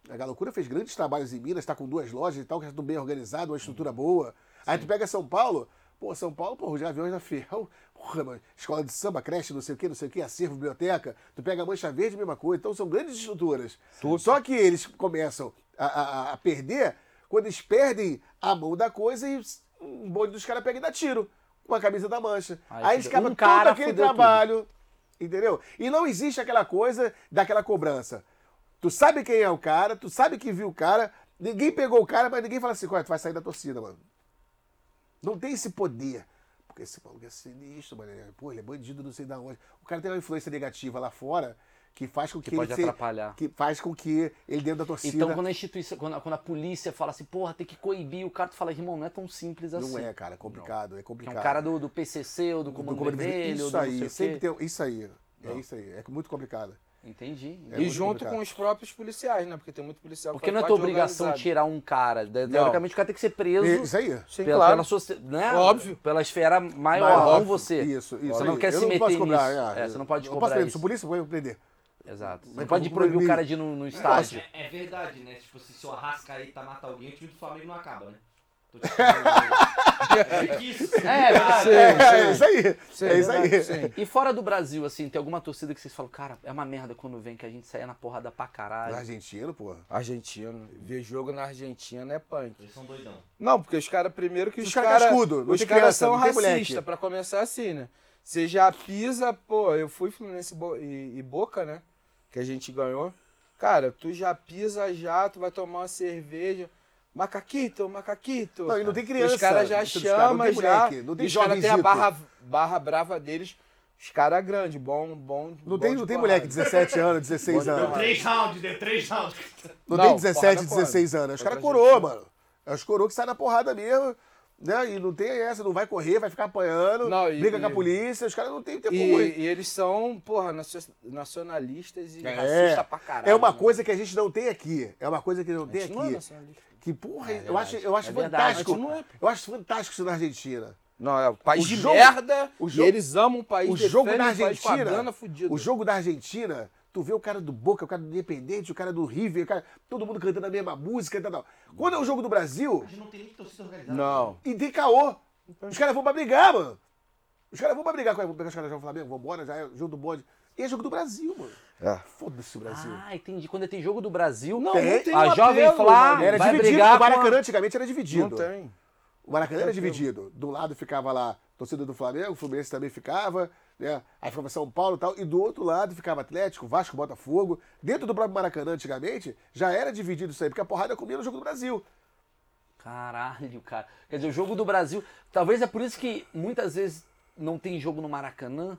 A Galocura fez grandes trabalhos em Minas, tá com duas lojas e tal, que é tudo bem organizado, uma estrutura boa. Aí tu pega São Paulo, pô, São Paulo, pô, os aviões da Fiel, porra, mano, escola de samba, creche, não sei o que, não sei o que, acervo, biblioteca. Tu pega a Mancha Verde, mesma coisa. Então são grandes estruturas. Só que eles começam a- a- a- a perder quando eles perdem a mão da coisa e um bonde dos caras pega e dá tiro com a camisa da mancha. Aí, Aí eles fudeu. acabam Um todo cara aquele fudeu trabalho, entendeu? E não existe aquela coisa daquela cobrança. Tu sabe quem é o cara, tu sabe que viu o cara, ninguém pegou o cara, mas ninguém fala assim, "Olha, tu vai sair da torcida, mano. Não tem esse poder. Porque esse maluco é sinistro, mano. Pô, ele é bandido, não sei da onde. O cara tem uma influência negativa lá fora que faz com que, Que ele pode se- atrapalhar. que faz com que ele dentro da torcida Então quando a instituição, quando a, quando a polícia fala assim, porra, tem que coibir, o cara tu fala, irmão, não é tão simples assim. Não é, cara, é complicado, é Que é complicado. um cara do, do PCC ou do Do Comando, Comando Vermelho, Isso do não sei aí, o sempre quê. tem. Isso aí. É isso aí. É muito complicado. Entendi. É E muito junto complicado. com os próprios policiais, né? Porque tem muito policial que Porque não faz é tua parte obrigação organizada. tirar um cara. De- Teoricamente, o cara tem que ser preso É Isso aí. Sim, pela, claro. pela socie- né? Óbvio. Pela esfera maior, Maior, não você. Isso, isso. Você aí. não quer eu se não meter posso cobrar. nisso. é. É, você não pode Eu posso cobrar prender. isso. Se o polícia vai me prender. Exato. Você Mas não pode eu vou proibir. proibir o cara de ir no, no estádio. É, é verdade, né? Tipo, se seu Arrascaeta mata alguém, o time do Flamengo não acaba, né? Tô te falando. É que isso, É, cara, É, sim. é isso aí. Sim, é isso aí. verdade, sim. E fora do Brasil, assim, tem alguma torcida que vocês falam, cara, é uma merda quando vem que a gente saia na porrada pra caralho. Argentino, pô. Argentino. Ver jogo na Argentina é punk. Eles são doidão. Não, porque os caras, primeiro que os, Os caras. caras cascudo, não os tem caras criança, são não tem moleque. racistas, pra começar assim, né? Você já pisa, pô, eu fui Fluminense e Bo- e, e Boca, né? Que a gente ganhou. Cara, tu já pisa já, tu vai tomar uma cerveja. Macaquito, macaquito. Não, e não tem criança. Os caras já Esses caras não chamam, tem já. moleque, não tem e os caras têm a jovenzito. barra, barra brava deles. Os caras grandes, bom, bom. Não tem, não tem moleque de 17 anos, 16 Bom de anos. porrada. Três rounds, deu três rounds. Não, Não, tem 17, porrada, 16 anos. Os caras Outra coroa, mano. É os coroa que saem na porrada mesmo. Né? E não tem essa, não vai correr, vai ficar apanhando, Não, e- briga com a e- polícia, os caras não tem tempo E, é ruim. e eles são, porra, nacio- nacionalistas e É, racistas pra caralho. é uma mano. coisa que a gente não tem aqui. É uma coisa que não tem A gente não é aqui. nacionalista. Que porra, eu acho, eu acho É verdade. fantástico. A gente não é, Eu acho fantástico isso na Argentina. Não, é um país O de jogo- merda. o e jogo- eles amam o país. o jogo defendem da o país com a Argentina. grana fudida. O jogo da Argentina, tu vê o cara do Boca, o cara do Independente, o cara do River, o cara, todo mundo cantando a mesma música e tal, tal. Quando é o jogo do Brasil, A gente não tem nem torcida organizada. Não. e tem caô. Então- Os caras vão pra brigar, mano. Os caras vão pra brigar. Vamos pegar os caras já vão Flamengo, vambora, já é jogo do bonde. E é jogo do Brasil, mano. É. Foda-se o Brasil. Ah, entendi. Quando tem jogo do Brasil, Não, Tem. não tem a um Jovem apelo, Flá mano. Era Ah, vai dividido. brigar O Maracanã com a... antigamente era dividido. Não tem. O Maracanã era dividido. Do lado ficava lá torcida do Flamengo, o Fluminense também ficava, né? Aí ficava São Paulo e tal. E do outro lado ficava Atlético, Vasco, Botafogo. Dentro do próprio Maracanã, antigamente, já era dividido isso aí, porque a porrada comia no jogo do Brasil. Caralho, cara. Quer dizer, o jogo do Brasil... Talvez é por isso que muitas vezes não tem jogo no Maracanã.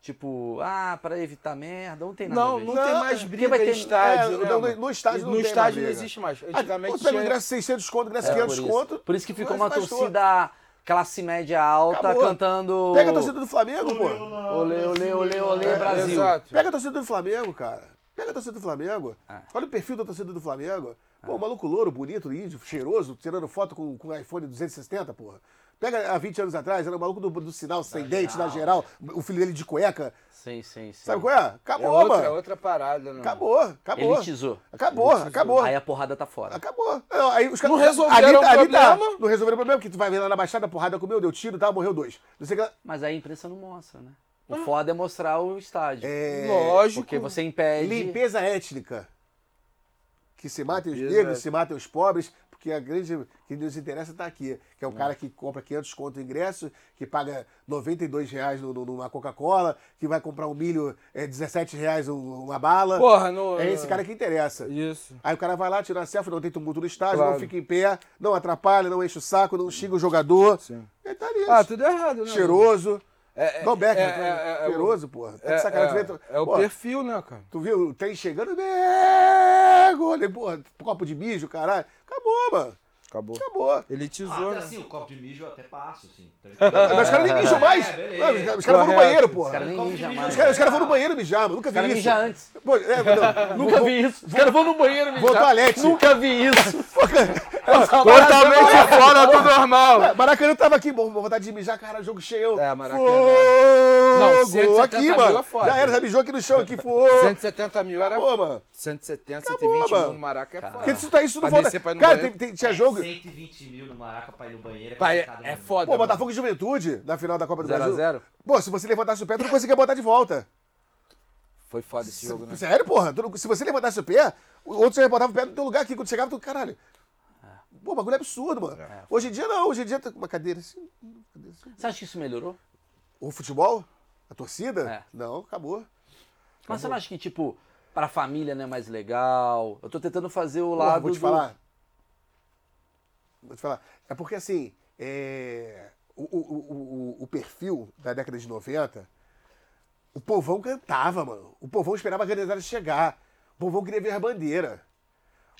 Tipo, ah, pra evitar merda, não tem nada a Não, ver. não, Não, tem mais é, briga vai em ter- estádio, é, né, não, mano? no estádio não No tem mais estádio não briga. existe mais. Antigamente, Antigamente pega tinha... ingresso 600 conto, ingresso É, 500 por isso. conto. Por isso que ficou uma mas bastou. torcida classe média alta Acabou. cantando. Pega a torcida do Flamengo, pô. Olê, olê, olê, olê, É, Brasil. Exato. Pega a torcida do Flamengo, cara. Pega a torcida do Flamengo. Ah. Olha o perfil da torcida do Flamengo. Pô, maluco louro, bonito, índio, cheiroso, tirando foto com, com o iPhone 270, porra. Pega há 20 anos atrás, era o maluco do, do sinal Ah, sem dente, na geral, o filho dele de cueca. Sim, sim, sim. Sabe qual é? É Acabou, outra, é mano. outra parada, né? Acabou, acabou. Elitizou. Acabou, acabou. Aí a porrada tá fora. Acabou. Não, aí os caras- Não resolveram ali, tá- o ali tá. problema? Não resolveram o problema, porque tu vai ver lá na baixada, a porrada comeu, deu tiro, tá, morreu dois. Não sei o que lá. Mas aí a imprensa não mostra, né? O foda é mostrar o estádio. Ah. É, Lógico. Porque você impede. Limpeza étnica. Que se matem os Limpeza negros, se étnica. matem os pobres, porque a grande que nos interessa está aqui. Que é o cara que compra 500 conto de ingresso, que paga 92 reais no- no- numa Coca-Cola, que vai comprar um milho, é 17 reais um- uma bala. Porra, no... é esse cara que interessa. Isso. Aí o cara vai lá, tira a selfie, não tem tumulto no estádio, Claro. não fica em pé, não atrapalha, não enche o saco, não xinga o jogador. Sim. Ele tá nisso. Ah, tudo errado, né? Cheiroso. É, é, Não, Becker, né? é, é, é, é, cheiroso, porra. Tá É, de sacanagem. é, Tu vê, tu- é o Pô, perfil, né, cara? Tu viu o trem chegando, nego! Olha, Porra, copo de mijo, caralho. Acabou, mano. Acabou. Acabou. Ah, Elitizou, até Tá, né? assim, o copo de mijo eu até passo, assim. Mas os caras nem mijam mais. É, beleza. Mano, os caras- os caras vão no Correto. banheiro, Os porra. caras nem Copo de mijam mijo. mais. Os caras os caras vão no banheiro mijar, mano. Nunca Os vi caras isso. mijam antes. Pô, é, não, nunca vi. isso. Os caras vão no banheiro mijar. Vou ao toalete. Nunca vi isso. tá, Totalmente fora do normal. Maracanã tava aqui, bom, vontade de mijar, cara, jogo cheio. É, Maracanã. Não, Fogo! 170 aqui, mil mano. é foda. Já era, já mijou aqui no chão, aqui, fogo. 170 mil era... Pô, mano. 170, Acabou, 120 mano. mil no Maraca é Porque foda. isso, tá- isso não Pra volta. descer pra ir no Cara, banheiro. tem- tem- tinha é É, jogo. 120 mil no Maraca pra ir no banheiro. Pai, é- complicado, é né? foda. Pô, Botafogo e Juventude, na final da Copa do Brasil. 0x0? Pô, se você levantasse o pé, tu não conseguia botar de volta. Foi foda esse jogo, né? Sério, porra? Tu não- se você levantasse o pé, o outro já botava o pé no teu lugar aqui. Quando chegava, tu, caralho. Pô, bagulho é absurdo, mano. Hoje em dia não, hoje em dia tá com uma cadeira assim. uma cadeira assim. Você acha que isso melhorou? O futebol? A torcida? É. Não, acabou. Mas você não acha que, tipo, pra família não é mais legal? Eu tô tentando fazer o Porra, lado. vou te do- falar. Vou te falar. É porque assim, é, o, o- o- o- o perfil da década de 90, o povão cantava, mano. O povão esperava a granizada chegar. O povão queria ver a bandeira.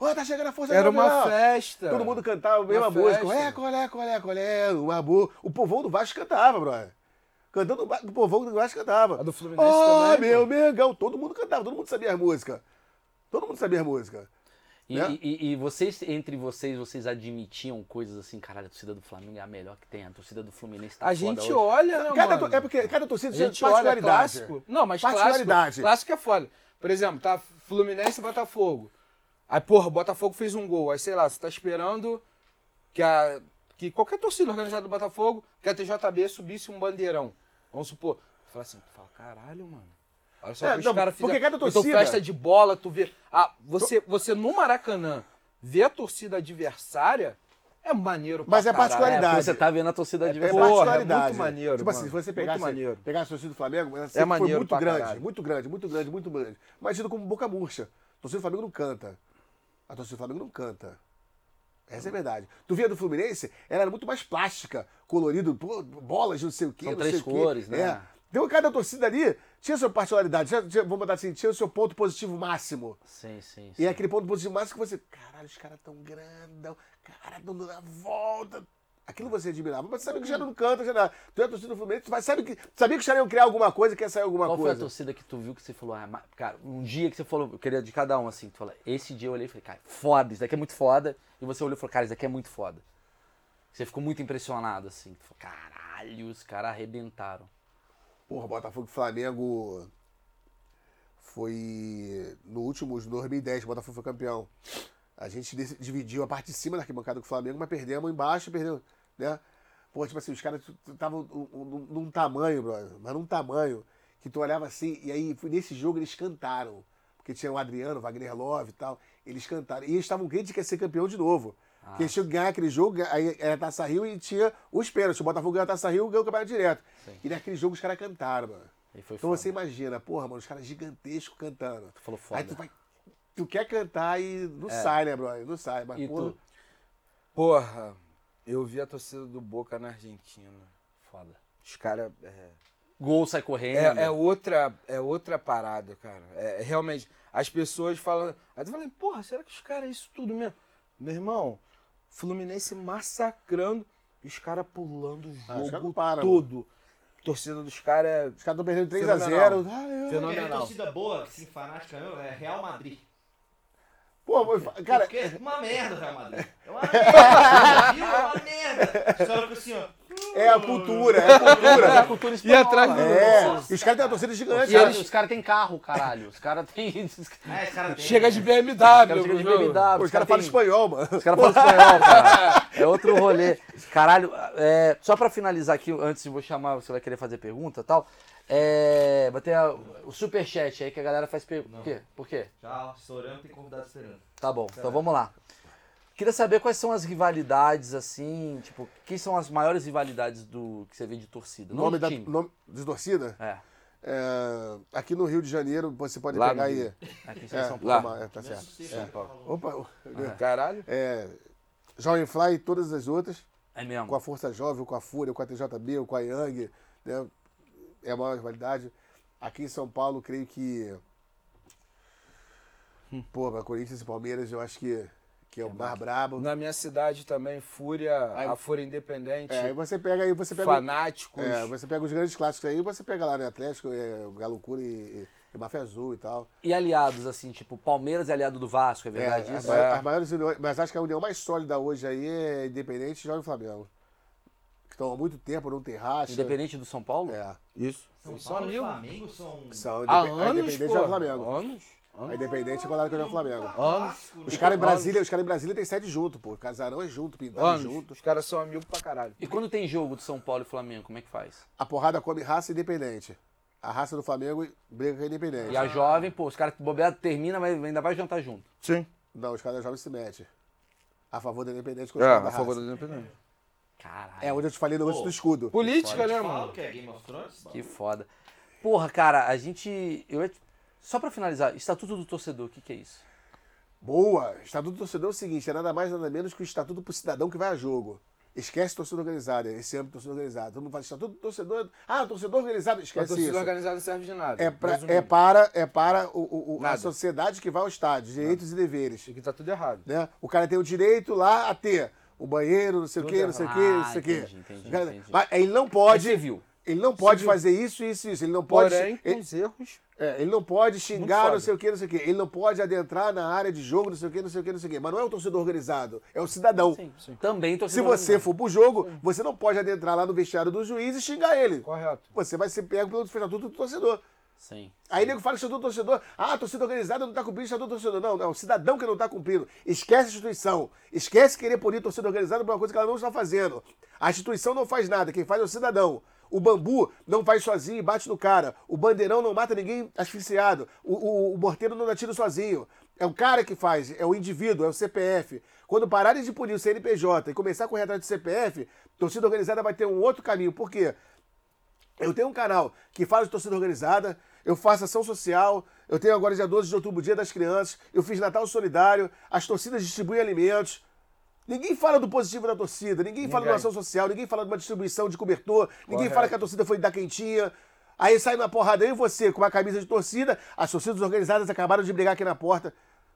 Ó, tá chegando a Força Era uma Nacional. festa. Todo mundo cantava a mesma Uma música. festa. É, colé, colé, colé, é, o amor. O povão do Vasco cantava, brother. Cantando, o ba- o povão do Vasco cantava. A do Fluminense Ah, também, meu pô. Mengão. Todo mundo cantava, todo mundo sabia a música. Todo mundo sabia a música. E, né? e- e vocês, entre vocês, vocês admitiam coisas assim, caralho, a torcida do Flamengo é a melhor que tem, a torcida do Fluminense tá A foda gente hoje. olha, né, Cada mano? to- é porque cada torcida A tinha gente olha particularidade. clássico. Não, mas Particularidade. clássico, clássico é foda. Por exemplo, tá Fluminense e Botafogo. Aí, porra, o Botafogo fez um gol. Aí, sei lá, você tá esperando que a que qualquer torcida organizada do Botafogo, que a TJB subisse um bandeirão. Vamos supor. Fala assim, tu fala, caralho, mano. Olha só É, o que os não, caras porque fizeram. cada Então, torcida- festa de bola, tu vê... Ah, você, você no Maracanã, vê a torcida adversária, é maneiro pra Mas é caralho. particularidade. É, você tá vendo a torcida É adversária. Porra, é particularidade. muito maneiro, Tipo assim, se mano. você pegasse, Muito maneiro. É pegasse a torcida do Flamengo, ela sempre foi maneiro muito pra grande, caralho. muito grande, muito grande, muito grande. Mas tido como boca murcha. A torcida do Flamengo não canta. A torcida do Flamengo não canta. Essa é verdade. Tu via do Fluminense, ela era muito mais plástica, colorido, pô, bolas, não sei o quê. São não três sei o quê. cores, né? É. Então cada torcida ali tinha sua particularidade, tinha, tinha, vamos botar assim, tinha o seu ponto positivo máximo. Sim, sim. sim. E é aquele ponto positivo máximo que você, caralho, os caras tão grandão, cara, dando a volta. Aquilo você admirava, mas sabe que Uhum. já não canta, já não. Tu é a torcida do Fluminense, mas sabe que, sabia que os caras iam criar alguma coisa, que ia sair alguma Qual foi a coisa. torcida que tu viu que você falou, ah, ma- cara, um dia que você falou, eu queria de cada um, assim, tu fala, esse dia eu olhei e falei, cara, foda, isso daqui é muito foda. E você olhou e falou, cara, isso daqui é muito foda. Você ficou muito impressionado, assim. Tu falou, caralho, os caras arrebentaram. Porra, Botafogo e Flamengo foi no último, no 2010, o Botafogo foi campeão. A gente dec- dividiu a parte de cima da arquibancada com o Flamengo, mas perdemos embaixo, perdemos, né? Pô, tipo assim, os caras estavam num num tamanho, brother, mas num tamanho que tu olhava assim, e aí foi nesse jogo eles cantaram. Porque tinha o Adriano, o Wagner Love e tal, eles cantaram. E eles estavam crentes que ia ser campeão de novo. Porque eles tinham que ganhar aquele jogo, ganha- aí era Taça Rio e tinha os pênaltis. O Botafogo ganhou a Taça Rio e ganhou o campeonato direto. E naquele jogo os caras cantaram, mano. E foi Então foda. você imagina, porra, mano, os caras gigantescos cantando. Tu falou foda. Aí tu vai. Tu quer cantar e não sai, né, brother? Não sai. Mas, E porra, tu? Porra, eu vi a torcida do Boca na Argentina. Foda. Os caras. É, Gol sai correndo. é, é outra, é outra parada, cara. É, é realmente, as pessoas falam. Aí tu fala, porra, será que os caras é isso tudo mesmo? Meu irmão, Fluminense massacrando e os caras pulando o Ah, os caras não jogo param, todo. Torcida dos caras os caras estão perdendo Fenomenal. 3x0. Ah, eu- Porque a fenomenal. torcida boa, assim, fanática mesmo, é Real Madrid. Pô, mas, cara, Porque é uma merda o Real Madrid. É uma merda. viu? É uma merda. Os caras ficam assim, ó. é a cultura, é a cultura. a cultura espanhola. atrás do- É, e os caras têm uma torcida gigante. Os cara. caras os cara têm carro, caralho. Os caras têm. Os caras Ah, esse cara tem. Chega de BMW, chegam de meu. BMW. Pô, Os caras falam têm- espanhol, mano. Os caras falam espanhol, cara. É outro rolê. Caralho, é, só pra finalizar aqui, antes de vou chamar, você vai querer fazer pergunta e tal. É, vai ter a- o superchat aí que a galera faz pergunta. Por quê? Por quê? Tchau, estourando, tem convidado esperando. Tá bom, então vamos lá. Queria saber quais são as rivalidades, assim, tipo, quem são as maiores rivalidades do que você vê de torcida? Não Nome do da time. nome de torcida? É, É, aqui no Rio de Janeiro, você pode Lá pegar no aí. Rio. aqui em É, São Paulo. Lá. toma, é, tá certo. É. Opa, Ah, Caralho. é, Joinfly e todas as outras, É com mesmo. a Força Jovem, com a Fúria, com a TJB, ou com a Yang, né? é a maior rivalidade. Aqui em São Paulo, creio que. Pô, mas Corinthians e Palmeiras, eu acho que, que é o mais brabo. Na minha cidade também, Fúria, Aí- a Fúria Independente, É, aí você pega aí, você pega. Fanáticos. É, você pega os grandes clássicos aí, você pega lá, né? Atlético, é, Galo Cura e, e, e Mafia Azul e tal. E aliados, assim, tipo, Palmeiras é aliado do Vasco, é É, verdade as, isso? ma- É. as maiores uniões, mas acho que a união mais sólida hoje aí é Independente e Jovem Flamengo. Que estão há muito tempo, não tem racha. Independente do São Paulo? É. Isso. é São Só Paulo e mil. Flamengo são... São Há independ- a anos, Independente e Jovem pô. Flamengo. Anos? A Independente é colado com o Jovem Flamengo. Anos? né? Os caras em Brasília, os caras em Brasília tem sede junto, pô. Casarão é junto, pintado Anos. junto. Os caras são amigos pra caralho. E quando tem jogo de São Paulo e Flamengo, como é que faz? A porrada come raça independente. A raça do Flamengo briga com a independente. E a jovem, pô, os caras bobeados termina, mas ainda vai jantar junto. Sim. Não, os caras jovens se metem. A favor da independente É, contra a a favor favor da raça. independência. Caralho. É onde eu te falei no lance do escudo. Política, né, Fala mano? que é Game of Thrones. Que foda. Porra, cara, a gente. Eu ia te- Só pra finalizar, Estatuto do Torcedor, o que, que é isso? Boa! Estatuto do torcedor é o seguinte: é nada mais nada menos que o estatuto pro cidadão que vai a jogo. Esquece torcida organizada, esse âmbito torcida organizada. Todo mundo fala estatuto do torcedor. Ah, torcedor organizado, A esquece torcida isso. organizada não serve de nada. É, pra- Resumindo. é para, é para o- o- o- a um Nada. sociedade que vai ao estádio, direitos e deveres. Isso aqui tá tudo errado. né? O cara tem o direito lá a ter o banheiro, não sei o Tudo quê, não sei o quê, errado. não sei o Ah, entendi, quê. entendi, O cara- entendi. Mas ele não pode. É civil. Ele não pode Civil. fazer isso, isso, isso. Ele não pode. Porém, com ele, os erros. é, ele não pode xingar, foda. não sei o quê, não sei o quê. Ele não pode adentrar na área de jogo, não sei o quê, não sei o quê, não sei o quê. Mas não é o torcedor organizado, é o cidadão. Também Se torcedor. você for pro jogo, você não pode adentrar lá no vestiário do juiz e xingar ele. Correto. Você vai ser pego pelo estatuto do torcedor. Sim. Aí nego fala que o estatuto do torcedor, ah, a torcida organizada não tá cumprindo o estatuto do torcedor. Não, não, o cidadão que não tá cumprindo. Esquece a instituição. Esquece querer punir a torcida organizada por uma coisa que ela não está fazendo. A instituição não faz nada, quem faz é o cidadão. O bambu não vai sozinho e bate no cara. O bandeirão não mata ninguém asfixiado. O, o, o morteiro não dá tiro sozinho. É o cara que faz, é o indivíduo, é o CPF. Quando pararem de punir o CNPJ e começar a correr atrás do CPF, a torcida organizada vai ter um outro caminho. Por quê? Eu tenho um canal que fala de torcida organizada, eu faço ação social, eu tenho agora dia 12 de outubro, dia das crianças, eu fiz Natal Solidário, as torcidas distribuem alimentos. Ninguém fala do positivo da torcida, ninguém fala de uma ação social, ninguém fala de uma distribuição de cobertor, ninguém fala que a torcida foi dar quentinha. Aí sai na porrada, eu e você, com uma camisa de torcida, as torcidas organizadas acabaram de brigar aqui na porta.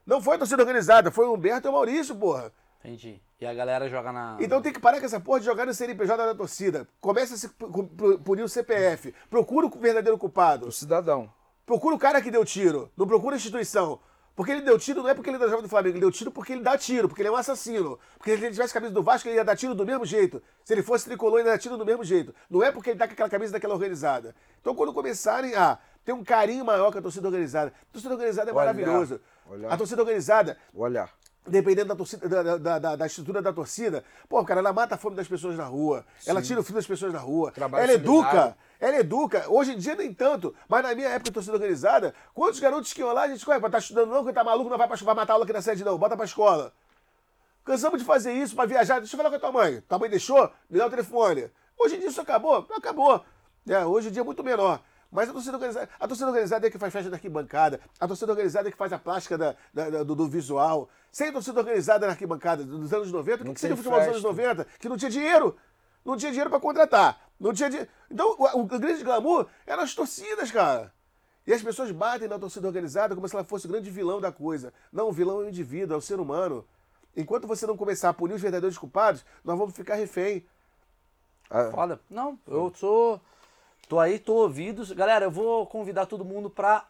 Não foi a torcida organizada, foi o Humberto e o Maurício, porra. Entendi. E a galera joga na. Então tem que parar com essa porra de jogar no CNPJ da torcida. Começa a se pu- pu- punir o CPF. Procura o verdadeiro culpado. O cidadão. Procura o cara que deu tiro. Não procura a instituição. Porque ele deu tiro não é porque ele é jovem do Flamengo. Ele deu tiro porque ele dá tiro, porque ele é um assassino. Porque se ele tivesse camisa do Vasco, ele ia dar tiro do mesmo jeito. Se ele fosse tricolor, ele ia dar tiro do mesmo jeito. Não é porque ele tá com aquela camisa daquela organizada. Então quando começarem a ter um carinho maior com a torcida organizada. A torcida organizada é Olhar. maravilhoso. Olhar. A torcida organizada O olhar. dependendo da, torcida, da, da- da- da estrutura da torcida, pô, cara, ela mata a fome das pessoas na rua, ela tira o fio das pessoas na rua, Trabalho ela solidário. educa, ela educa. Hoje em dia nem tanto, mas na minha época de torcida organizada, quantos garotos que iam lá, a gente, ué, tá estudando não, que tá maluco, não vai, pra, vai matar aula aqui na sede não, bota pra escola. Cansamos de fazer isso pra viajar, deixa eu falar com a tua mãe. Tua mãe deixou? Me dá o telefone. Hoje em dia isso acabou? Acabou. É, hoje em dia é muito menor. Mas a torcida organizada, a torcida organizada é que faz festa da arquibancada, a torcida organizada é que faz a plástica da- da- da- do, do visual. Sem torcida organizada na arquibancada dos anos 90, o que, que seria o tem futebol dos anos festa. 90? Que não tinha dinheiro. Não tinha dinheiro pra contratar. Não tinha dinheiro. Então, o, o grande glamour eram as torcidas, cara. E as pessoas batem na torcida organizada como se ela fosse o grande vilão da coisa. Não, o vilão é o indivíduo, é o ser humano. Enquanto você não começar a punir os verdadeiros culpados, nós vamos ficar refém. É. Foda. Não, eu sou. Tô aí, tô ouvidos. Galera, eu vou convidar todo mundo pra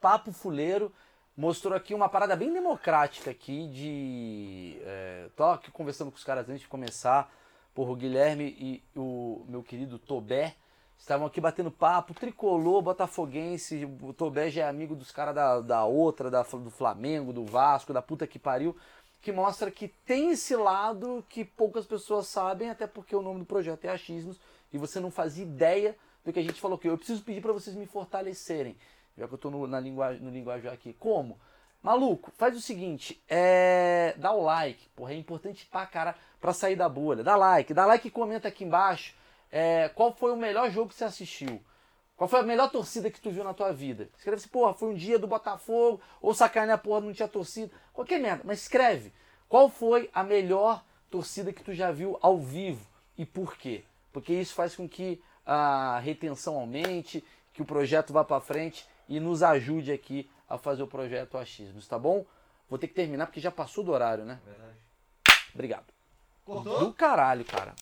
Papo Fuleiro. Mostrou aqui uma parada bem democrática aqui de. É, tô aqui conversando com os caras antes de começar. Porra, o Guilherme e o meu querido Tobé estavam aqui batendo papo. Tricolor, botafoguense. O Tobé já é amigo dos caras da, da outra, da, do Flamengo, do Vasco, da puta que pariu que mostra que tem esse lado que poucas pessoas sabem, até porque o nome do projeto é Achismos e você não fazia ideia do que a gente falou que eu preciso pedir para vocês me fortalecerem. Já que eu tô no, na linguagem, no linguajar aqui. Como? Maluco, faz o seguinte, é, dá o like, porra, é importante pra cara pra sair da bolha. Dá like, dá like e comenta aqui embaixo é, qual foi o melhor jogo que você assistiu. Qual foi a melhor torcida que tu viu na tua vida? Escreve assim, porra, foi um dia do Botafogo, ou sacaneia, porra, não tinha torcida. Qualquer merda, mas escreve. Qual foi a melhor torcida que tu já viu ao vivo e por quê? Porque isso faz com que a retenção aumente, que o projeto vá pra frente e nos ajude aqui a fazer o projeto Achismos, tá bom? Vou ter que terminar porque já passou do horário, né? Verdade. Obrigado. Cortou? Do caralho, cara.